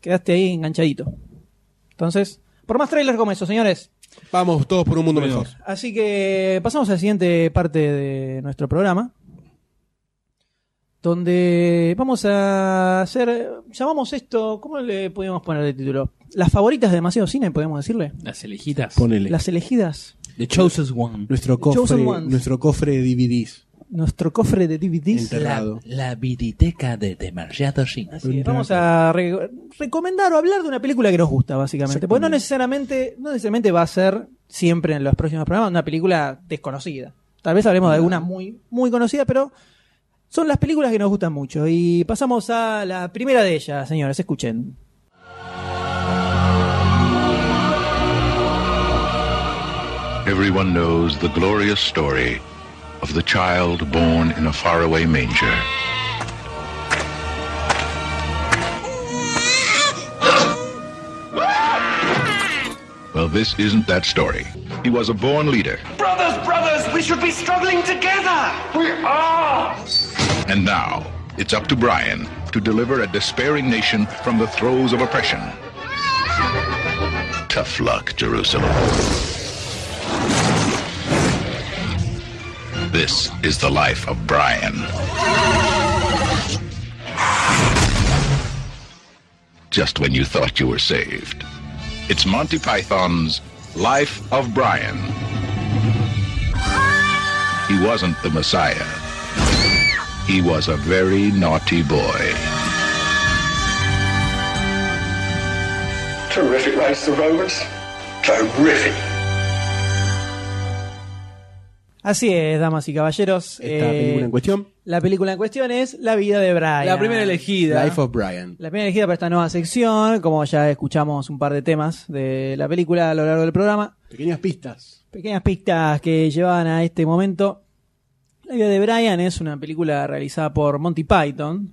Quedaste ahí enganchadito. Entonces, por más trailers como eso, señores. Vamos todos por un mundo mejor. Así que pasamos a la siguiente parte de nuestro programa. Donde vamos a hacer. Llamamos esto. ¿Cómo le podemos poner el título? Las favoritas de demasiado cine, podemos decirle. Las elegidas. Ponele. Las elegidas. The Chosen One. Nuestro cofre, Chosen Ones. nuestro cofre de DVDs. Nuestro cofre de DVDs. Enterrado. La viditeca de Demasiado Cine. Así es, vamos a re- recomendar o hablar de una película que nos gusta, básicamente. Porque no necesariamente, no necesariamente va a ser siempre en los próximos programas una película desconocida. Tal vez hablemos de alguna muy, muy conocida, pero son las películas que nos gustan mucho. Y pasamos a la primera de ellas, señores. Escuchen. Everyone knows the glorious story of the child born in a faraway manger. Well, this isn't that story. He was a born leader, Brothers, brothers, we should be struggling together. We are. and now it's up to Brian to deliver a despairing nation from the throes of oppression. Tough luck, Jerusalem. This is the life of Brian. Just when you thought you were saved. It's Monty Python's Life of Brian. He wasn't the Messiah. He was a very naughty boy. Terrific race, the Romans. Terrific. Así es, damas y caballeros. Esta Eh, película en cuestión. La película en cuestión es La vida de Brian. La primera elegida. Life of Brian. La primera elegida para esta nueva sección, como ya escuchamos un par de temas de la película a lo largo del programa. Pequeñas pistas. Pequeñas pistas que llevaban a este momento. La vida de Brian es una película realizada por Monty Python.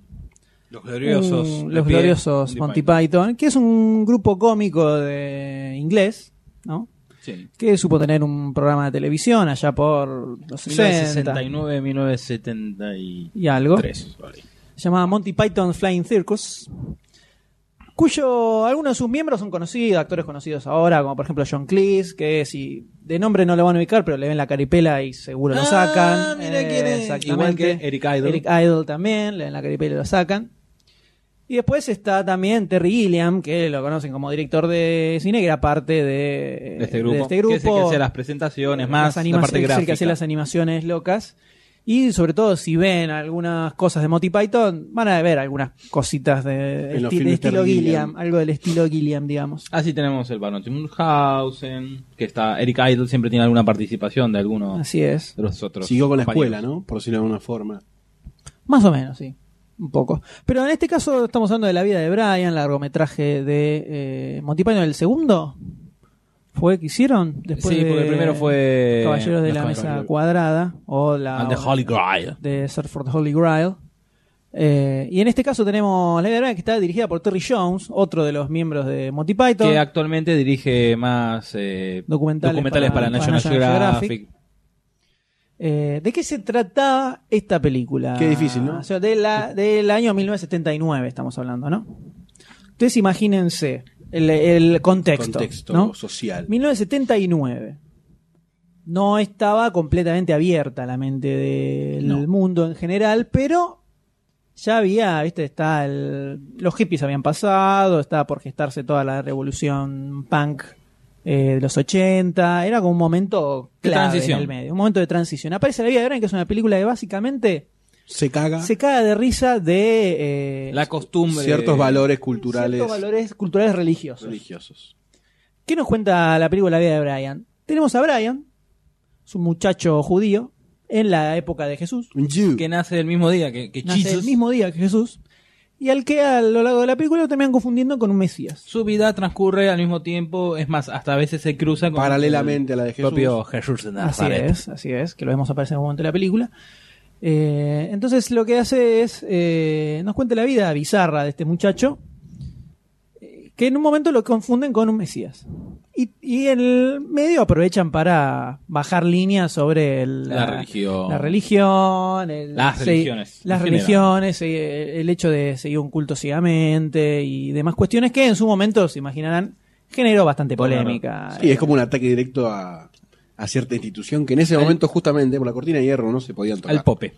Los gloriosos. Un- de Uh, los pie, gloriosos Monty Python. que es un grupo cómico de inglés, ¿no? Sí. Que supo tener un programa de televisión allá por los 60 1969, 1970 y... y algo. Tres, vale. Se llamaba Monty Python Flying Circus, cuyo algunos de sus miembros son conocidos, actores conocidos ahora, como por ejemplo John Cleese, que si de nombre no lo van a ubicar, pero le ven la caripela y seguro lo sacan. mira Ah, quién es. Igual Exactamente. que Eric Idle. Eric Idle también, le ven la caripela y lo sacan. Y después está también Terry Gilliam, que lo conocen como director de cine, que era parte de, De este grupo. de Que es el que hace las presentaciones, más las la parte animaciones, es el que gráfica. hace las animaciones locas. Y sobre todo, si ven algunas cosas de Monty Python, van a ver algunas cositas de, En los esti- de filmes estilo de Gilliam, Gilliam. algo del estilo Gilliam, digamos. Así Ah, tenemos el Barón de Munchausen, que está Eric Idle siempre tiene alguna participación de alguno Así es. de los otros. Siguió con la compañeros. escuela, ¿no? Por decirlo de alguna forma. Más o menos, sí. Un poco. Pero en este caso estamos hablando de la vida de Brian, largometraje de eh, Monty Python. ¿El segundo? ¿Fue que hicieron? Después Sí, porque de el primero fue- Caballeros de Los la Caballeros. Mesa Cuadrada o la... And the Holy Grail. De Search for the Holy Grail. Eh, y en este caso tenemos la vida de Brian que está dirigida por Terry Jones, otro de los miembros de Monty Python. Que actualmente dirige más eh, Documentales documentales, para- para, para National, National Geographic. Eh, ¿De qué se trataba esta película? Qué difícil, ¿no? O sea, de la, del año 1979 estamos hablando, ¿no? Entonces imagínense el, el contexto. Contexto ¿no? social. 1979. No estaba completamente abierta la mente del mundo en general, pero ya había, viste, está el- los hippies habían pasado, estaba por gestarse toda la revolución punk eh, de los 80, era como un momento De clave transición. en el medio, un momento de transición. Aparece La vida de Brian, que es una película que básicamente Se caga se caga de risa de eh, La costumbre. ciertos valores culturales ciertos valores culturales religiosos. religiosos. ¿Qué nos cuenta la película La vida de Brian? Tenemos a Brian, es un muchacho judío, en la época de Jesús, Un Jew. Que nace el mismo día que, que nace el Jesus. mismo día que Jesús, y al que a lo largo de la película lo terminan confundiendo con un Mesías. Su vida transcurre al mismo tiempo, es más, hasta a veces se cruza con Paralelamente a la de el Jesús. propio Jesús de Así Nazaret. es, así es, que lo vemos aparecer en un momento de la película. Eh, entonces lo que hace es, eh, nos cuenta la vida bizarra de este muchacho, eh, que en un momento lo confunden con un Mesías. Y, y el medio aprovechan para bajar líneas sobre el- La religión. La religión, el- Las sí, religiones, en Las general. religiones, eh, el hecho de seguir un culto ciegamente y demás cuestiones que en su momento, se imaginarán, generó bastante polémica. Sí, es como un ataque directo a, a cierta institución que en ese momento, justamente, por la cortina de hierro, no se podían tocar. al pope.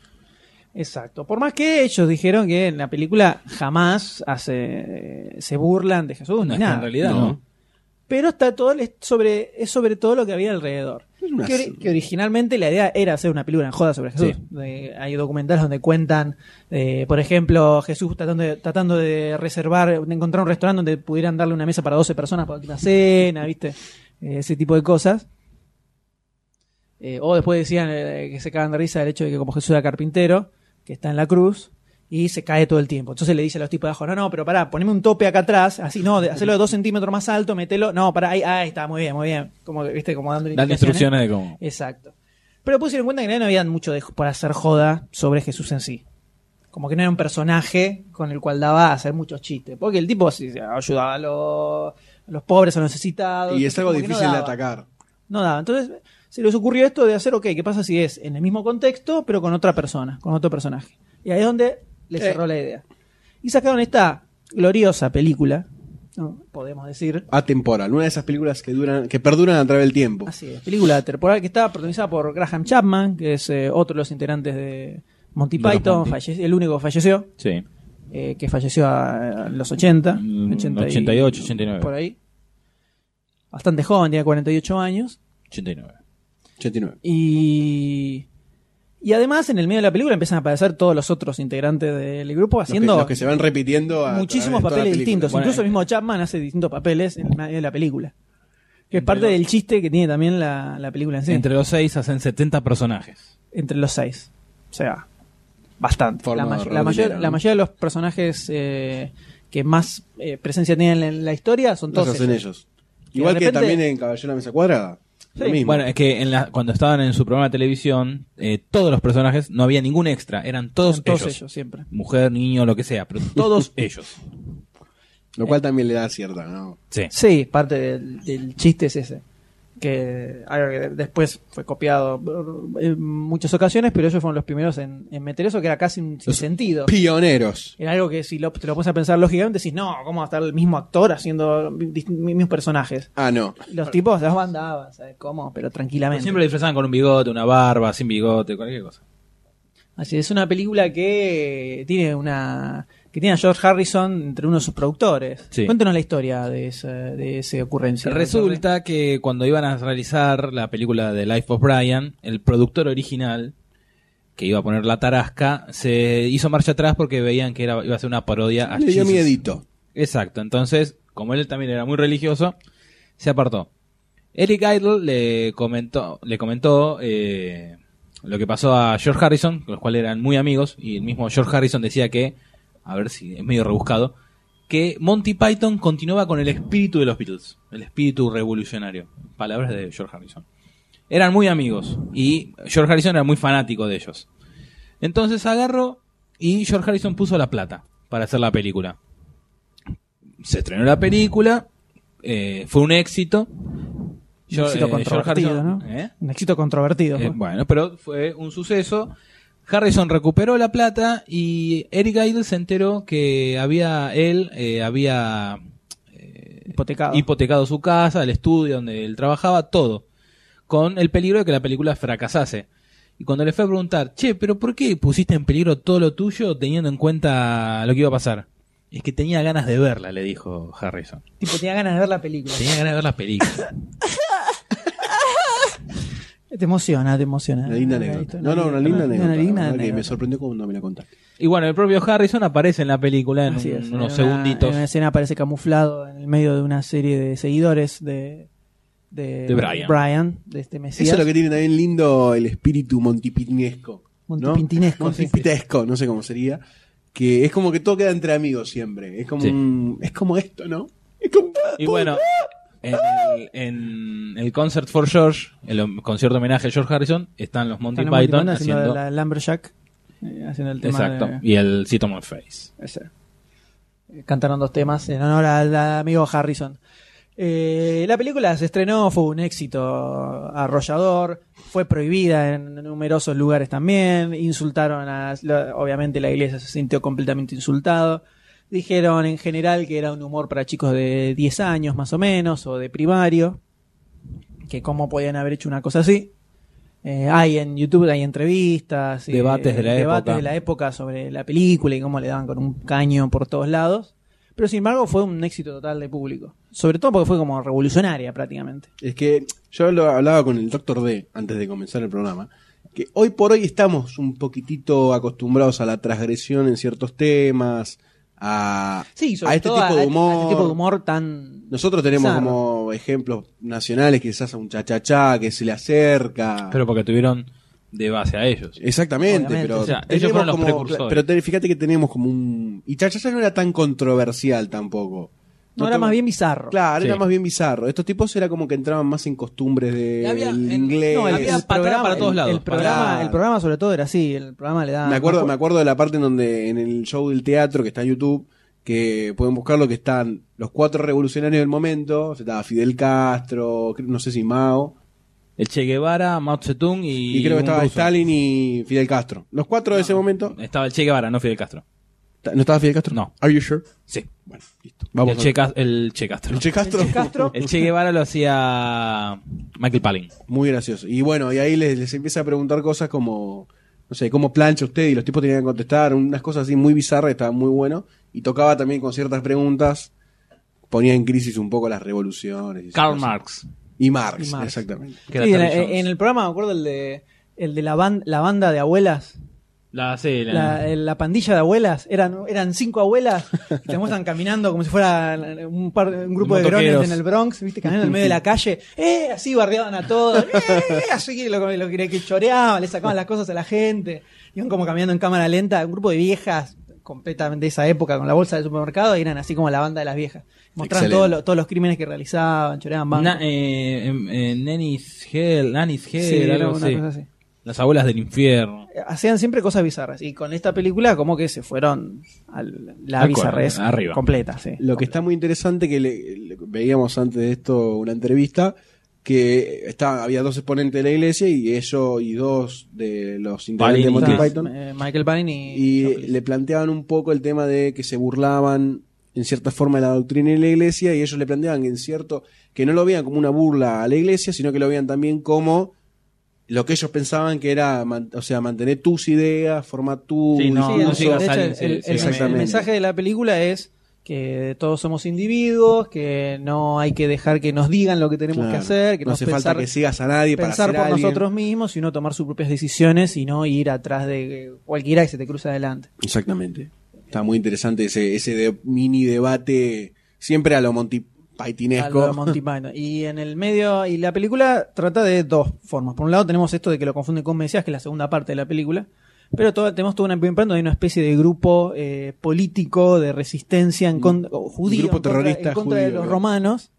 Exacto. Por más que ellos dijeron que en la película jamás hace, se burlan de Jesús, ni No, es que nada. en realidad no. Pero está todo el- es sobre, es sobre todo lo que había alrededor. una- Que, ori- que originalmente la idea era hacer una película en joda sobre Jesús. De- hay documentales donde cuentan, eh, por ejemplo, Jesús tratando de, tratando de reservar, de encontrar un restaurante donde pudieran darle una mesa para 12 personas para la cena, ¿viste? Eh, ese tipo de cosas. Eh, o después decían eh, que se cagan de risa del hecho de que como Jesús era carpintero, que está en la cruz, y se cae todo el tiempo. Entonces le dice a los tipos de abajo, no, no, pero pará, poneme un tope acá atrás, así no, de- hacelo de dos centímetros más alto, metelo, no, pará, ahí, ahí está, muy bien, muy bien. Como, viste, como dando Dando instrucciones de cómo. Eh. Exacto. Pero pusieron en cuenta que no había mucho de- para hacer joda sobre Jesús en sí. Como que no era un personaje con el cual daba a hacer muchos chistes. Porque el tipo sí, ayudaba a los, a los pobres, a los necesitados. Y es algo como que no difícil de daba. atacar. No daba. Entonces se les ocurrió esto de hacer, ok, ¿qué pasa si es en el mismo contexto, pero con otra persona, con otro personaje? Y ahí es donde le cerró la idea. Y sacaron esta gloriosa película, ¿no? podemos decir, Atemporal, una de esas películas que duran, que perduran a través del tiempo. Así es. película temporal que estaba protagonizada por Graham Chapman, que es eh, otro de los integrantes de Monty De los Python, Monty. falle- el único que falleció, Sí. eh, que falleció a, a los 80, Mm, 80 y- 88, 89. Por ahí. Bastante joven, tenía 48 años. 89. 89. Y. Y además, en el medio de la película empiezan a aparecer todos los otros integrantes del grupo haciendo los, que, los que se van repitiendo a muchísimos través de toda la papeles película. distintos. Bueno, Incluso el mismo Chapman hace distintos papeles en el medio de la película. Que es parte del chiste que tiene también la, la película en sí. Entre los seis hacen 70 personajes. Entre los seis. O sea, bastante. Forma la, may- la redondera, mayor- ¿no? la mayoría de los personajes eh, que más eh, presencia tienen en la historia son los todos hacen ellos. Igual eh, de que repente- también en Caballero de la Mesa Cuadrada. Lo mismo. Bueno, eh, es que en la- cuando estaban en su programa de televisión, eh, todos los personajes, no había ningún extra, eran todos, Todos ellos. ellos. siempre. Mujer, niño, lo que sea, pero todos ellos. Lo cual también le da cierta, ¿no? Sí. Sí, parte del, del chiste es ese. Que algo que después fue copiado eh, en muchas ocasiones, pero ellos fueron los primeros en, en meter eso, que era casi un sentido. Pioneros. Era algo que si lo- te lo pones a pensar lógicamente, decís, no, ¿cómo va a estar el mismo actor haciendo dist- mismos personajes? Ah, no. Los tipos los mandaban, ¿sabes cómo? Pero tranquilamente. Siempre lo disfrazaban con un bigote, una barba, sin bigote, cualquier cosa. Así es una película que tiene una que tiene a George Harrison entre uno de sus productores. Sí. Cuéntanos la historia de esa, de esa ocurrencia. Resulta que cuando iban a realizar la película de Life of Brian, el productor original, que iba a poner la tarasca, se hizo marcha atrás porque veían que era, iba a ser una parodia a Le dio Ah, Jesus. miedito. Exacto, entonces, como él también era muy religioso, se apartó. Eric Idle le comentó, le comentó eh, lo que pasó a George Harrison, con los cuales eran muy amigos, y el mismo George Harrison decía que, a ver si es medio rebuscado, que Monty Python continuaba con el espíritu de los Beatles, el espíritu revolucionario. Palabras de George Harrison. Eran muy amigos y George Harrison era muy fanático de ellos. Entonces agarró y George Harrison puso la plata para hacer la película. Se estrenó la película, eh, fue un éxito. Un éxito controvertido, ¿no? ¿eh? Un éxito controvertido. Eh, fue. bueno, pero fue un suceso. Harrison recuperó la plata y Eric Idle se enteró que había él eh, había hipotecado. hipotecado su casa, el estudio donde él trabajaba, todo, con el peligro de que la película fracasase. Y cuando le fue a preguntar, che, pero ¿por qué pusiste en peligro todo lo tuyo teniendo en cuenta lo que iba a pasar? Es que tenía ganas de verla, le dijo Harrison. Tipo, tenía ganas de ver la película. Tenía ganas de ver la película. Te emociona, te emociona. Una linda Una anécdota. historia- No, no, una linda anécdota. Una Ah, linda la verdad que anécdota. Me sorprendió cuando me la contaste. Y bueno, el propio Harrison aparece en la película en Así un- es, en unos una- segunditos. En una escena aparece camuflado en el medio de una serie de seguidores de, de, De Brian. de este Mesías. Eso es lo que tiene también lindo el espíritu montipitinesco. ¿no? Montipintinesco, sí. Montipitesco, no sé cómo sería. Que es como que todo queda entre amigos siempre. Es como, Sí. un- es como esto, ¿no? Y bueno, en el, en el Concert for George, el hom- concierto homenaje a George Harrison, están los Monty Están en Python haciendo, haciendo. la Lumberjack, eh, haciendo el tema exacto. de- Y el Sit on My Face. ese. Eh, Cantaron dos temas en honor al amigo Harrison. Eh, la película se estrenó, fue un éxito arrollador, fue prohibida en numerosos lugares también, insultaron a, la- obviamente la iglesia se sintió completamente insultado, dijeron en general que era un humor para chicos de 10 años más o menos, o de primario, que cómo podían haber hecho una cosa así. Eh, hay en YouTube, hay entrevistas, eh, Debates de la debates época. de la época sobre la película y cómo le daban con un caño por todos lados. Pero sin embargo fue un éxito total de público. Sobre todo porque fue como revolucionaria prácticamente. Es que yo lo hablaba con el doctor D antes de comenzar el programa, que hoy por hoy estamos un poquitito acostumbrados a la transgresión en ciertos temas, a, Sí, sobre a este todo tipo a, de este- humor. a este tipo de humor tan... Nosotros tenemos Bizarro. como ejemplos nacionales quizás a un chachachá que se le acerca. Pero porque tuvieron de base a ellos. Exactamente, Obviamente, pero o sea, ellos tenemos fueron los como- precursores. Pero te- fíjate que tenemos como un y chachachá no era tan controversial tampoco. No, era tengo- más bien bizarro. Claro, era Sí. más bien bizarro. Estos tipos era como que entraban más en costumbres de Había- del el- inglés. no, el- el programa- el- El programa, Claro. el programa sobre todo era así, el programa le da... me acuerdo, no, me acuerdo de la parte en donde en el show del teatro que está en YouTube, que pueden buscarlo, que están los cuatro revolucionarios del momento, estaba Fidel Castro, cre- no sé si Mao, El Che Guevara, Mao Zedong y. y, creo que un estaba ruso. Stalin y Fidel Castro. Los cuatro de ese momento. Estaba el Che Guevara, no Fidel Castro. ¿No estaba Fidel Castro? No. Are you sure? Sí. Bueno, listo. Vamos el, a- che Cas- el Che Castro. El Che Castro. El Che Castro. El Che Guevara lo hacía Michael Palin. Muy gracioso. Y bueno, y ahí les, les empieza a preguntar cosas como, no sé, cómo plancha usted, y los tipos tenían que contestar, unas cosas así muy bizarras, estaba muy bueno. Y tocaba también con ciertas preguntas, ponía en crisis un poco las revoluciones. y esas Karl cosas. Marx. Y Marx, Y Marx. exactamente. Que sí, en, era Terry Jones. en el programa me acuerdo el de, el de la, ban- la banda de abuelas, La, sí, la- la, eh, el- la pandilla de abuelas, eran, eran cinco abuelas, y te muestran caminando como si fuera un, par- un grupo de Motoqueros. grones en el Bronx, viste, caminando en el medio de la calle, eh, así bardeaban a todos, eh, así que lo, lo que que choreaban, le sacaban las cosas a la gente, iban como caminando en cámara lenta, un grupo de viejas completamente de esa época con la bolsa del supermercado y eran así como la banda de las viejas. Mostraban Excelente. todos los, todos los crímenes que realizaban, choreaban bancos. Na- eh, em- eh, Nanny's Hell, Nanny's Hell, Sí, era algo una así. cosa así. Las abuelas del infierno. hacían siempre cosas bizarras. Y con esta película, como que se fueron a la Al bizarrez cual, arriba. completa, sí. Lo que está muy interesante, que le- le- veíamos antes de esto una entrevista, que estaba, había dos exponentes de la iglesia y ellos y dos de los integrantes Palin de y Monty Castro. Python. Eh, Michael Palin y, y le planteaban un poco el tema de que se burlaban en cierta forma de la doctrina de la iglesia y ellos le planteaban que en cierto que no lo veían como una burla a la iglesia sino que lo veían también como lo que ellos pensaban que era man- o sea mantener tus ideas formar tu Sí, no, discurso. sigas de hecho, a el, alguien, el- sí, el- exactamente. el mensaje de la película es que todos somos individuos, que no hay que dejar que nos digan lo que tenemos Claro. que hacer, que no no hace pensar, falta que sigas a nadie para pensar ser por alguien. nosotros mismos, sino tomar sus propias decisiones y no ir atrás de cualquiera que se te cruza adelante. exactamente está muy interesante ese ese de- mini debate siempre a lo Monty Pythonesco. Algo de Monty Python. Y en el medio, y la película trata de dos formas. Por un lado tenemos esto de que lo confunde con Mesías, que es la segunda parte de la película. Pero todo- tenemos toda una primera parte donde hay una especie de grupo eh, político de resistencia en con- o judío grupo en contra- terrorista en contra de judío, los ¿no? romanos,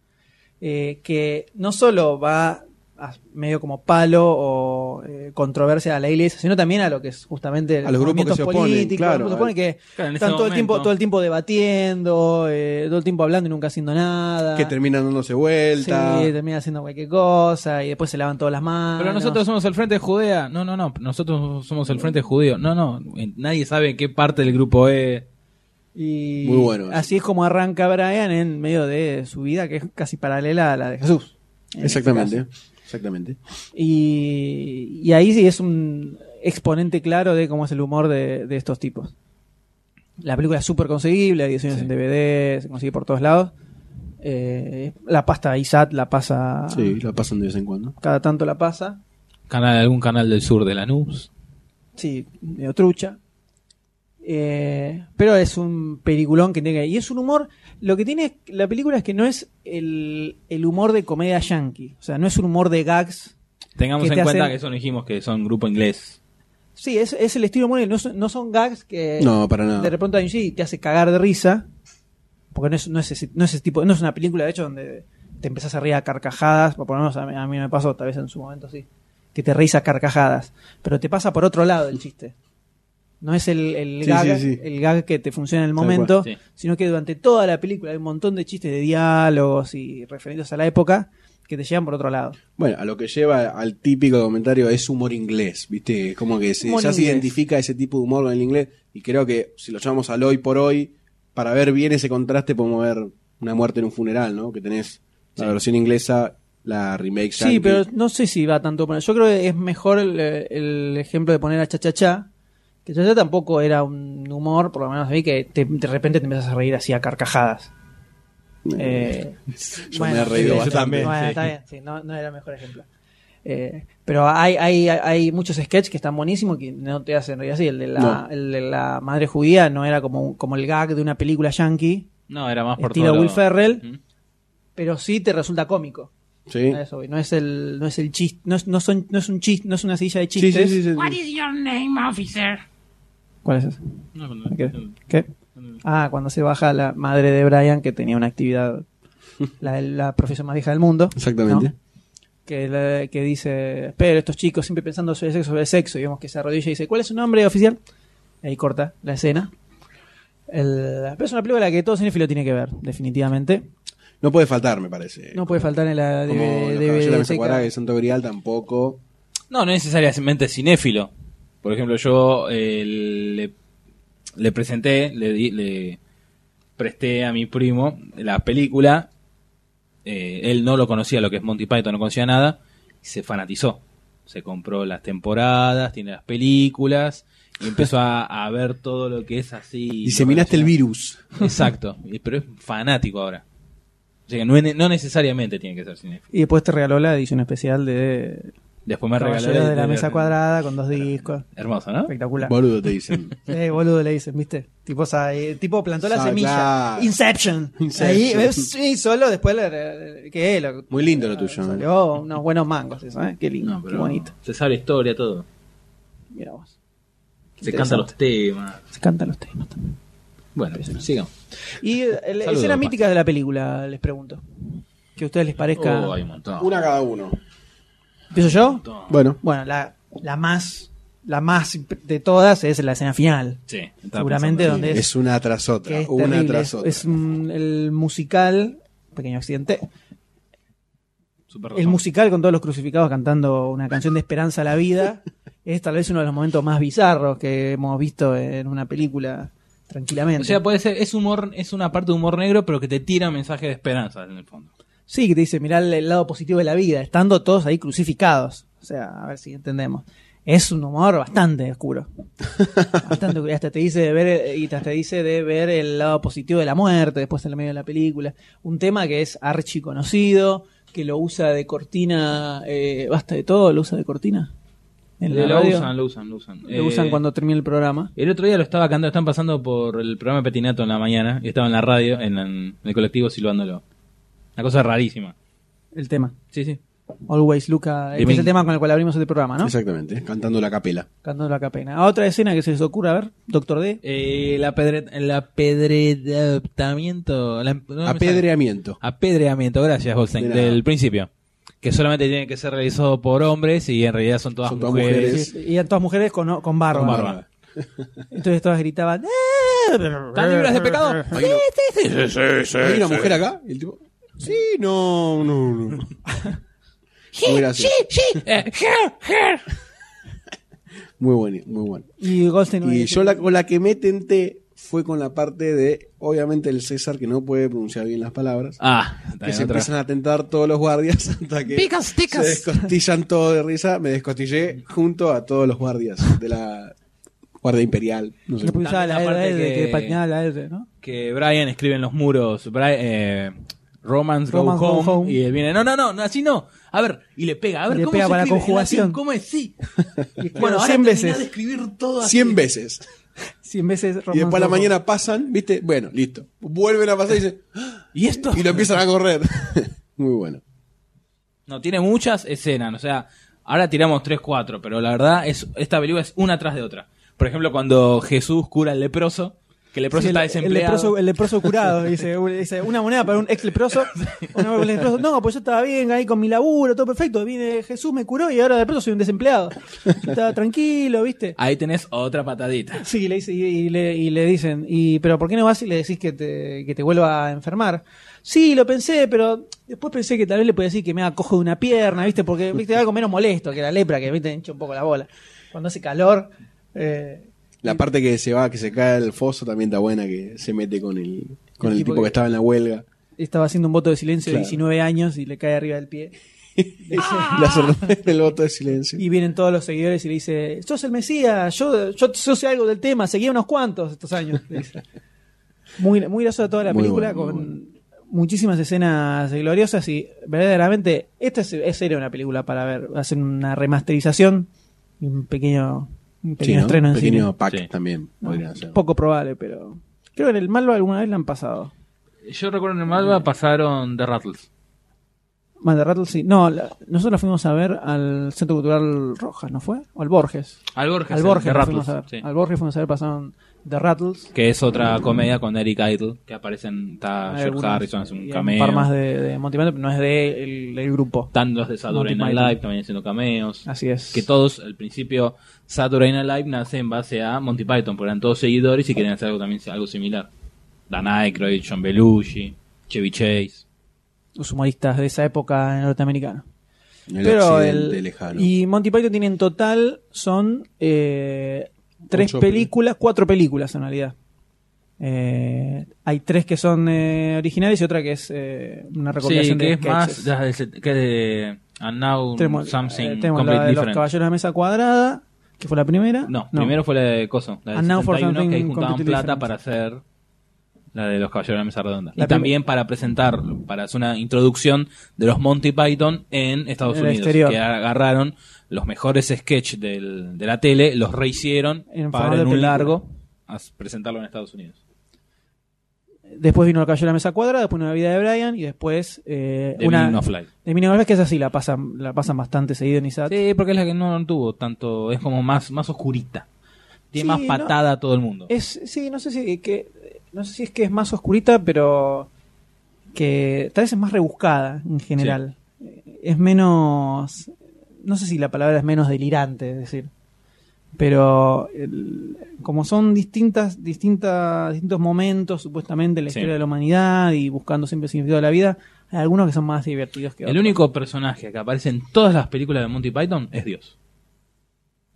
eh, que no solo va a- medio como palo o eh, controversia a la iglesia, sino también a lo que es justamente A los grupos que movimientos se oponen, políticos, claro, los grupos que se oponen, que Claro, en ese están todo el, tiempo, momento. todo el tiempo debatiendo, eh, todo el tiempo hablando y nunca haciendo nada. que terminan dándose vuelta Sí, termina haciendo cualquier cosa y después se lavan todas las manos. Pero nosotros somos el Frente de Judea. No, no, no. Nosotros somos el Frente Judío. No, no. eh, Nadie sabe qué parte del grupo E, es. Y Muy bueno eso. Así es como arranca Brian en medio de su vida que es casi paralela a la de Jesús. en este exactamente caso. exactamente y, y ahí sí es un exponente claro de cómo es el humor de, de estos tipos. La película es súper conseguible, hay ediciones en DVD, se consigue por todos lados. Eh, la pasta ISAT la pasa. sí la pasan de vez en cuando Cada tanto la pasa. Canal, algún canal del sur de Lanús. Sí, medio trucha. Eh, pero es un peliculón que tiene que- Y es un humor. Lo que tiene la película es que no es el, el humor de comedia yankee. O sea, no es un humor de gags. Tengamos Que en te cuenta hacen- que eso no dijimos que son grupo inglés. Sí, es, es el estilo humor. y No son, no son gags que No, para nada. Eh, de repente hay un sí y te hace cagar de risa. Porque no es, no es ese, no es ese tipo. No es una película, de hecho, donde te empezás a reír a carcajadas. Por lo menos a mí, a mí me pasó, tal vez en su momento sí. Que te reís a carcajadas. Pero te pasa por otro lado el chiste. No es el, el Sí, gag, sí, sí. el gag que te funciona en el Tal momento, cual, sí. sino que durante toda la película hay un montón de chistes de diálogos y referidos a la época que te llevan por otro lado. Bueno, a lo que lleva al típico comentario es humor inglés, ¿viste? Es Como que se- Humor ya se inglés. identifica ese tipo de humor con el inglés y creo que si lo llamamos al hoy por hoy, para ver bien ese contraste podemos ver una muerte en un funeral, ¿no? Que tenés la versión inglesa, la remake Sí, yankee. pero no sé si va tanto por ahí. Yo creo que es mejor el, el ejemplo de poner a Chachachá, que Chachachá tampoco era un humor, por lo menos vi, que te- de repente te empiezas a reír así a carcajadas. Eh, Yo me he reído sí, bastante. Bueno, Sí. está bien, sí, no, no era el mejor ejemplo. Eh, pero hay, hay, hay muchos sketches que están buenísimos que no te hacen reír así. El de la, No. el de la madre judía no era como, un- como el gag de una película yankee, No, era más por estilo todo Will lo- Ferrell, pero sí te resulta cómico. Sí. A eso voy. No es el, no es el chiste, no es, no son, no es un chiste, no es una silla de chistes. What is your name, officer? ¿Cuál es ese? ¿Qué? ¿Qué? Ah, cuando se baja la madre de Brian, que tenía una actividad, la, la profesión más vieja del mundo. Exactamente. ¿no? Que, la- que dice, pero estos chicos siempre pensando sobre sexo, sobre sexo, y vemos que se arrodilla y dice, ¿cuál es su nombre oficial? Y ahí corta la escena. El- pero es una película que todo cinéfilo tiene que ver, definitivamente. No puede faltar, me parece. No puede faltar en la Eh, Como DVD los caballeros de la mesa teca. cuadrada de Santo Grial tampoco. No, no necesariamente cinéfilo. Por ejemplo, yo eh, le, le presenté, le, di- le presté a mi primo la película. Eh, él no lo conocía, lo que es Monty Python, no conocía nada. Y se fanatizó. Se compró las temporadas, tiene las películas. Y empezó a, a ver todo lo que es así. Diseminaste el virus. Exacto. Y- Pero es fanático ahora. O sea que no, es- no necesariamente tiene que ser cinéfilo. Y después te regaló la edición especial de. Después me Caballeros regaló de la de- mesa cuadrada con dos discos. Hermoso, ¿no? Espectacular. Boludo, te dicen. Sí, boludo le dicen, ¿viste? Tipo, o sea, eh, tipo plantó la Sa- semilla. Ah, claro. Inception. Inception. Ahí, eh, sí, solo después le- le- que lo- Muy lindo lo tuyo. ¿eh? salió unos buenos mangos, eso, ¿eh? Qué lindo, qué bonito. Se sabe la historia, todo. Mira vos. Se cantan los temas. Se cantan los temas también. Bueno, sigamos. Y eh, el- Saludos, escenas pa. míticas de la película, les pregunto. Que a ustedes les parezca. Oh, hay un montón. Una cada uno. ¿Empiezo yo? Bueno. Bueno, la, la más la más de todas es la escena final. Sí, Seguramente donde es, es una tras otra, que es una terrible. tras Es- otra. es un- el musical, pequeño accidente, Super el musical con todos los crucificados cantando una canción de esperanza a la vida es tal vez uno de los momentos más bizarros que hemos visto en una película tranquilamente. O sea, puede ser, es humor, es una parte de humor negro, pero que te tira un mensaje de esperanza en el fondo. sí, que te dice, mirá el, el lado positivo de la vida, estando todos ahí crucificados. O sea, a ver si entendemos. Es un humor bastante oscuro. Bastante oscuro. Hasta te dice de ver eh, y hasta te dice de ver el lado positivo de la muerte después en el medio de la película. Un tema que es archi conocido, que lo usa de cortina, eh, basta de todo, lo usa de cortina. En la lo radio. usan, lo usan, lo usan. Eh, Lo usan cuando termina el programa. El otro día lo estaba cantando, están pasando por el programa de Petinato en la mañana, y estaba en la radio, en, en el colectivo silbándolo. Una cosa rarísima. El tema. Sí, sí. Always Luca. Y Este me- es el tema con el cual abrimos este programa, ¿no? Exactamente, cantando la capela. Cantando la capena. Otra escena que se les ocurra, a ver, Doctor D. Eh, el apedre- el apedreamiento. la- no me sale. Apedreamiento. Apedreamiento, gracias, Goldstein. De nada. Del principio. Que solamente tiene que ser realizado por hombres y en realidad son todas, Son todas mujeres. mujeres. Y eran todas mujeres con, con barba. Con barba. Entonces todas gritaban. "Eh, ¿Están libres eh, de pecado? Sí, sí, sí. Sí, sí, sí, ¿Hay una mujer acá? Y el tipo, sí, no, no, no. Muy gracioso. eh, Muy bueno, muy bueno. Y Goldstein. Y yo la, con la que me tenté fue con la parte de, obviamente, el César que no puede pronunciar bien las palabras. Ah, Que también se otra. empiezan a tentar todos los guardias hasta que Picas, picas. se descostillan todo de risa. Me descostillé junto a todos los guardias de la Guardia Imperial. No sé. No pulsaba la También la R, parte que... que- patinaba la R, ¿no? que Brian escribe en los muros. Bri- eh, Romance, Romance go, go home, home. Y él viene, no, no, no, no, así no. A ver, y le pega, a ver, Le ¿cómo pega se para la escribe? En conjugación. latín, ¿Cómo es? Sí. Bueno, ahora 100 terminá veces. de escribir todo así. 100 veces. 100 veces Y después a la Romance mañana pasan, ¿viste? Bueno, listo. Vuelven a pasar y dicen, "Ah", ¿Y esto? Y lo empiezan a correr. Muy bueno. No, tiene muchas escenas, o sea, ahora tiramos 3, 4, pero la verdad es esta película es una tras de otra. Por ejemplo, cuando Jesús cura al leproso, que el leproso Sí, está el- el desempleado. leproso- El leproso, curado, dice, dice, Una moneda para un ex leproso. una para un leproso. No, pues yo estaba bien ahí con mi laburo, todo perfecto. Viene Jesús, me curó y ahora de pronto soy un desempleado. Estaba tranquilo, ¿viste? Ahí tenés otra patadita. Sí, le, dice- y, y le, y le dicen, y, pero ¿por qué no vas y le decís que te, que te vuelva a enfermar? Sí, lo pensé, pero después pensé que tal vez le podía decir que me haga cojo de una pierna, ¿viste? Porque, ¿viste? Algo menos molesto que la lepra, que, ¿viste? Hincha un poco la bola. Cuando hace calor, eh, La parte que se va, que se cae al foso también está buena, que se mete con el, con el, El tipo tipo, que- que estaba en la huelga. estaba haciendo un voto de silencio de Claro. 19 años y le cae arriba del pie. La sorpresa del voto de silencio. Ah. Y vienen todos los seguidores y le dice, sos el Mesías, yo, yo, yo sé algo del tema, seguí unos cuantos estos años. le dice. Muy, muy graciosa toda la Muy película, bueno, muy con muchísimas escenas gloriosas y verdaderamente, esta es, es seria una película para ver, hacen una remasterización y un pequeño, un Sí, pequeño ¿no? estreno en pequeño cine. pack también No, podrían hacer. Poco probable, pero creo que en el Malva alguna vez la han pasado. Yo recuerdo en el Malva pasaron The Rattles. Más de Rattle, sí. No, la- nosotros fuimos a ver al Centro Cultural Rojas, ¿no fue? O al Borges. Al Borges, Al sí, Borges, The nos fuimos Rattles, a ver. sí. Al Borges fuimos a ver, pasaron The Rattles. Que es otra comedia con Eric Idle. Que aparecen. Está Hay Ah, George algunos, Harrison, hace y un hay cameo. par más de, de Monty Python, pero no es de el, el grupo. Están los de Saturday Monty Night Python. Ah. Live también haciendo cameos. Así es. Que todos, al principio, Saturday Night Live nace en base a Monty Python, porque eran todos seguidores y quieren hacer algo también algo similar. Dan Aykroyd, John Belushi, Chevy Chase. Los humoristas de esa época norteamericana. En el pero occidente el, lejano. Y Monty Python tiene en total son eh, tres Ocho películas, cuatro películas en realidad. Eh, hay tres que son eh, originales y otra que es eh, una recopilación de Sí, que es sketches. más las de- que de And Now Tenemos, Something eh, tenemos la Completely de los Different. caballeros de mesa cuadrada, que fue la primera. No, primero fue la de Coso, la de And now Ah, for 71, que ahí something juntaban completely plata different. para hacer la de los Caballeros de la Mesa Redonda. La y también para presentar, para hacer una introducción de los Monty Python en Estados En el Unidos. exterior. Que agarraron los mejores sketches del- de la tele, los rehicieron En formato para en de un película. largo a s- presentarlo en Estados Unidos. Después vino el caballero de la mesa cuadrada, después una vida de Brian y después eh, The una Meaning of Life. The Meaning of Life, que es así, la pasan, la pasan bastante seguido en Isaac. Sí, porque es la que no, tuvo tanto, es como más, más oscurita. Tiene Sí, más no. patada a todo el mundo. Es, sí, no sé si que no sé si es que es más oscurita, pero que tal vez es más rebuscada en general. Eh, Es menos no sé si la palabra es menos delirante, es decir. Pero el- como son distintas, distintas, distintos momentos, supuestamente, en la Sí. historia de la humanidad y buscando siempre el significado de la vida, hay algunos que son más divertidos que El otros. único personaje que aparece en todas las películas de Monty Python es Dios.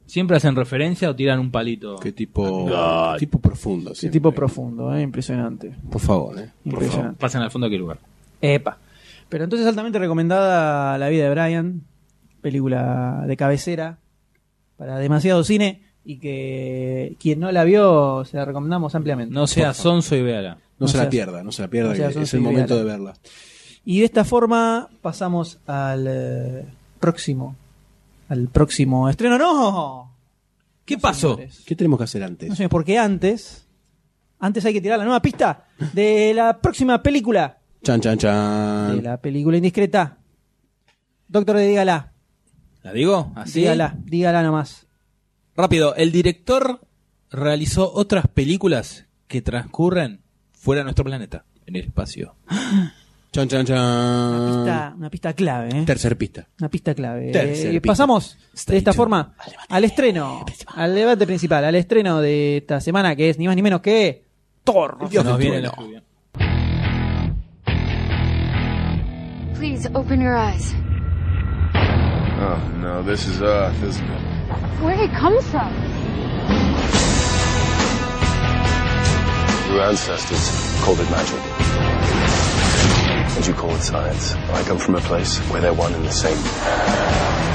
Siempre hacen referencia o tiran un palito. Qué tipo, Ay. qué tipo profundo. Qué siempre. tipo profundo, ¿eh? impresionante. Por favor, eh. Por favor, Impresionante. pasen al fondo de qué lugar. Epa. Pero entonces altamente recomendada La vida de Brian, película de cabecera para demasiado cine y que quien no la vio se la recomendamos ampliamente. No sea sonso y véala. No, se la seas- pierda, no se la pierda, no que seas es once el y momento de véala. verla. Y de esta forma pasamos al eh, próximo al próximo estreno. No. ¿Qué No, pasó? señores. ¿Qué tenemos que hacer antes? No señores, porque antes antes hay que tirar la nueva pista de la próxima película. Chan, chan, de chan. la película indiscreta. Doctor, dígala. ¿La digo? ¿Ah, Así. Dígala, dígala nomás. Rápido, el director realizó otras películas que transcurren fuera de nuestro planeta, en el espacio. Chan, chan, Pista- chan. una pista clave, ¿eh? Tercer pista. Una pista clave. Tercer Eh, pista. Pasamos de esta forma al estreno, al debate principal, al estreno de esta semana que es ni más ni menos que Thor. Nos viene la lluvia. Please open your eyes. Oh no, this is Earth, isn't it? Where did it come from? Your ancestors called it magic. And you call it science. I come from a place where they're one and the same.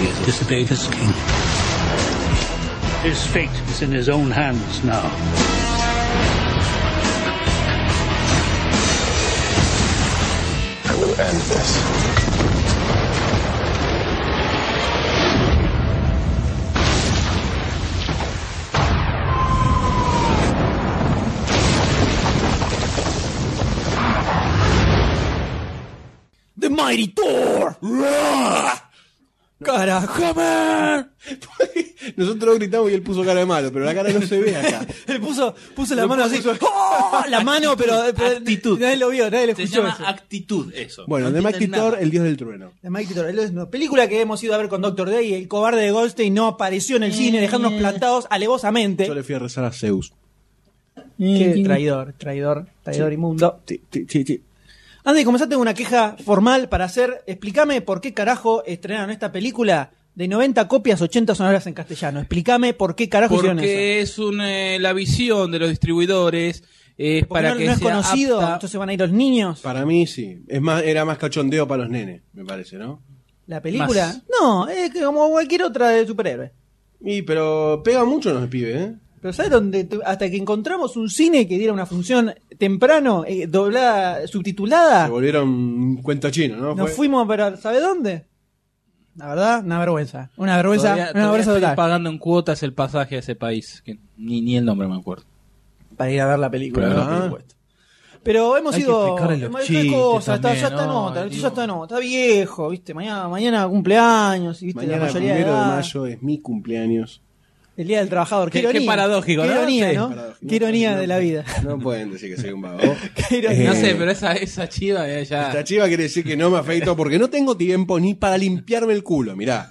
He has disobeyed his king. His fate is in his own hands now. I will end this. The Mighty Thor. ¡Cara Hammer! Nosotros gritamos y él puso cara de malo, pero la cara no se ve acá. Él puso, puso la mano así. ¡Oh! La mano, pero, pero nadie lo vio, nadie lo Se escuchó. llama eso. actitud eso. Bueno, No de Mike entienden nada. Titor, El Dios del Trueno. De Mike Titor. Es una película que hemos ido a ver con Doctor Day. El cobarde de Goldstein no apareció en el cine, dejándonos plantados Yo alevosamente. le fui a rezar a Zeus. Qué traidor, traidor, traidor inmundo. Antes de comenzar, tengo una queja formal para hacer. Explícame por qué carajo estrenaron esta película de 90 copias, 80 sonoras en castellano. Explícame por qué carajo hicieron eso. Porque es un, eh, la visión de los distribuidores es Porque para no, que no es sea conocido, apta- entonces van a ir los niños. Para mí sí. Es más, era más cachondeo para los nenes, me parece, ¿no? La película. No, es que como cualquier otra de superhéroe. Y pero pega mucho en los pibes, ¿eh? Pero ¿sabes dónde? tu- Hasta que encontramos un cine que diera una función temprano, eh, doblada, subtitulada, Se volvieron un cuento chino, ¿no? Ah. nos Fue- fuimos a operar. ¿Sabe dónde? La verdad, una vergüenza. Una vergüenza, Todavía- una todavía vergüenza estoy total. pagando en cuotas el pasaje a ese país. que ni, ni el nombre me acuerdo. Para ir a ver la película. Pero, por supuesto. Pero hemos Hay que ido. explicarle los Hemos- chistes cosa, está- ya también, está en ¿no? otra, ya Digo- está en otra, está viejo, ¿viste? Mañana, mañana cumpleaños, y ¿viste? la Mañana, el mayoría de, primero de edad. mayo, es mi cumpleaños. El día del trabajador. Qué, Qué- qué ironía. paradójico, Qué ¿no? ironía, Sí. ¿no? Paradójico. Qué ironía de la vida. No pueden decir que soy un vago. Qué ironía. No Eh, sé, pero esa, esa chiva eh, ya. Esta chiva quiere decir que no me afecto porque no tengo tiempo ni para limpiarme el culo, mirá.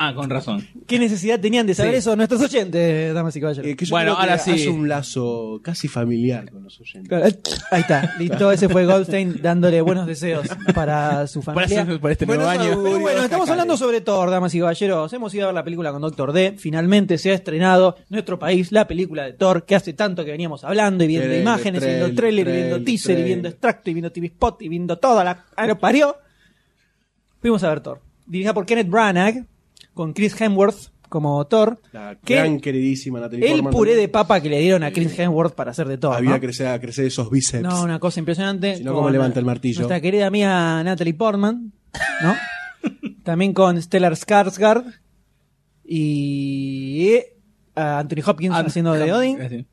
Ah, con razón. ¿Qué necesidad tenían de saber Sí. eso nuestros oyentes, damas y caballeros? Eh, que yo Bueno, creo que ahora sí. hace un lazo casi familiar con los oyentes. Claro, eh, Ahí está, listo. Ese fue Goldstein dándole buenos deseos para su familia. Para, para este Buenos nuevo año. augurios, Pero bueno, estamos jacales. hablando sobre Thor, damas y caballeros. Hemos ido a ver la película con Doctor D. Finalmente se ha estrenado en nuestro país la película de Thor, que hace tanto que veníamos hablando y viendo Trailer, imágenes, y viendo trailer, trailer, y trailer, viendo teaser, y trailer. viendo extracto, y viendo TV spot, y viendo toda la. ah, lo parió! Fuimos a ver Thor. Dirigida por Kenneth Branagh, con Chris Hemsworth como Thor. La ¿Qué? gran queridísima Natalie El Portman puré de también. papa que le dieron a Sí. Chris Hemsworth para hacer de Thor. Había ¿no? que crecer, a crecer esos bíceps. No, una cosa impresionante. Si no, Con ¿cómo levanta el martillo? Nuestra querida amiga Natalie Portman, ¿no? También con Stellar Skarsgård y eh, a Anthony Hopkins Ah, haciendo de ah, Odin. sí.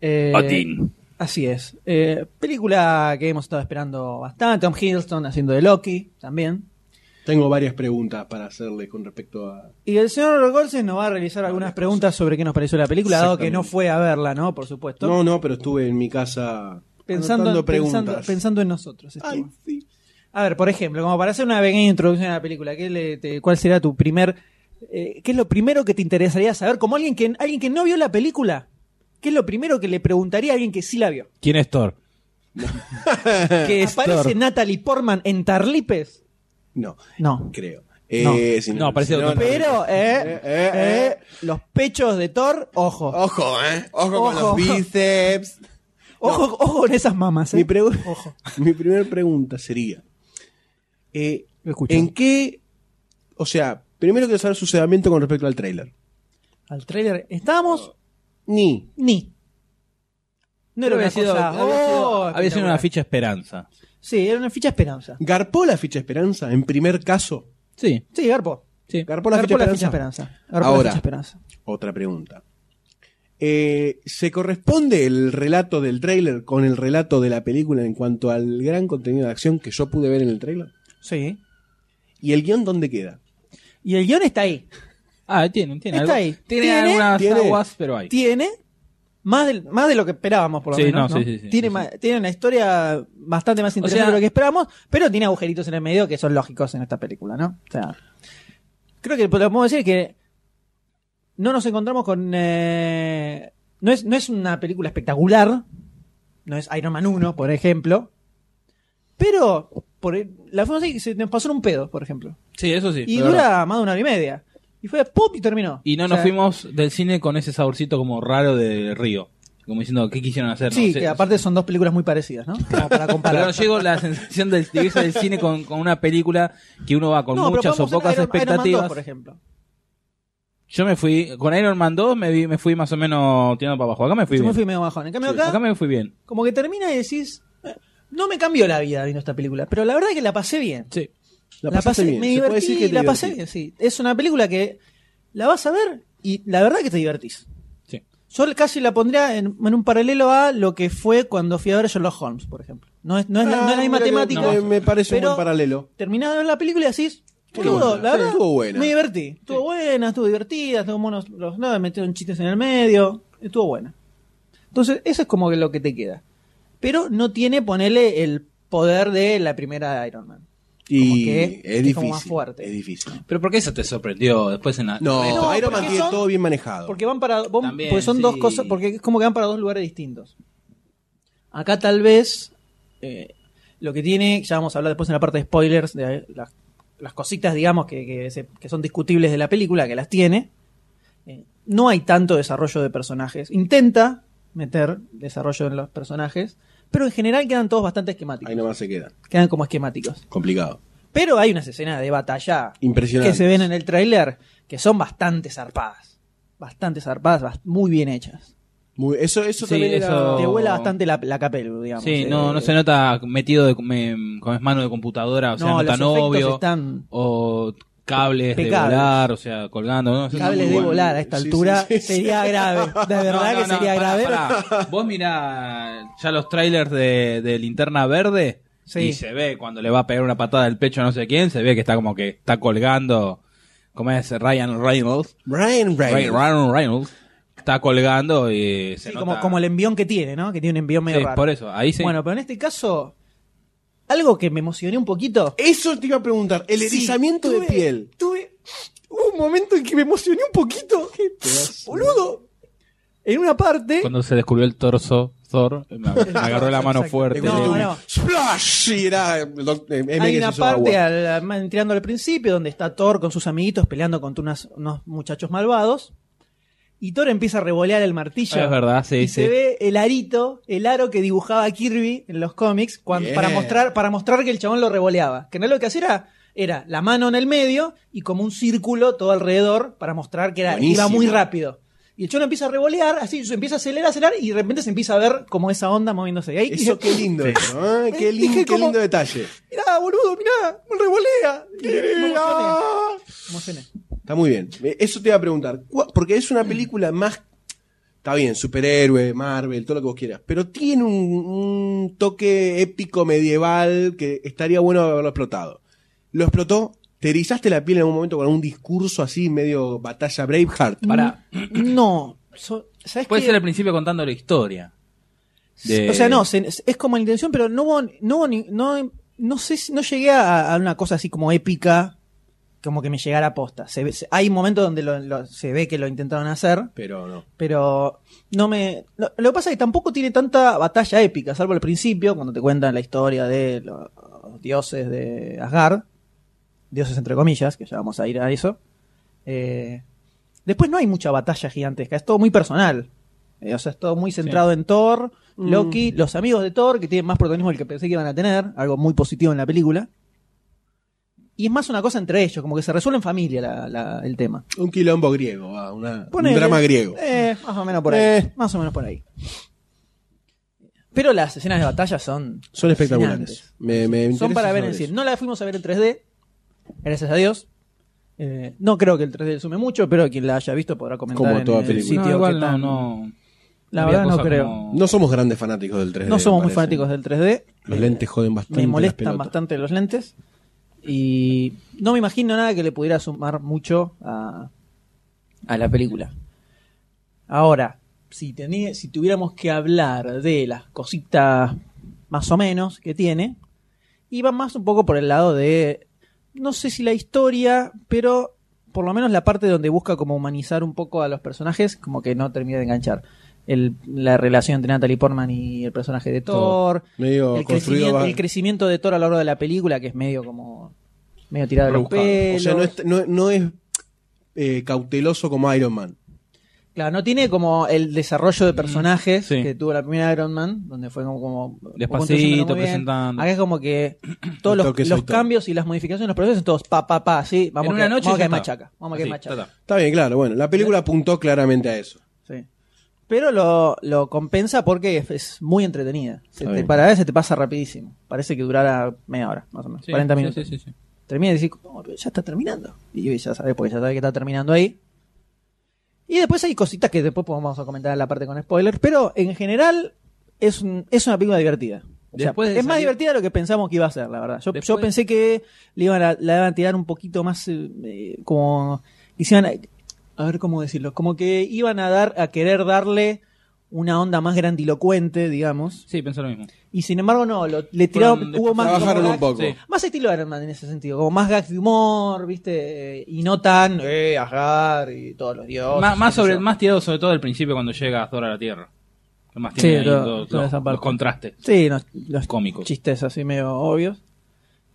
Eh, Odín. Así es. Eh, película que hemos estado esperando bastante. Tom Hiddleston haciendo de Loki también. Tengo varias preguntas para hacerle con respecto a. Y el señor Golsen nos va a realizar algunas preguntas sobre qué nos pareció la película, dado que no Exactamente. fue a verla, ¿no? Por supuesto. No, no, pero estuve en mi casa pensando, anotando en- pensando, preguntas. pensando en nosotros. estuvo. Ay, sí. A ver, por ejemplo, como para hacer una pequeña introducción a la película, ¿qué le- te- ¿cuál será tu primer... eh, ¿Qué es lo primero que te interesaría saber? Como alguien que, alguien que no vio la película, ¿qué es lo primero que le preguntaría a alguien que sí la vio? ¿Quién es Thor? ¿Que aparece Natalie Portman en Tarlipes? No, No. creo. Eh, si No, parece si otro. Pero, eh, Eh, eh, eh, eh. los pechos de Thor, ojo. Ojo, ¿eh? Ojo, con los Ojo. bíceps. Ojo, ojo con esas mamas. eh. Mi, pregu- Ojo. mi primera pregunta sería: eh, Lo escucho. ¿En qué. O sea, primero quiero saber su sedamiento con respecto al tráiler. Al trailer. Estábamos Ni. ni. No era una había sido, cosa. había sido- oh, había sido una espectacular. ficha esperanza. Sí, era una ficha esperanza. ¿Garpó la ficha Esperanza en primer caso? Sí, Sí, Garpo. sí. ¿Garpó la, Garpo ficha, la ficha esperanza? esperanza. Garpo la Ahora. ficha esperanza. Otra pregunta. Eh, ¿Se corresponde el relato del tráiler con el relato de la película en cuanto al gran contenido de acción que yo pude ver en el tráiler? Sí. ¿Y el guión dónde queda? Y el guión está ahí. Ah, tiene, tiene Está algo. ahí. Tiene, Tiene- algunas tiene- aguas, pero hay. Tiene más de, más de lo que esperábamos, por lo Sí, menos. no, ¿no? sí, sí, sí, tiene, sí, ma- tiene una historia bastante más interesante sea- de lo que esperábamos, pero tiene agujeritos en el medio que son lógicos en esta película, ¿no? O sea, creo que lo que podemos decir es que no nos encontramos con. eh, no, es, no es una película espectacular. No es Iron Man 1, por ejemplo. Pero por, el- la forma así que se nos pasó en un pedo, por ejemplo. Sí, eso sí. Y de dura verdad. más de una hora y media. Y fue pop y terminó. Y no O nos sea, fuimos del cine con ese saborcito como raro de río. Como diciendo, ¿qué quisieron hacer? No Sí, sé. que aparte son dos películas muy parecidas, ¿no? Como para Pero no comparar. llego la sensación de de irse del cine con, con una película que uno va con No, pero muchas o podemos hacer pocas Iron- Iron Man 2, expectativas. por ejemplo. Yo me fui, con Iron Man 2 me, vi, me fui más o menos tirando para abajo. Acá me fui Yo bien. me fui medio bajón. En cambio, Acá acá, me fui bien. como que termina y decís, eh, no me cambió la vida viendo esta película, pero la verdad es que la pasé bien. Sí. La, pasaste bien. me ¿Se puede divertí, decir que te la pasé divertí? bien, sí. Es una película que la vas a ver y la verdad que te divertís. Sí. Yo casi la pondría en, en un paralelo a lo que fue cuando fui a ver Sherlock Holmes, por ejemplo. No es, no es, la, no es la Ah, misma mira que temática. me- me parece pero un buen paralelo. Terminás de ver la película y decís, Boludo, buena, la verdad, estuvo buena. me divertí. Estuvo buena, estuvo divertida, estuvo monos, los nada, metieron chistes en el medio, estuvo buena. Entonces, eso es como que lo que te queda. Pero no tiene, ponele, el poder de la primera de Iron Man. Y que es es como difícil. más fuerte. Es difícil. Pero ¿por qué eso te sorprendió después en la... No, en No, la- Iron Man porque tiene son- todo bien manejado. Porque van para. van- También, porque son sí. dos cosas. Porque es como que van para dos lugares distintos. Acá tal vez. eh, lo que tiene. Ya vamos a hablar después en la parte de spoilers. De las, las cositas, digamos, que, que se- que son discutibles de la película, que las tiene. Eh, no hay tanto desarrollo de personajes. Intenta meter desarrollo en los personajes. Pero en general quedan todos bastante esquemáticos. Ahí nomás se queda. Quedan como esquemáticos. Complicado. Pero hay unas escenas de batalla Impresionante. que se ven en el tráiler que son bastante zarpadas. Bastante zarpadas, bast- muy bien hechas. Muy- eso eso Sí, también era- eso- Te vuela bastante la, la capelu, digamos. Oh. Sí, Eh, no, no se nota metido de- me- con mano de computadora, o sea, no, no, los tan efectos obvio. están O cables Impecables. de volar, o sea, colgando. ¿no? Eso es cables muy de bueno. volar a esta Sí, altura. sí, sí. Sería grave. De verdad No, que no, no, sería pará, grave. pará. Vos mirá ya los trailers de, de Linterna Verde Sí. y se ve cuando le va a pegar una patada al pecho a no sé quién, se ve que está como que está colgando, ¿cómo es? Ryan Reynolds. Ryan Reynolds. Ryan, Ryan Reynolds. Está colgando y se Sí, nota- como, como el envión que tiene, ¿no? Que tiene un envión medio Sí, raro. por eso, ahí sí. Bueno, pero en este caso, algo que me emocioné un poquito. Eso te iba a preguntar. El Sí, erizamiento de tuve- piel. Tuve hubo un momento en que me emocioné un poquito. que, boludo. En una parte. Cuando se descubrió el torso Thor, me me agarró la mano Exacto. fuerte. No, Le- no. ¡Splash! Y era el doc- eh, M Hay que se una hizo parte agua. al, al- entrando al principio donde está Thor con sus amiguitos peleando contra unas- unos muchachos malvados. Y Thor empieza a revolear el martillo. Ah, Es verdad, sí, y sí. se ve el arito, el aro que dibujaba Kirby en los cómics cuan- Bien. para, mostrar, para mostrar que el chabón lo revoleaba. Que no lo que hacía era, era la mano en el medio y como un círculo todo alrededor para mostrar que era, Buenísimo. iba muy rápido. Y el chabón empieza a revolear, así se empieza a acelerar, acelerar y de repente se empieza a ver como esa onda moviéndose. Y ahí- Eso qué lindo, eso, ¿eh? qué, lin- Dije qué como- lindo detalle. Mirá, boludo, mirá, me revolea. Me emocioné. Ah. Me emocioné. Está muy bien. Eh, Eso te iba a preguntar. ¿Cuá- Porque es una película más. Está bien, superhéroe, Marvel, todo lo que vos quieras. Pero tiene un, un toque épico medieval que estaría bueno haberlo explotado. Lo explotó. ¿Te erizaste la piel en algún momento con un discurso así, medio batalla Braveheart? Mm. Pará. No, so- ¿sabes Puede qué? ser al principio contando la historia. de- O sea, no, se- es como la intención, pero no hubo- no hubo ni- no, no sé si- no llegué a, a una cosa así como épica, como que me llegara a posta. Se ve- se- hay momentos donde lo- lo- se ve que lo intentaron hacer, Pero no. pero no me lo, lo que pasa es que tampoco tiene tanta batalla épica, salvo al principio cuando te cuentan la historia de los dioses de Asgard, dioses entre comillas, que ya vamos a ir a eso. Eh, después no hay mucha batalla gigantesca, es todo muy personal. Eh, o sea, es todo muy centrado en Thor, Loki, los amigos de Thor, que tienen más protagonismo del que pensé que iban a tener, algo muy positivo en la película. Y es más una cosa entre ellos, como que se resuelve en familia la- la- el tema. Un quilombo griego, va, una- un Ponele. drama griego. Eh, más o menos por ahí. Eh. Más o menos por ahí. Pero las escenas de batalla son. Son espectaculares. fascinantes. Me- me Son interesa para ver saber en cine. eso. No las fuimos a ver en 3D. Gracias a Dios. Eh, no creo que el 3D sume mucho, pero quien la haya visto podrá comentar Como en toda el película. sitio. No, igual qué no, tan- no. La Había verdad no cosas creo. como- No somos grandes fanáticos del 3D. No somos me muy parece. fanáticos del 3D. Los lentes joden bastante. Me las molestan pelotas. bastante los lentes. Y no me imagino nada que le pudiera sumar mucho a, a la película. Ahora, si, teni- si tuviéramos que hablar de las cositas más o menos que tiene, iba más un poco por el lado de, no sé si la historia, pero por lo menos la parte donde busca como humanizar un poco a los personajes, como que no termina de enganchar. El- la relación entre Natalie Portman y el personaje de Thor, Medio el, construido. crecimiento, va- el crecimiento de Thor a lo largo de la película, que es medio como. medio tirado de los rebuscado. pelos. O sea, no es, no, no es eh, cauteloso como Iron Man. Claro, no tiene como el desarrollo de personajes Mm, Sí. que tuvo la primera Iron Man, donde fue como. como Despacito, muy bien. presentando. Acá es como que todos los, toque los soltado. cambios y las modificaciones, los procesos, todos pa, pa, pa, sí, vamos en que, una noche vamos ya que está. machaca. Vamos que Así, machaca. ta, ta. Está bien, claro. Bueno, la película apuntó claramente a eso. Sí. Pero lo, lo compensa porque es, es muy entretenida. Se Está te, bien. para ver, se te pasa rapidísimo. Parece que durara media hora, más o menos. Sí, 40 sí, minutos. sí, sí, sí. termina y decís, "No, pero ya está terminando. Y ya sabes, porque ya sabes que está terminando ahí. Y después hay cositas que después vamos a comentar en la parte con spoilers, pero en general es, un- es una película divertida. O sea, Después de es más salir- divertida de lo que pensamos que iba a ser, la verdad. Yo, yo Después- pensé que le iban a, la iban a tirar un poquito más eh, eh, como. Hicieron, a, a ver cómo decirlo. Como que iban a dar a querer darle una onda más grandilocuente, digamos. Sí, pensé lo mismo. Y sin embargo, no, lo- le tiraron. Fueron Hubo más. Trabajaron como un poco. gags- Más estilo Iron Man en ese sentido. Como más gags de humor, ¿viste? Eh, Y no tan. Eh, ajar y todos los dioses. más, más qué sé sobre, yo. más tirado sobre todo al principio cuando llega Thor a la Tierra. Que Más Sí, tiene ahí todo- los- toda los- esa parte. los contrastes. Sí, no, los Cómicos. chistes así medio obvios.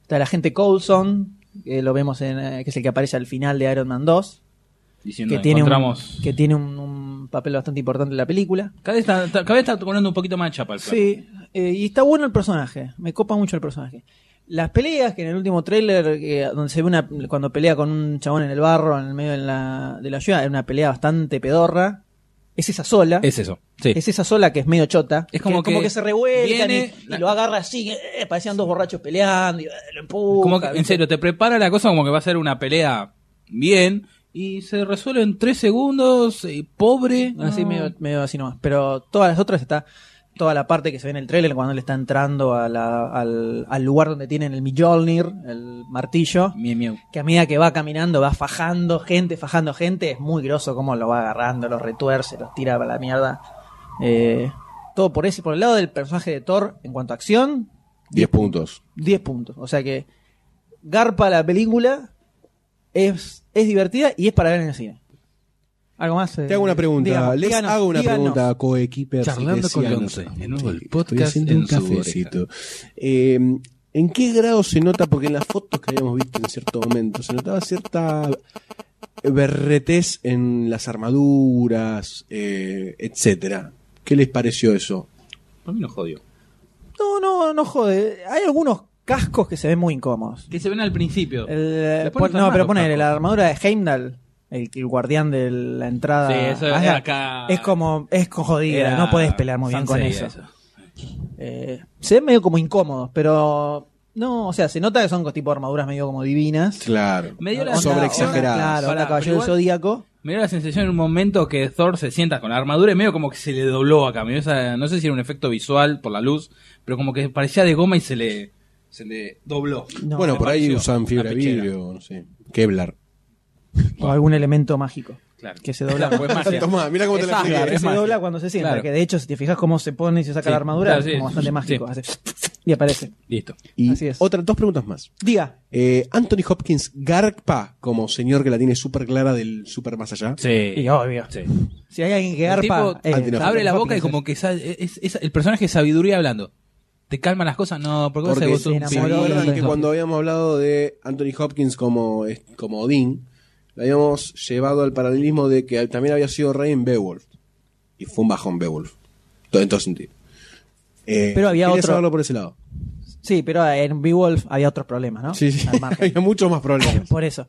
Está la gente Coulson, que lo vemos en, eh, que es el que aparece al final de Iron Man 2, Diciendo, que tiene, un, encontramos... que tiene un, un papel bastante importante en la película. Cada vez está, cada vez está poniendo un poquito más de chapa el plan. Sí, eh, y está bueno el personaje, me copa mucho el personaje. Las peleas, que en el último tráiler, eh, donde se ve una, cuando pelea con un chabón en el barro, en el medio de la, de la ciudad, es una pelea bastante pedorra. Es esa sola. Es eso, sí. Es esa sola que es medio chota. Es como que, como que que se revuelcan viene- y, y lo agarra así, eh, parecían dos borrachos peleando, y eh, lo empuja. Como que, en ¿viste? serio, te prepara la cosa como que va a ser una pelea bien y se resuelve en tres segundos, eh, pobre. Así Ah. No. medio, medio así nomás. Pero todas las otras está toda la parte que se ve en el trailer cuando él está entrando a la- al, al lugar donde tienen el Mjolnir, el martillo. Miau, miau. que a medida que va caminando va fajando gente, fajando gente, es muy groso cómo lo va agarrando, los retuerce, los tira para la mierda. Eh, todo por ese, por el lado del personaje de Thor, en cuanto a acción, 10 puntos. 10 puntos. O sea que garpa la película, es, es divertida y es para ver en el cine. ¿Algo más? eh? Te hago una pregunta. Díganos, Les díganos, hago una díganos. pregunta, coequippers. Charlando con Decíanos. Lonce. De nuevo el Estoy podcast haciendo en un su cafecito. Eh, ¿En qué grado se nota? Porque en las fotos que habíamos visto en cierto momento, se notaba cierta berretez en las armaduras, eh, etcétera. ¿Qué les pareció eso? A mí no jodió. No, no, no jode. Hay algunos cascos que se ven muy incómodos. Que se ven al principio. El- eh, Le ponen pon- tan no, pero malos poner cascos. la armadura de Heimdall, el, el guardián de la entrada. Sí, eso Ah, es ya. acá. Es como, es co- jodida, Era no podés pelear muy bien con Sansei, eso. Eh, se ven medio como incómodos, pero no, o sea, se nota que son tipo armaduras medio como divinas. Claro. Me dio la- Sobreexageradas. Claro, Pará, onda caballero pero igual- zodíaco. Me dio la sensación en un momento que Thor se sienta con la armadura y medio como que se le dobló acá. Me dio esa- no sé si era un efecto visual por la luz, pero como que parecía de goma y se le, se le dobló. No, bueno, me por ahí pareció usan una fibra de pechera. vidrio, no sé. Kevlar. O algún elemento mágico. Claro. Que se dobla. Claro, fue magia. Tomá, mirá cómo te Es la magia, expliqué. que es se magia. dobla cuando se sienta. Claro. Que de hecho, si te fijas cómo se pone y se saca Sí, la armadura, claro, sí, es como bastante sí. mágico. hace y aparece. Listo. Y Así es. otras dos preguntas más. Diga, Eh, Anthony Hopkins garpa como señor que la tiene súper clara del súper más allá. Sí. y obvio. sí. Si hay alguien que El garpa, tipo Anthony eh, Hopkins. abre la boca y Hopkins como que sa- es- es- el personaje de sabiduría hablando. ¿Te calman las cosas? No, porque, vos Porque sos se un enamoró pibito. de acuerdan que Anthony cuando habíamos hablado de Anthony Hopkins como, es- como Odín, lo habíamos llevado al paralelismo de que también había sido rey en Beowulf. Y fue un bajón Beowulf. Todo, en todo sentido. Eh, Pero había quería otro. saberlo por ese lado. Sí, pero en Beowulf había otros problemas, ¿no? Sí, sí. Al margen. había muchos más problemas. Por eso.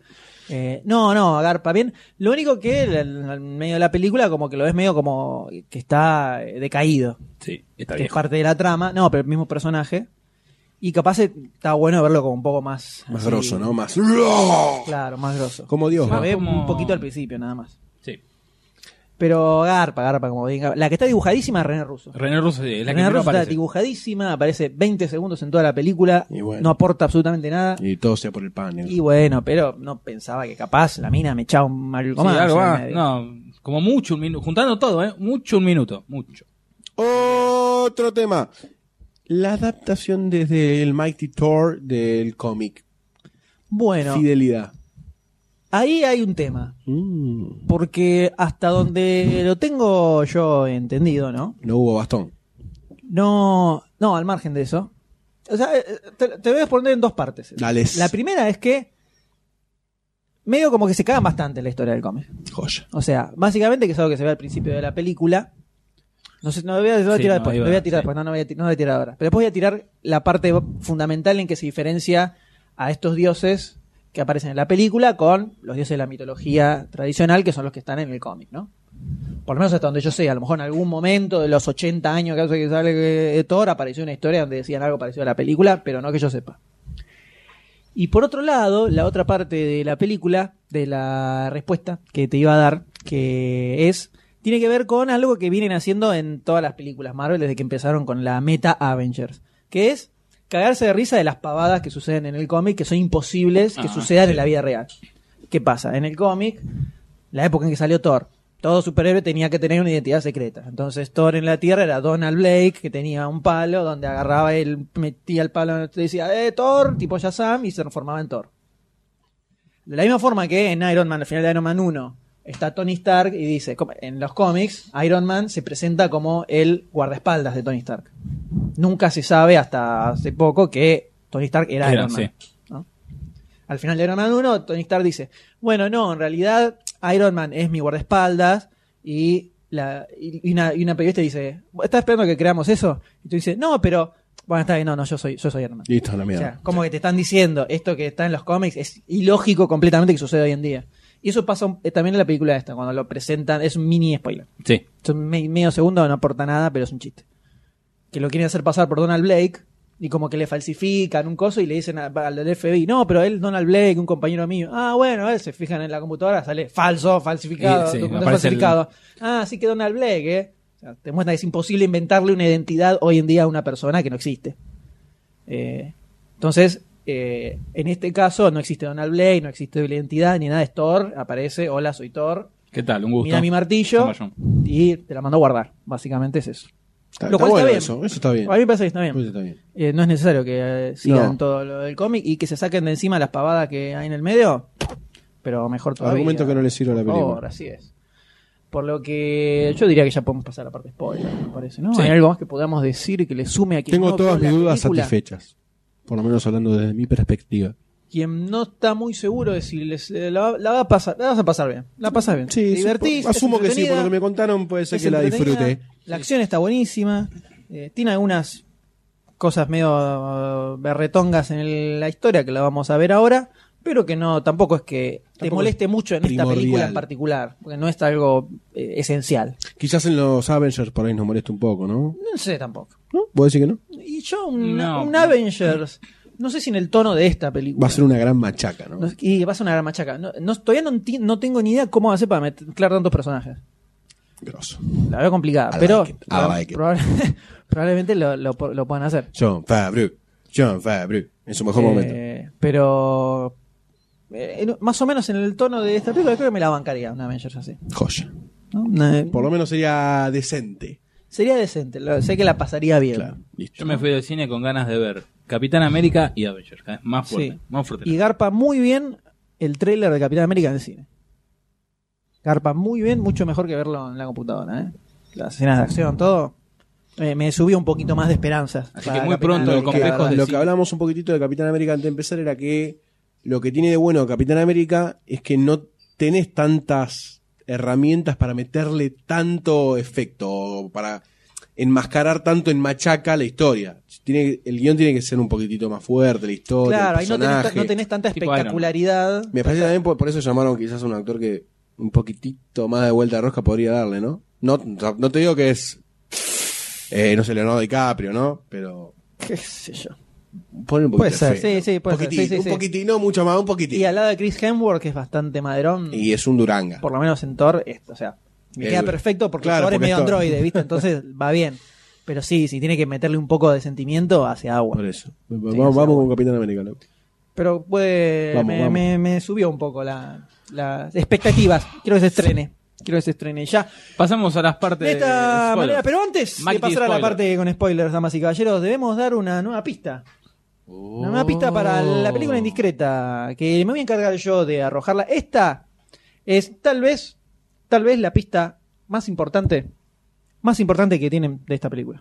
Eh, no, no, agarpa bien. Lo único que él, en el medio de la película, como que lo ves medio como que está eh, decaído, Sí, está que es bien. parte de la trama. No, pero el mismo personaje. Y capaz e, está bueno verlo como un poco más. Más así, grosso, ¿no? Más. Claro, más grosso. Como Dios. Lo Más ve como- un poquito al principio, nada más. Sí. Pero garpa, garpa, como bien. garpa. La que está dibujadísima es René Russo. René Russo sí, es la que René primero Russo está aparece. dibujadísima, aparece 20 segundos en toda la película, Y bueno. no aporta absolutamente nada. Y todo sea por el pan. ¿eh? Y bueno, pero no pensaba que capaz la mina me echaba un Sí, marico más. algo o sea, más. me- No, como mucho un minuto. Juntando todo, ¿eh? Mucho un minuto. Mucho. Otro tema. La adaptación desde el Mighty Thor del cómic. Bueno, Fidelidad. ahí hay un tema. Mm, Porque hasta donde lo tengo yo entendido, ¿no? no hubo bastón. No, no, al margen de eso. O sea, eh, te, te voy a exponer en dos partes. Dale. La primera es que medio como que se cagan bastante en la historia del cómic. Joya. O sea, básicamente que es algo que se ve al principio de la película. No sé, no lo voy a, lo voy a Sí, tirar no, después, ahí lo va, voy a tirar sí. después, no, no voy a, ti- no lo voy a tirar ahora. Pero después voy a tirar la parte fundamental en que se diferencia a estos dioses que aparecen en la película con los dioses de la mitología tradicional, que son los que están en el cómic, ¿no? Por lo menos hasta donde yo sé, a lo mejor en algún momento de los 80 años que hace que sale eh, Thor apareció una historia donde decían algo parecido a la película, pero no que yo sepa. Y por otro lado, la otra parte de la película, de la respuesta que te iba a dar, que es, tiene que ver con algo que vienen haciendo en todas las películas Marvel desde que empezaron con la meta Avengers. que es cagarse de risa de las pavadas que suceden en el cómic, que son imposibles que Ah, sucedan sí. en la vida real. ¿Qué pasa? En el cómic, la época en que salió Thor, todo superhéroe tenía que tener una identidad secreta. Entonces Thor en la Tierra era Donald Blake, que tenía un palo donde agarraba él, metía el palo y decía, eh, Thor, tipo Shazam, y se transformaba en Thor. De la misma forma que en Iron Man, al final de Iron Man 1, está Tony Stark y dice, como en los cómics, Iron Man se presenta como el guardaespaldas de Tony Stark. Nunca se sabe hasta hace poco que Tony Stark era, Era, Iron Man. sí. ¿no? Al final de Iron Man 1, Tony Stark dice, bueno, no, en realidad Iron Man es mi guardaespaldas y, la, y, y una, y una periodista dice, ¿estás esperando que creamos eso? Y tú dices, no, pero... Bueno, está bien, no, no, yo soy, yo soy Iron Man. Listo, la O sea, mierda. como que te están diciendo esto que está en los cómics es ilógico completamente que sucede hoy en día. Y eso pasa un- eh, también en la película esta, cuando lo presentan, es un mini spoiler. Sí. Es un me- medio segundo, no aporta nada, pero es un chiste. Que lo quieren hacer pasar por Donald Blake y como que le falsifican un coso y le dicen a- al del FBI, no, pero él, Donald Blake, un compañero mío. Ah, bueno, él se fijan en la computadora, sale falso, falsificado, Y- sí, documento aparece el- falsificado. Ah, sí que Donald Blake, ¿eh? O sea, te muestra que es imposible inventarle una identidad hoy en día a una persona que no existe. Eh, entonces, eh, en este caso no existe Donald Blake, no existe la identidad ni nada, es Thor, aparece, hola, soy Thor, ¿Qué tal? Un gusto. mira mi martillo Toma, John. y te la mando a guardar, básicamente es eso. Está, Lo está cual bueno está bien. eso, eso está bien. A mí me parece que está bien. Eso está bien. Eh, no es necesario que eh, sigan No. todo lo del cómic y que se saquen de encima las pavadas que hay en el medio, pero mejor todavía. Argumento que no le sirve a la Por favor, película. así es. Por lo que yo diría que ya podemos pasar a la parte spoiler, me parece, ¿no? Sí. Hay algo más que podamos decir que le sume a quien Tengo no todas vio mis la dudas película? satisfechas. Por lo menos hablando desde mi perspectiva. quien no está muy seguro de si les, eh, la, va- la va a pasar, la vas a pasar bien. La pasas bien. Te Sí, divertís. supo- asumo es que sí, por lo que entretenida, me contaron puede ser es que la entretenida, disfrute. La acción está buenísima. eh, tiene algunas cosas medio eh, berretongas en el- la historia que la vamos a ver ahora, pero que no tampoco es que te Tampoco moleste es mucho en esta película primordial. en particular, porque no es algo eh, esencial. Quizás en los Avengers por ahí nos molesta un poco, ¿no? No sé tampoco. ¿No? ¿Vos decís que no? Y yo un, No. un Avengers, no sé si en el tono de esta película. Va a ser una gran machaca, ¿no? No, y vas a una gran machaca. No, no- todavía no, enti- no tengo ni idea cómo hacer para mezclar tantos personajes. Grosso. La veo complicada, I pero like it, I like it. probable- probablemente lo, lo, lo puedan hacer. John Favreau. John Favreau. En su mejor Eh, momento. Pero eh, en- más o menos en el tono de esta película creo que me la bancaría una Avengers así. Joya. ¿no? Una- Por lo menos sería decente. sería decente, lo- sé que la pasaría bien. Yo me fui del cine con ganas de ver Capitán América y Avengers. Cada vez más fuerte. Sí. Más fuerte. Y garpa muy bien el tráiler de Capitán América en el cine. Garpa muy bien, mucho mejor que verlo en la computadora. ¿eh? Las escenas de acción, todo. eh, me subió un poquito más de esperanzas. Así para que muy Capitán pronto América, el complejo la verdad. de Lo sí. que hablamos un poquitito de Capitán América antes de empezar era que lo que tiene de bueno Capitán América es que no tenés tantas herramientas para meterle tanto efecto, o para enmascarar tanto en machaca la historia. Tiene, el guión tiene que ser un poquitito más fuerte, la historia. Claro, el ahí no tenés, ta- personaje. no tenés tanta Tipo Iron Man. espectacularidad. Me parece también por, por eso llamaron quizás a un actor que un poquitito más de vuelta de rosca podría darle, ¿no? No, no te digo que es, eh, no sé, Leonardo DiCaprio, ¿no? Pero Qué sé yo. ponle un poquito Puede de ser, fe. sí, sí, puede un ser, poquitín, sí, sí, un sí. poquitín, no mucho más, un poquitín. Y al lado de Chris Hemsworth, que es bastante maderón, Y es un Duranga. por lo menos en Thor, es- o sea, me Eh, queda perfecto porque claro, Thor es porque medio es Thor. androide, ¿viste? Entonces va bien. Pero sí, si tiene que meterle un poco de sentimiento, hace agua. Por eso. vamos o sea, vamos con Capitán América, loco. Pero puede, Vamos, me, vamos. me- me subió un poco la- las expectativas. Quiero que se estrene. Quiero que se estrene ya. Pasamos a las De partes. Eh, esta spoiler. manera, pero antes Mighty de pasar a la spoiler. parte con spoilers, damas y caballeros, debemos dar una nueva pista. Una nueva pista para Oh. la Oh. película indiscreta, que me voy a encargar yo de arrojarla. Esta es tal vez, tal vez la pista más importante, más importante que tienen de esta película.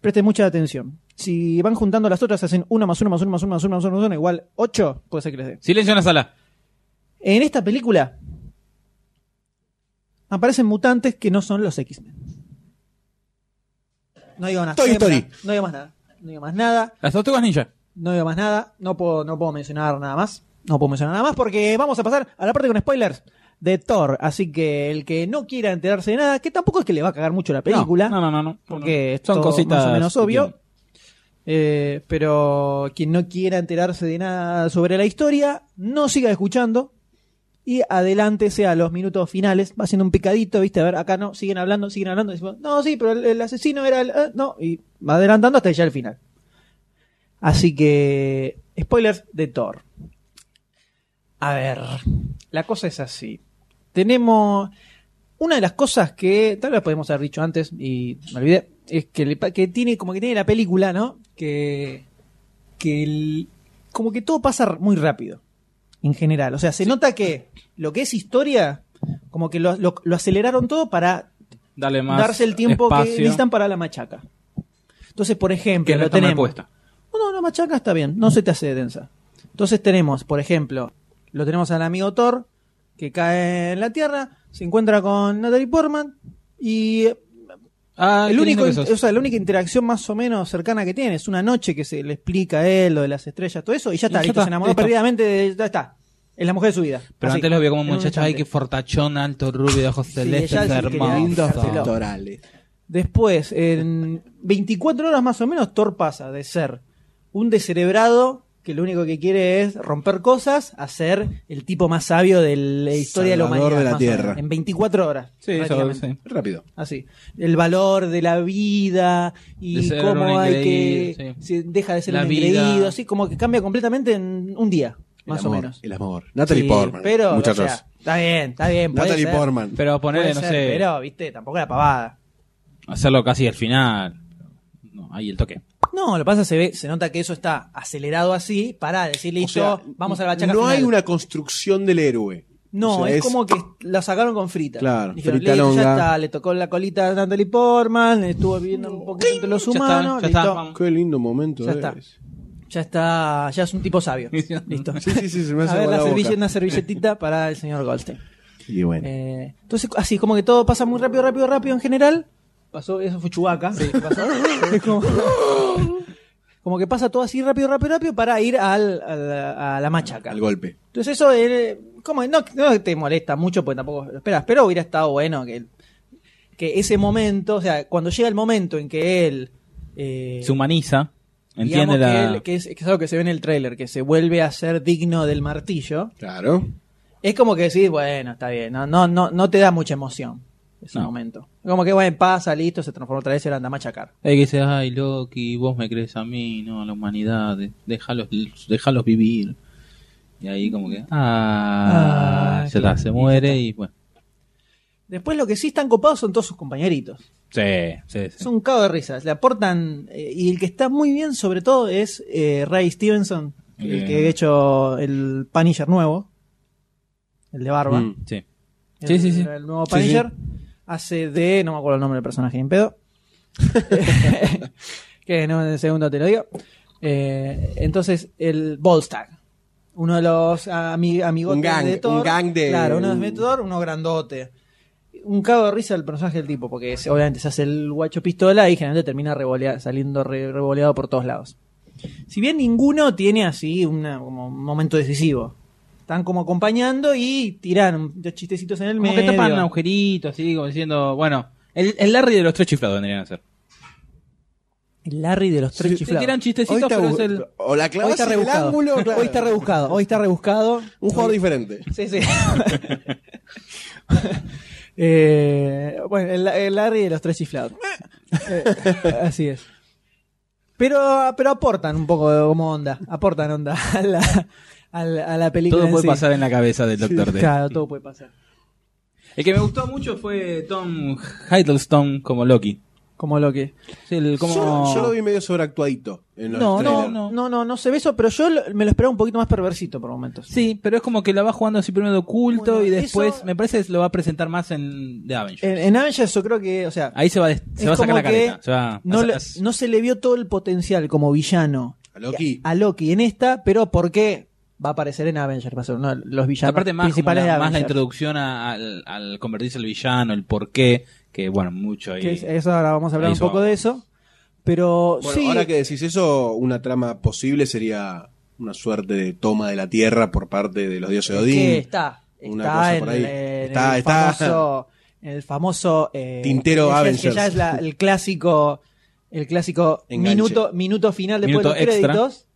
Presten mucha atención. Si van juntando las otras, hacen una más una más una más una más una más una, más una igual 8, puede ser que les dé. Silencio en la sala. En esta película aparecen mutantes que no son los X-Men. No digo nada. Toy no digo Story. más nada, No digo más nada. No digo más nada. Las tortugas ninja. No digo más nada. No puedo, no puedo mencionar nada más. No puedo mencionar nada más porque vamos a pasar a la parte con spoilers de Thor. Así que el que no quiera enterarse de nada, que tampoco es que le va a cagar mucho la película, No, no, no. no. porque es Son todo cositas. más o menos que obvio. tienen. Eh, pero quien no quiera enterarse de nada sobre la historia, no siga escuchando y adelántese a los minutos finales, va haciendo un picadito, viste, a ver, acá no, siguen hablando, siguen hablando, decimos, no, sí, pero el, el asesino era el... eh, no, y va adelantando hasta ya el final. Así que, spoilers de Thor. A ver, la cosa es así. Tenemos. Una de las cosas que tal vez podemos haber dicho antes y me olvidé, es que, le pa- que tiene como que tiene la película, ¿no? Que. que el- como que todo pasa r- muy rápido, en general. O sea, se nota que lo que es historia, como que lo- lo- lo aceleraron todo para Dale más darse el tiempo espacio. que necesitan para la machaca. Entonces, por ejemplo, Que no lo está mal tenemos. puesta. No, no, la machaca está bien, no se te hace densa. Entonces tenemos, por ejemplo, lo tenemos al amigo Thor, que cae en la Tierra, se encuentra con Natalie Portman y Ah, el qué único, lindo que in- sos. o sea, la única interacción más o menos cercana que tiene es una noche que se le explica a él lo de las estrellas, todo eso, y ya está, Y ya listo, está, se enamoró listo. perdidamente, de- ya está. Es la mujer de su vida. Pero Así, antes lo vio como en un un muchacho, ay, instante. qué fortachón, alto, rubio, de ojos celestes, ella sí quería hermoso. dejárselo. Después, en 24 horas más o menos, Thor pasa de ser un descerebrado que lo único que quiere es romper cosas a ser el tipo más sabio de la historia Salvador de la humanidad. de la más o menos. Tierra. En 24 horas. Sí, eso, prácticamente. sí. Rápido. Así. El valor de la vida De y ser cómo un hay que. engreído, se deja de ser La un vida. engreído, así como que cambia completamente en un día, más amor, o menos. El amor. Natalie Sí, Portman. Pero, o muchachos. sea, está bien, está bien. puede Natalie ser. Portman. Pero ponerle, Puede no ser, sé, Pero, viste, tampoco la pavada. hacerlo casi al final. No, ahí el toque. No, lo que pasa se ve, se nota que eso está acelerado así para decir listo, sea, vamos a la bachaca No final. hay una construcción del héroe. No, O sea, es, como que la sacaron con frita. Claro, Dijeron, frita listo, ya longa. está, le tocó la colita a Natalie Portman, estuvo viviendo un poquito entre los Ya está, humanos, ya está, listo, vamos. Qué lindo momento. Ya es. está. ya está, ya es un tipo sabio. listo. Sí, sí, sí, se me hace a ver, agua la la serville- boca. una servilletita para el señor Goldstein. Y bueno. Eh, entonces, así, como que todo pasa muy rápido, rápido, rápido en general. Pasó, eso fue Chubaca. Es como, como que pasa todo así rápido, rápido, rápido para ir al, al- a la machaca. Al golpe. Entonces eso eh, como no, no te molesta mucho porque tampoco lo esperas, pero hubiera estado bueno que, que ese momento, o sea, cuando llega el momento en que él eh, Se humaniza. digamos Entiende la. que, él- que es, que es algo que se ve en el tráiler, que se vuelve a ser digno del martillo, Claro. es como que decís, bueno, está bien, no, no, no, no te da mucha emoción ese No. momento. Como que bueno, pasa, listo, se transformó otra vez y ahora anda a machacar. Hay que dice, ay, Loki, vos me crees a mí, no a la humanidad, de- déjalos, déjalos vivir. Y ahí como que, ah, Ah, se, claro, la- se muere y bueno. Después lo que sí están copados son todos sus compañeritos. Sí, sí, sí. Es un cago de risas. Le aportan. eh, y el que está muy bien, sobre todo, es eh, Ray Stevenson, el Eh. que ha hecho el Punisher nuevo. El de Barba. Mm, sí. El, Sí, sí, sí. El nuevo Sí, sí. Punisher. Hace de. No me acuerdo el nombre del personaje en pedo. que no, en el segundo te lo digo. Eh, entonces, el Volstag. Uno de los ami- amigotes Un gang, de Thor. un gang de- Claro, uno de Thor, uno grandote un cago de risa el personaje del tipo, porque se- obviamente se hace el guacho pistola y generalmente termina revolea- saliendo re- revoleado por todos lados. Si bien ninguno tiene así una, como un momento decisivo, están como acompañando y tiran dos chistecitos en el Como que medio. tapan un agujerito, así, como diciendo, bueno, el, el Larry de los tres chiflados vendrían a ser. El Larry de los tres Sí, chiflados. tiran chistecitos, Hoy está pero bu- es el... O la Hoy clavas está en el rebuscado. ángulo. claro. Hoy está rebuscado. Hoy está rebuscado. Un jugador diferente. Sí, sí. Eh, bueno, el, el Larry de los tres chiflados. Eh, así es. Pero, pero aportan un poco de como onda. Aportan onda a la, a la, a la película. Todo en puede sí. pasar en la cabeza del Doctor D. Claro, todo puede pasar. El que me gustó mucho fue Tom Hiddleston como Loki. Como lo que. Sí, el como... Yo, yo lo vi medio sobreactuadito. En los No, no, trailers. no, no, no, no se ve eso, pero yo lo- me lo esperaba un poquito más perversito por momentos. Sí, pero es como que la va jugando así primero de oculto Bueno, y después, eso- me parece, que lo va a presentar más en The Avengers. En, en Avengers yo creo que, o sea, Ahí se va, des- Es se va a sacar como la careta. que se va a- no, le- a- a- no se le vio todo el potencial como villano A Loki. a Loki en esta, pero ¿por qué va a aparecer en Avengers? Va a ser uno de los villanos Aparte más, como principales la, de más la Avengers. introducción a- al, al convertirse en el villano, el porqué, que bueno, mucho ahí. Que es- eh, eso ahora vamos a hablar ahí un poco suave. de eso. Pero Bueno, sí, ahora que decís eso, una trama posible sería una suerte de toma de la tierra por parte de los dioses de es Odín. que está, Una está cosa en, por ahí. en Está- el está. famoso, en el famoso eh, Tintero que ya- que Avengers. ya es la- el clásico, el clásico Enganche. minuto, minuto final después Minuto de los extra. créditos.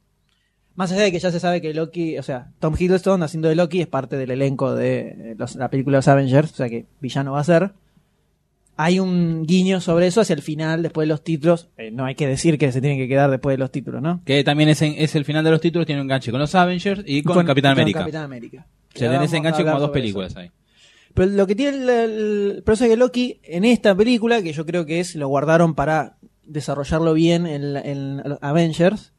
Más allá de que ya se sabe que Loki, o sea, Tom Hiddleston haciendo de Loki es parte del elenco de eh, los- la película Los Avengers, o sea que villano va a ser. hay un guiño sobre eso hacia el final, después de los títulos. Eh, no hay que decir que se tienen que quedar después de los títulos, ¿no? Que también es, en- es el final de los títulos, tiene un enganche con los Avengers y con, Con- Capitán con América. Capitán América. O Ya sea, tenés vamos a enganche hablar como dos sobre películas ahí. Pero lo que tiene el, el personaje de Loki en esta película, que yo creo que es, lo guardaron para desarrollarlo bien en, la- en Avengers,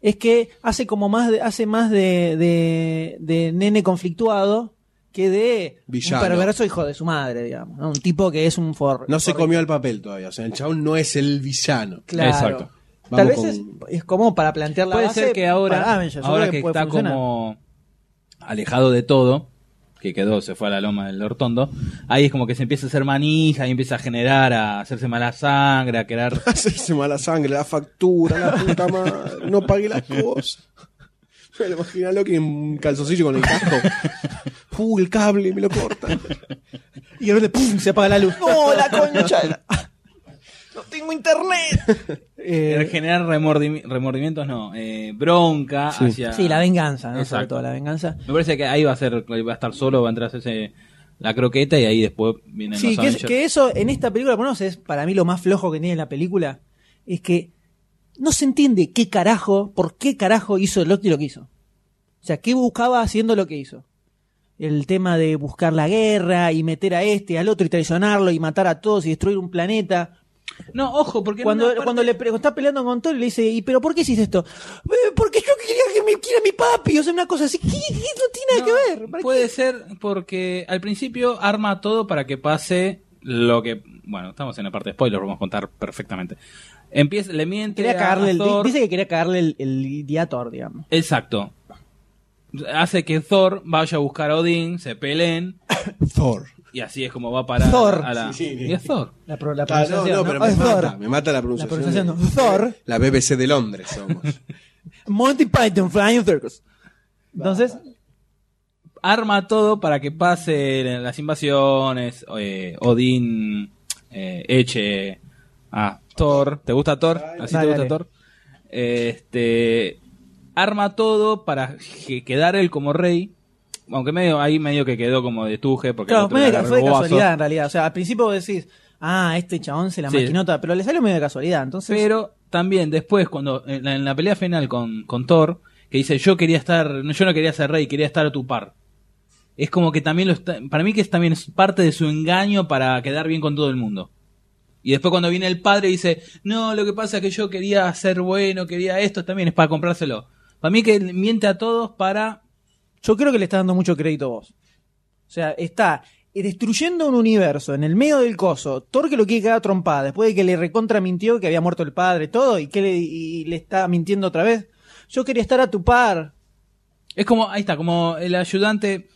es que hace como más de, hace más de, de- de nene conflictuado que de Villano. un perverso hijo de su madre, digamos. ¿no? Un tipo que es un for. No se comió el papel todavía. O sea, el chabón no es el villano. Claro. Exacto. Tal Vamos vez con- es, es como para plantear la Puede base ser que para ahora, Avengers, ahora yo creo que, puede está funcionar. como alejado de todo, que quedó, se fue a la loma del Hortondo, ahí es como que se empieza a hacer manija, ahí empieza a generar, a hacerse mala sangre, a crear... hacerse mala sangre, la factura, la puta madre. No pagué las cosas. Pero imagínalo que en un calzoncillo con el casco. Uh, el cable me lo corta. Y de repente, ¡pum! se apaga la luz. ¡No, la concha! de la- ¡No tengo internet! Eh, generar remordim- remordimientos, no, eh, bronca Sí. hacia... Sí, la venganza, ¿no? sobre Exacto. todo la venganza. Me parece que ahí va a ser, va a estar solo, va a entrar a hacerse la croqueta y ahí después vienen Sí, los que, es- Avengers. que eso en esta película, por lo menos es para mí lo más flojo que tiene la película, es que no se entiende qué carajo, por qué carajo hizo Loki lo que hizo. O sea, qué buscaba haciendo lo que hizo. El tema de buscar la guerra y meter a este, al otro y traicionarlo y matar a todos y destruir un planeta. No, ojo, porque en Cuando, una parte- cuando le pre- cuando está peleando con Thor y le dice, ¿y pero por qué hiciste esto? "Eh, Porque yo quería que me quiera mi papi, o sea, una cosa así. ¿Qué, qué no tiene nada que ver? ¿Para Puede ser porque al principio arma todo para que pase lo que. Bueno, estamos en la parte de spoiler, vamos a contar perfectamente. Empieza, le miente. Quería a cagarle el, Thor. dice que quería cagarle el, el día a Thor, digamos. Exacto. Hace que Thor vaya a buscar a Odín, se peleen, Thor. y así es como va a parar Thor. a la. Sí, sí. Y es Thor. La, pro- la Ah, no, pronunciación, no, ¿no? pero Ah, me es mata, Thor. me mata la pronunciación. pronunciación, de- no. Thor. La BBC de Londres somos. Monty Python Flying Circus. Entonces, Arma todo para que pase las invasiones. eh, Odín eh, eche a Thor. ¿Te gusta Thor? ¿Así Dale, te gusta dale. Thor? Este. Arma todo para que- quedar él como rey. Aunque medio, ahí medio que quedó como de tuje. Porque el claro, otro le medio agarró fue de el bobazo. casualidad en realidad. O sea, al principio vos decís, ah, este chabón se la Sí. maquinota, pero le salió medio de casualidad. Entonces, Pero también después, cuando en la, en la pelea final con, con Thor, que dice yo quería estar, no, yo no quería ser rey, quería estar a tu par. Es como que también lo está- para mí que es también es parte de su engaño para quedar bien con todo el mundo. Y después cuando viene el padre y dice, no, lo que pasa es que yo quería ser bueno, quería esto, también es para comprárselo. Para mí que miente a todos para... yo creo que le estás dando mucho crédito a vos. O sea, está eh, destruyendo un universo en el medio del coso. Thor que lo quiere quedar trompada después de que le recontra mintió que había muerto el padre, todo, y que le, y le está mintiendo otra vez. Yo quería estar a tu par. Es como, ahí está, como el ayudante...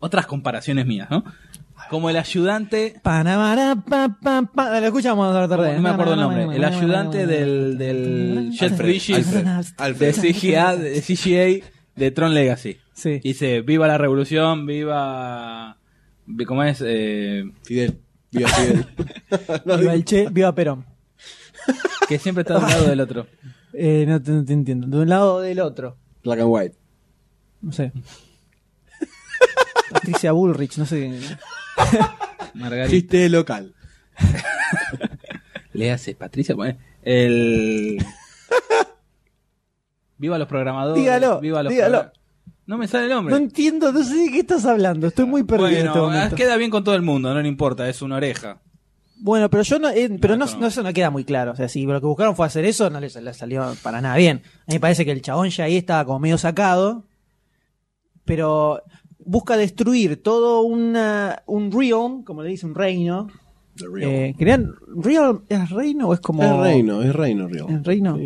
Otras comparaciones mías, ¿no? Como el ayudante Panamara, pa, pa, pa. Lo escuchamos a la tarde. No me acuerdo el nombre. El ayudante del, del Jet Bridges de CGI, de CGA de Tron Legacy. Sí. Dice, viva la revolución, viva... vi- ¿Cómo es? Eh, Fidel. Viva Fidel. Viva el Che, viva Perón. que siempre está de un lado del otro. Eh, no, te, no te entiendo. De un lado o del otro. Black and white. No sé. Patricia Bullrich, no sé. Margarita. Chiste local. Le hace Patricia. ¿cómo es? El... Viva los programadores. Dígalo, viva los dígalo. progra- No me sale el nombre. No entiendo, no sé de qué estás hablando. Estoy muy perdido en este bueno, momento. queda bien con todo el mundo, no le importa, es una oreja. Bueno, pero yo no, eh, pero no, esto no. no, eso no queda muy claro. O sea, si lo que buscaron fue hacer eso, no les, les salió para nada bien. A mí me parece que el chabón ya ahí estaba como medio sacado, pero busca destruir todo una, un realm, como le dice, un reino. The Real. Eh, ¿crean- ¿Realm es reino o es como...? Es reino, es reino, Río. ¿Es reino?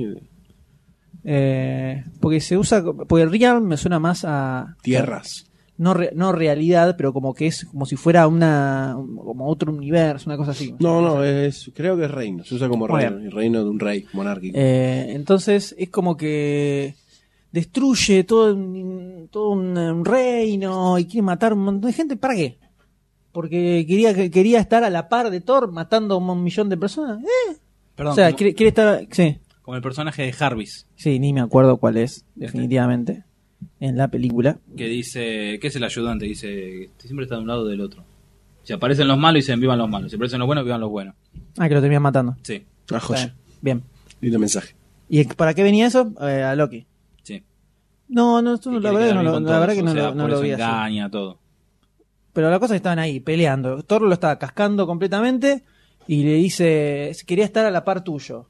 Eh, porque se usa, porque realm me suena más a... Tierras. No, re- no realidad, pero como que es como si fuera una como otro universo, una cosa así. No, no, es, creo que es reino. Se usa como Muy reino. el reino de un rey monárquico. Eh, entonces es como que destruye todo un, todo un, un reino y quiere matar un montón de gente. ¿Para qué? Porque quería, que- quería estar a la par de Thor matando a un millón de personas. ¿Eh? Perdón, o sea, como, quiere, quiere estar... Sí, como el personaje de Jarvis, sí, ni me acuerdo cuál es, definitivamente, en la película. "Este, que dice, que es el ayudante, dice, siempre está de un lado del otro. Si aparecen los malos, dicen vivan los malos. Si aparecen los buenos, vivan los buenos. Ah, que lo terminan matando. Sí. Ah, joya. Está Bien. Lindo mensaje. ¿Y para qué venía eso? Eh, a Loki. Sí. No, no, esto no- la verdad que no, lo- Con la verdad todos, que o no, sea, lo- no por lo eso vi así. engaña todo. Pero la cosa es que estaban ahí peleando. Thor lo estaba cascando completamente y le dice, quería estar a la par tuyo.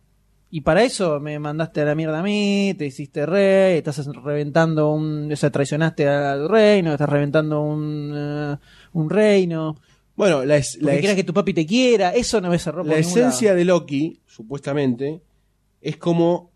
Y para eso me mandaste a la mierda a mí, te hiciste rey, estás reventando un... O sea, traicionaste al reino, estás reventando un, eh, un reino. Bueno, la, es- la Porque es- quieras que tu papi te quiera, eso no ves a ropa la esencia de Loki, supuestamente, es como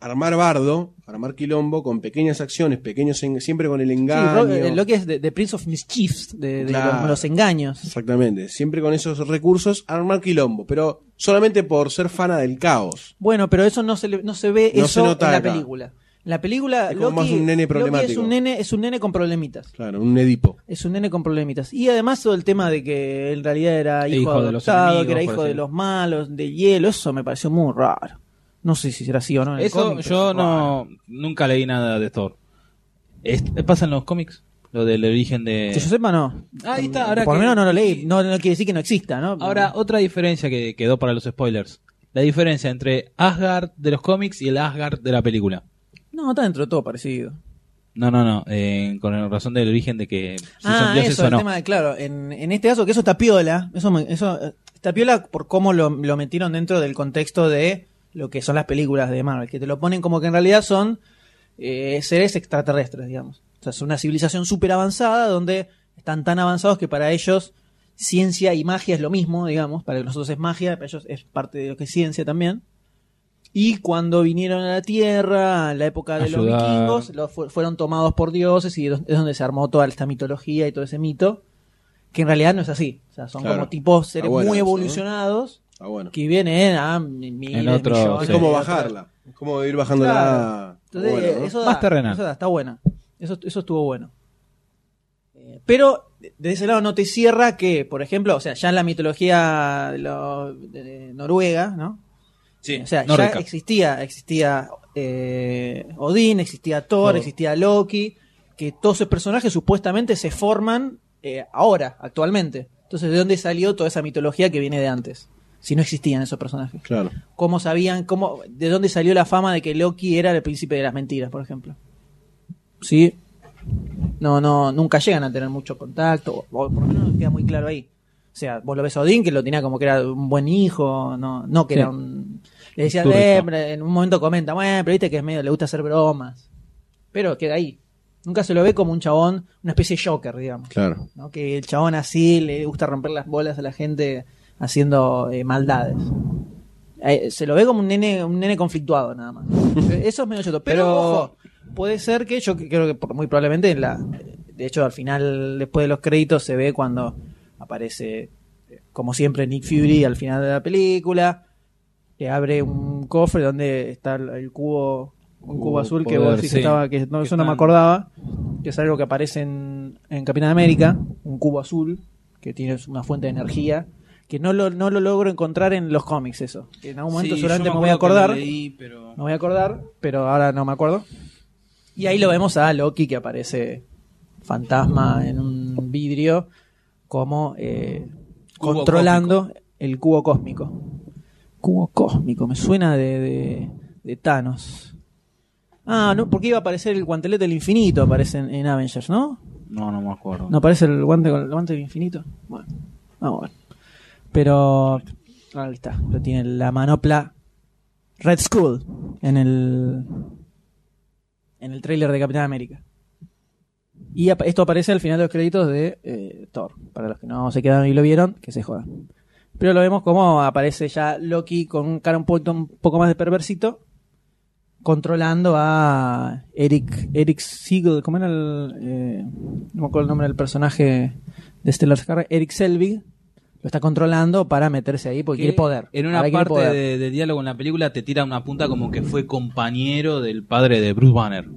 armar bardo, armar quilombo con pequeñas acciones, pequeños en- siempre con el engaño. Loki eh, es de, de Prince of Mischiefs, de, de Claro. los, los engaños. Exactamente, siempre con esos recursos armar quilombo, pero solamente por ser fana del caos. Bueno, pero eso no se, le- no se ve No eso se nota en la acá. película. En la película Es como Loki, más un nene Loki es problemático. un nene, es un nene con problemitas. Claro, un Edipo. Es un nene con problemitas. Y además todo el tema de que en realidad era hijo, E Hijo de los adoptado, enemigos, que era por hijo de decirlo. los malos, de hielo, eso me pareció muy raro. No sé si será así o no. en el Eso cómic, pero yo es raro. no nunca leí nada de Thor. Es- ¿Pasa en los cómics? Lo del origen de... Que yo sepa, no. Ahí está, ahora Por lo que- menos no lo leí. No, no quiere decir que no exista, ¿no? Ahora, otra diferencia que quedó para los spoilers. La diferencia entre Asgard de los cómics y el Asgard de la película. No, está dentro de todo parecido. No, no, no. eh, con razón del origen de que si son Ah, dioses eso, o el no. tema de, claro, en, en este caso que eso está piola, eso, me- eso eh, está piola por cómo lo, lo metieron dentro del contexto de lo que son las películas de Marvel, que te lo ponen como que en realidad son eh, seres extraterrestres, digamos. O sea, es una civilización súper avanzada donde están tan avanzados que para ellos ciencia y magia es lo mismo, digamos, para nosotros es magia, para ellos es parte de lo que es ciencia también. Y cuando vinieron a la Tierra, en la época de los Ayudar. vikingos, los fu- fueron tomados por dioses y es donde se armó toda esta mitología y todo ese mito, que en realidad no es así. O sea, son Claro. como tipos seres Está bueno muy eso, ¿no? evolucionados Ah, bueno. que vienen a mi- miles, En otro- millones, sí. Es como de bajarla, es como ir otros- bajándola. Claro. Entonces, eh, Bueno, ¿no? eso da- Más terrenal. eso da, está buena. Eso, eso estuvo bueno. Eh, Pero de de ese lado no te cierra que, por ejemplo, o sea, ya en la mitología de lo- de- de Noruega, ¿no? Sí, O sea, nórdica. ya existía, existía eh, Odín, existía Thor, Thor. existía Loki, que todos esos personajes supuestamente se forman eh, ahora, actualmente. Entonces, ¿de dónde salió toda esa mitología que viene de antes? Si no existían esos personajes. Claro. ¿Cómo sabían, cómo, de dónde salió la fama de que Loki era el príncipe de las mentiras, por ejemplo? Sí. No, no, nunca llegan a tener mucho contacto, o, o por lo menos no queda muy claro ahí. O sea, vos lo ves a Odín, que lo tenía como que era un buen hijo, no, no que Sí. era un... Le decía, Turco. "Eh, pero en un momento comenta, bueno, pero viste que es medio, le gusta hacer bromas. Pero queda ahí. Nunca se lo ve como un chabón, una especie de Joker, digamos. Claro. ¿no? Que el chabón así le gusta romper las bolas a la gente haciendo eh, maldades. Eh, se lo ve como un nene, un nene conflictuado nada más. Eso es medio choto. Pero, Pero- ojo, puede ser que yo creo que por- muy probablemente en la. De hecho, al final, después de los créditos, se ve cuando aparece, eh, como siempre, Nick Fury al final de la película. Le abre un cofre donde está el- el cubo, un cubo Cubo azul que poder, vos decís que sí. estaba, que no, Que eso no me están- acordaba, que es algo que aparece en, en Capitán América, un cubo azul, que tiene una fuente de energía, que no lo, no lo logro encontrar en los cómics eso. Que en algún momento Sí, seguramente yo me, me voy a acuerdo que acordar. lo leí, pero- Me voy a acordar, pero ahora no me acuerdo. Y ahí lo vemos a Loki que aparece fantasma en un vidrio, como eh, Cubo controlando el cubo cósmico. Cubo cósmico, me suena de, de, de Thanos. Ah, no, porque iba a aparecer el guantelete del infinito, aparece en, en Avengers, ¿no? No, no me acuerdo. ¿No aparece el guante con el guante del infinito? Bueno, vamos a ver. Pero ahí está, lo tiene la manopla Red Skull en el en el tráiler de Capitán América. Y apa- esto aparece al final de los créditos de eh, Thor, para los que no se quedaron y lo vieron, que se jodan. Pero lo vemos como aparece ya Loki con un cara un poco, un poco más de perversito, controlando a Eric, Eric Siegel, ¿cómo era el, eh, no me acuerdo el nombre del personaje de Stellar Scar? Eric Selvig, lo está controlando para meterse ahí porque Que quiere poder. En una Ahora quiere parte poder. de, de diálogo en la película te tira una punta como que fue compañero del padre de Bruce Banner.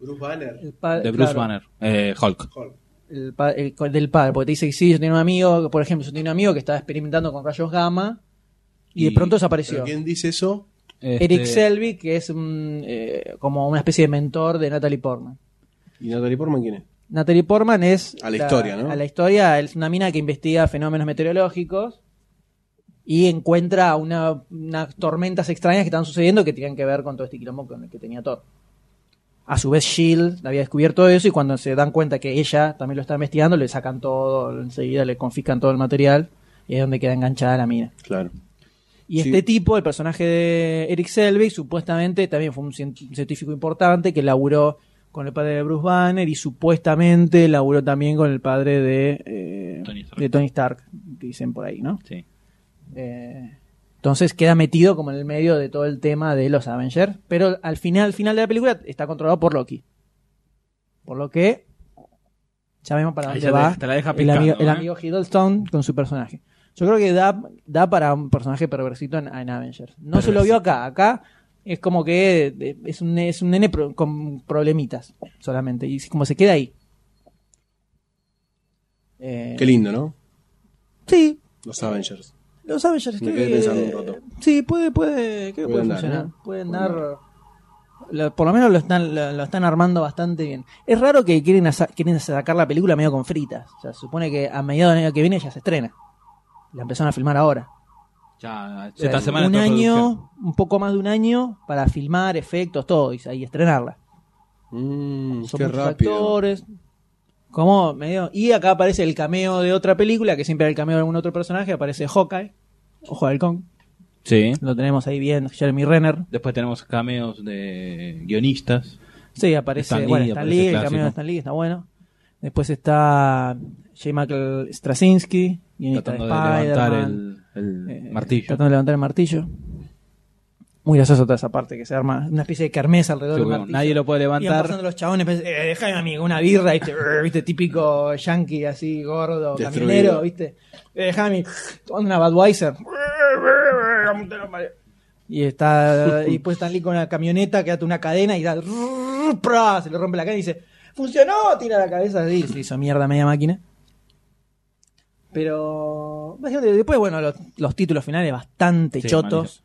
Bruce Banner. El pa- De Bruce claro, Banner. Eh, Hulk. el pa- el co- del padre, porque te dice que sí, yo tenía un amigo, por ejemplo, yo tenía un amigo que estaba experimentando con rayos gamma y, de Y- pronto desapareció. ¿Pero ¿Quién dice eso? Este, Eric Selby, que es un, eh, como una especie de mentor de Natalie Portman. ¿Y Natalie Portman quién es? Natalie Portman es. A la historia, ¿no? A la historia, es una mina que investiga fenómenos meteorológicos y encuentra una- unas tormentas extrañas que están sucediendo que tienen que ver con todo este quilombo con el que tenía Thor. A su vez, Shield había descubierto eso y cuando se dan cuenta que ella también lo está investigando, le sacan todo, enseguida le confiscan todo el material y es donde queda enganchada la mina. Claro. Y Sí. este tipo, el personaje de Eric Selvig, supuestamente también fue un cien- científico importante que laburó con el padre de Bruce Banner y supuestamente laburó también con el padre de, eh, de Tony Stark, dicen por ahí, ¿no? Eh, Sí. entonces queda metido como en el medio de todo el tema de los Avengers, pero al final, al final de la película está controlado por Loki. Por lo que ya vemos para Ahí dónde ya te- va te la deja el amigo, picando, el ¿eh? amigo Hiddleston con su personaje. Yo creo que da, da para un personaje perversito en, en Avengers. No se lo vio acá. Acá es como que eh, es un, es un nene pro- con problemitas solamente. Y como se queda ahí. Eh, Qué lindo, ¿no? Sí, Los Avengers. los Avengers. Me creo quedé que- pensando un rato. este, eh, Sí, puede, puede, creo que puede Pueden dar, funcionar. ¿no? Pueden dar. lo- por lo menos lo están, lo, lo están armando bastante bien. Es raro que quieren, asa- quieren sacar la película medio con fritas. O sea, se supone que a mediados del año que viene ya se estrena. La empezaron a filmar ahora. Ya, O sea, esta semana un está en producción. año, un poco más de un año para filmar efectos, todo, y, y estrenarla. Mm, Son qué muchos rápido. actores. Como medio. Y acá aparece el cameo de otra película, que siempre era el cameo de algún otro personaje, aparece Hawkeye, Ojo de Halcón. Sí. Lo tenemos ahí bien, Jeremy Renner. Después tenemos cameos de guionistas. Sí, aparece Stan Lee, bueno, Stan aparece Lee, el clásico. cameo de Stan Lee está bueno. Después está J. Michael Straczynski, guionista de Tratando de levantar Spider-Man. Eh, el, el martillo. Tratando de levantar el martillo. Muy gracioso toda esa parte que se arma. Una especie de kermés alrededor Sí, del bueno, martillo. nadie lo puede Iban levantar. pasando los chabones, pens- eh, dejame amigo, una birra, ¿viste? Brr, ¿viste? Típico yankee así, gordo, Destruido. caminero, ¿viste? Eh, dejame, tomando una Budweiser. Y está, y después Stan Lee con la camioneta que ata una cadena y da, brr, pra, se le rompe la cadena y dice, funcionó, tira la cabeza así, se hizo mierda media máquina. Pero, básicamente, después, bueno, los, los títulos finales bastante Sí, chotos.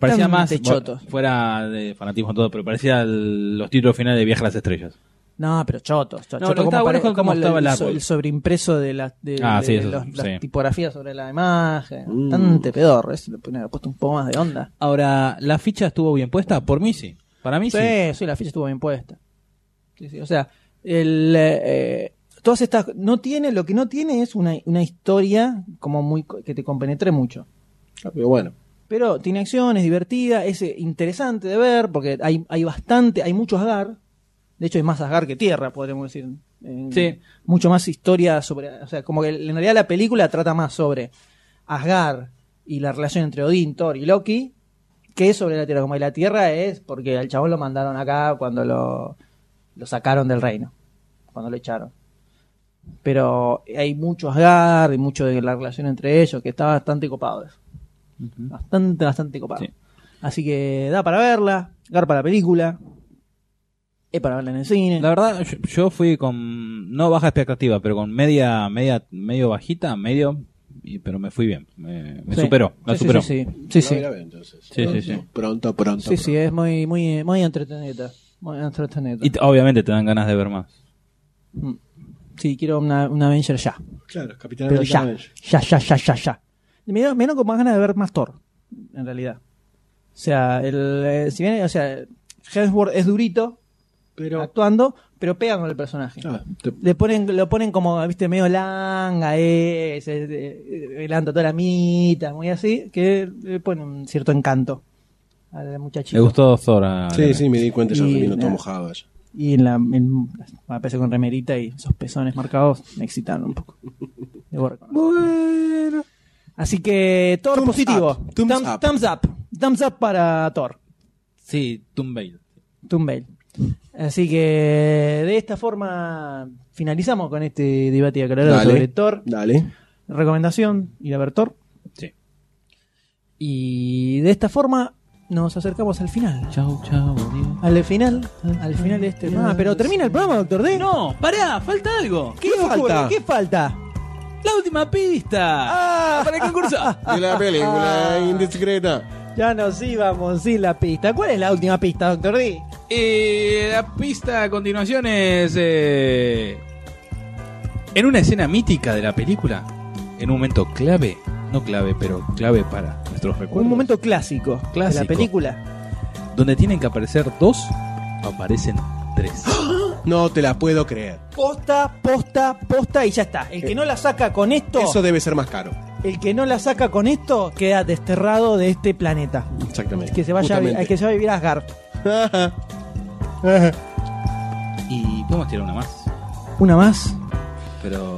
Parecía más bastante chotos. bu- fuera de fanatismo todo, pero parecía el- los títulos finales de Viaje a las Estrellas. No, pero chotos. cho- No, chotos lo que estaba bueno pare- es con cómo el- estaba el el, so- árbol. el sobreimpreso de, la, de, Ah, de- sí, de eso, los- las sí. Mm. tipografías sobre la imagen. Bastante pedorro. Eso le pone- le ha puesto un poco más de onda. Ahora, ¿la ficha estuvo bien puesta? Por mí sí. Para mí sí. sí, la ficha estuvo bien puesta. Sí, sí, o sea, el, eh, todas estas. no tiene Lo que no tiene es una, una historia como muy co- que te compenetre mucho. Ah, pero bueno. Pero tiene acciones, divertida, es eh, interesante de ver porque hay, hay bastante, hay mucho Asgard. De hecho, hay más Asgard que Tierra, podríamos decir. Eh, Sí. Mucho más historia sobre. O sea, como que en realidad la película trata más sobre Asgard y la relación entre Odín, Thor y Loki que sobre la Tierra. Como que la Tierra es porque al chabón lo mandaron acá cuando lo, lo sacaron del reino, cuando lo echaron. Pero hay mucho Asgard y mucho de la relación entre ellos que está bastante copado. eso. Bastante, bastante copado. Así que da para verla, garpa la película, es para verla en el cine. La verdad, yo, yo fui con no baja expectativa, pero con media, media, medio bajita, medio, y- pero me fui bien. Me, me Sí. superó, la Sí, sí, superó. sí, sí. Sí, sí. No, grave, entonces. Sí, sí, sí. Pronto, pronto. Sí, sí, es muy, muy, muy entretenida. Muy entretenida. Y t- obviamente te dan ganas de ver más. Sí, quiero una, una Avenger ya. Claro, Capitán Pero América ya, Avenger. ya, ya, ya, ya, ya. Me dieron, me dieron con más ganas de ver más Thor, en realidad. O sea, el, eh, si bien, o sea, Hemsworth es durito, pero actuando, pero pega con el personaje. Ah, te- Le ponen, lo ponen como, viste, medio langa, eh, se- eh, velando toda la mita, muy así, que le ponen un cierto encanto al muchachito. Le gustó Thor. a- Sí, sí, me di cuenta yo Y vino todo nada. mojado allá. Y en la, en- aparece con remerita y esos pezones marcados me excitaron un poco. Debo reconocer. Así que Thor positivo. up, thumbs Thumbs, up. thumbs up. Thumbs up para Thor. Sí, Toon Bale. Tumbale. Así que de esta forma finalizamos con este debate aclarado Dale. sobre Thor. Dale. Recomendación, ir a ver Thor. Sí. Y de esta forma nos acercamos al final. Chau, chau. Al final, al final de este. Ah, pero termina el programa, doctor D. No, pará, falta algo. ¿Qué, falta? Ah. ¿Qué falta? La última pista. Para el concurso. Ah, De la película indiscreta. Ya nos íbamos sin la pista. ¿Cuál es la última pista, doctor D? Y la pista a continuación es eh, en una escena mítica de la película, en un momento clave, no clave, pero clave para nuestros recuerdos. Un momento clásico, Clásico. de la película. Donde tienen que aparecer dos, aparecen tres. ¡Ah! No te la puedo creer. Posta, posta, posta y ya está. El que no la saca con esto, Eso debe ser más caro. el que no la saca con esto, queda desterrado de este planeta. Exactamente. Que se vaya, a vi- Justamente. que se vaya a vivir a Asgard. Y podemos tirar una más, Una más. pero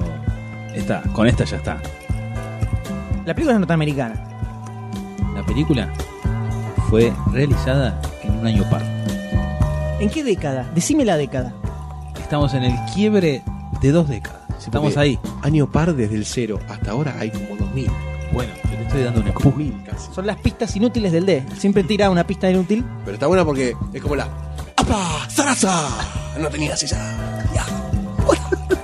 esta, con esta ya está. La película es norteamericana. La película fue realizada en un año par. ¿En qué década? Decime la década. Estamos en el quiebre de dos décadas. Estamos Porque ahí. Año par desde el cero hasta ahora hay como 2000. Bueno, yo te estoy dando un Como empuje. 1000 casi. Son las pistas inútiles del D. Siempre tira una pista inútil. Pero está buena porque es como la. ¡Apa! ¡Sarasa! No tenías esa.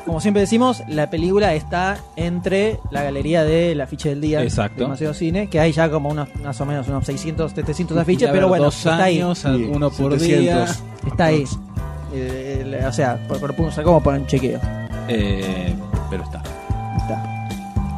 Como siempre decimos, la película está entre la galería de la ficha del día Exacto. del Museo Cine, que hay ya como unos más o menos unos 600, 700 Debe afiches, haber pero bueno, dos está ahí. años, a- Sí, uno por 700. día. Está ahí. El- el- o sea, por, por punto, como por un chequeo. Eh, pero está. Está.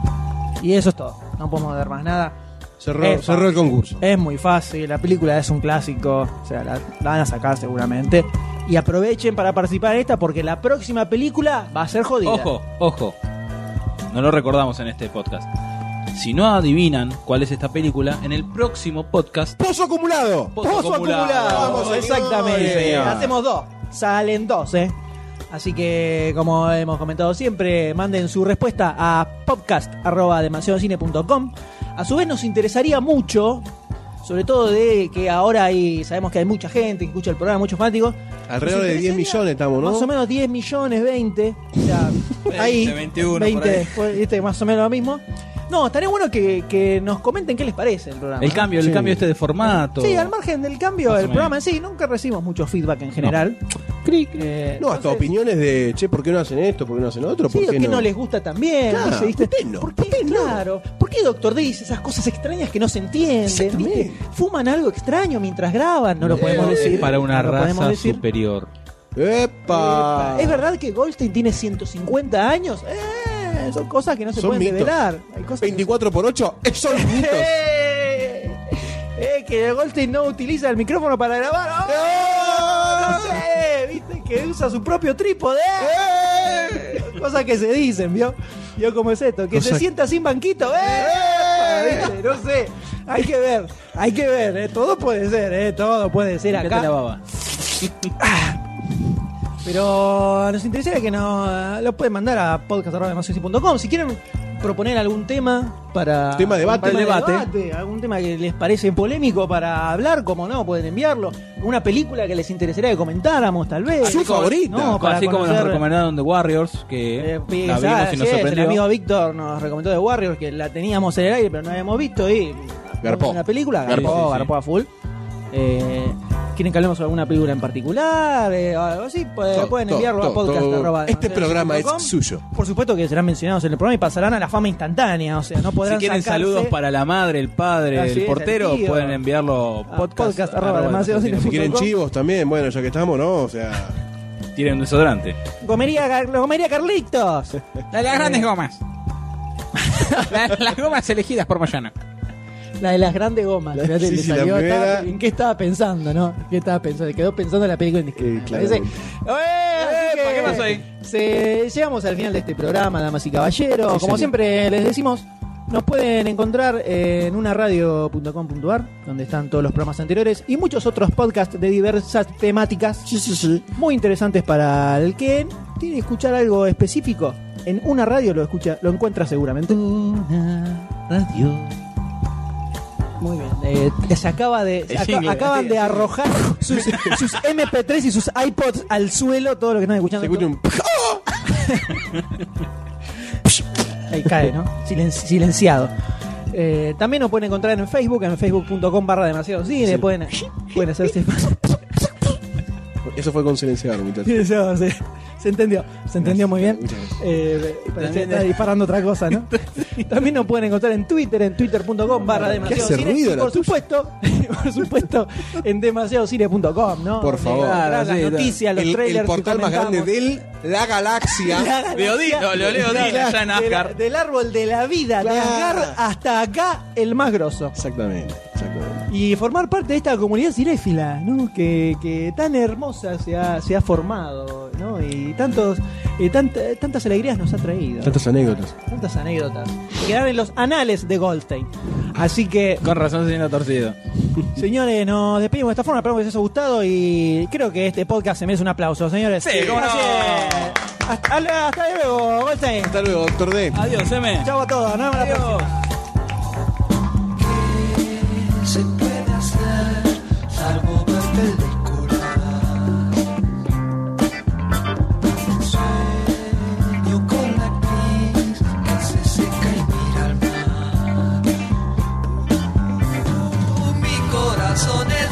Y eso es todo. No podemos ver más nada. Cerró, Epa. cerró el concurso. Es muy fácil, la película es un clásico, o sea, la, la van a sacar seguramente. Y aprovechen para participar en esta porque la próxima película va a ser jodida. Ojo, ojo. No lo recordamos en este podcast. Si no adivinan cuál es esta película, en el próximo podcast. ¡Pozo acumulado! Pozo acumulado. Vamos, exactamente. señores. Hacemos dos. Salen dos, ¿eh? Así que, como hemos comentado siempre, manden su respuesta a podcast.demasiadocine.com. A su vez, nos interesaría mucho, sobre todo de que ahora hay, sabemos que hay mucha gente que escucha el programa, muchos fanáticos. Alrededor Nos de 10 Pues interesaría millones estamos, ¿no? Más o menos 10 millones, 20. O sea, 20, ahí. 21 por 20, ahí. fue- viste, más o menos lo mismo. No, estaría bueno que, que nos comenten qué les parece el programa. El ¿no? cambio, el Sí. cambio este de formato. Ah, Sí, al margen del cambio Más o del menos. programa en sí, nunca recibimos mucho feedback en general. Cric. Eh, No, hasta entonces, opiniones de, che, ¿por qué no hacen esto? ¿Por qué no hacen otro? Sí, ¿Por o qué que no? les gusta también. Claro, no sé, ¿viste? ¿por qué no? ¿Por qué? Claro. ¿Por qué Doctor D dice esas cosas extrañas que no se entienden? Exactamente. ¿viste? Fuman algo extraño mientras graban, no lo podemos Eh, decir. Para una no lo podemos raza decir. superior. ¡Epa! ¿Es verdad que Goldstein tiene 150 años? Eh, son cosas que no se Son pueden mitos. revelar. Hay cosas que no se 24 por 8 son mitos. ¡Eh! Eh, que Goldstein no utiliza el micrófono para grabar. ¡Oh! No sé, viste que usa su propio trípode. Cosas que se dicen, ¿vio? ¿Vio cómo es esto? Que se Cosa- sienta sin banquito. ¡Eh! ¿Viste? No sé. Hay que ver, hay que ver. ¿eh? Todo puede ser, ¿eh? Todo puede ser Limpiate la acá. baba. Pero nos interesaría que nos eh, lo pueden mandar a podcast.com. Si quieren proponer algún tema para Tema debate. para el Tema debate, debate. algún tema que les parece polémico para hablar, como no, pueden enviarlo. Una película que les interesaría que comentáramos, tal vez. Ah, Su favorita. No, para Así como nos conocer- recomendaron The Warriors, que Eh, la vimos así y nos es, el sorprendió. amigo Víctor nos recomendó de Warriors que la teníamos en el aire pero no habíamos visto y Garpó. una película garpó, Garpó, sí, sí. garpó a full. Eh, ¿Quieren que hablemos sobre alguna película en particular? Eh, o algo así, pues, Todo, pueden todo, enviarlo a todo, podcast. todo. arroba Este programa es demasiadocinecine.com. suyo. Por supuesto que serán mencionados en el programa y pasarán a la fama instantánea. O sea, no Si podrán quieren sacarse saludos para la madre, el padre, Así el es, portero, el tío. pueden enviarlo A podcast. podcast arroba demasiado demasiado Si quieren punto com. chivos también, bueno, ya que estamos, ¿no? O sea, cine. Tiren un desodorante. Gomería, Gar- Gomería Carlitos. La de las Eh. grandes gomas. las gomas elegidas por Moyano. La de las grandes gomas. La- Fíjate, sí, le sí, la salió, primera. estaba- ¿En qué estaba pensando, no? ¿Qué estaba pensando? Quedó pensando en la película Eh, indiscriminada. claramente. Ese- ¡Eh! Así Epa, que- ¿qué pasó ahí? se- llegamos al final de este programa, damas y caballeros. Como siempre les decimos, nos pueden encontrar en unaradio.com.ar, donde están todos los programas anteriores y muchos otros podcasts de diversas temáticas muy interesantes para el que tiene que escuchar algo específico. En una radio lo escucha, lo encuentra seguramente. Muy bien. eh, se acaba de, se El aca- jingle, acaban así, de así. arrojar sus, sus MP3 y sus iPods al suelo, todo lo que están escuchando. se escucha un. Ahí cae, ¿no? Silen- silenciado. Eh, también nos pueden encontrar en Facebook, en facebook.com barra demasiado cine. Pueden, pueden este hacerse... Eso fue con silenciador, muchachos. Sí, eso, se, se entendió, se entendió muy bien. Muchas gracias. Eh, parecía estar disparando otra cosa, ¿no? También nos pueden encontrar en Twitter, en twitter.com barra demasiado hace cine. ruido y la por supuesto, por supuesto, en demasiadocine.com, ¿no? Por Donde favor. encontrás Claro, las sí, noticias, los El, trailers. el portal que más comentamos. grande del la galaxia. La De Odín, lo- lo leo Odín, allá en Del- Asgard. Del, árbol de la vida, de Claro. Asgard hasta acá, el más grosso. Exactamente, exactamente. Y formar parte de esta comunidad cinéfila, ¿no? Que, que tan hermosa se ha, se ha formado, ¿no? Y tantos, eh, tant- tantas alegrías nos ha traído. Tantas anécdotas. Tantas anécdotas. que Quedaron en los anales de Goldstein. Así que, Con razón se viene torcido. señores, nos despedimos de esta forma. Esperamos que les haya gustado y creo que este podcast se merece un aplauso, señores. Sí, cómo no. Así es. Hasta, hasta luego, Goldstein. Hasta luego, doctor D. Adiós, M. Chau a todos, nos vemos la próxima. se puede hacer salvo ver películas. Sueño con la actriz que se seca y mira al mar. Oh, mi corazón es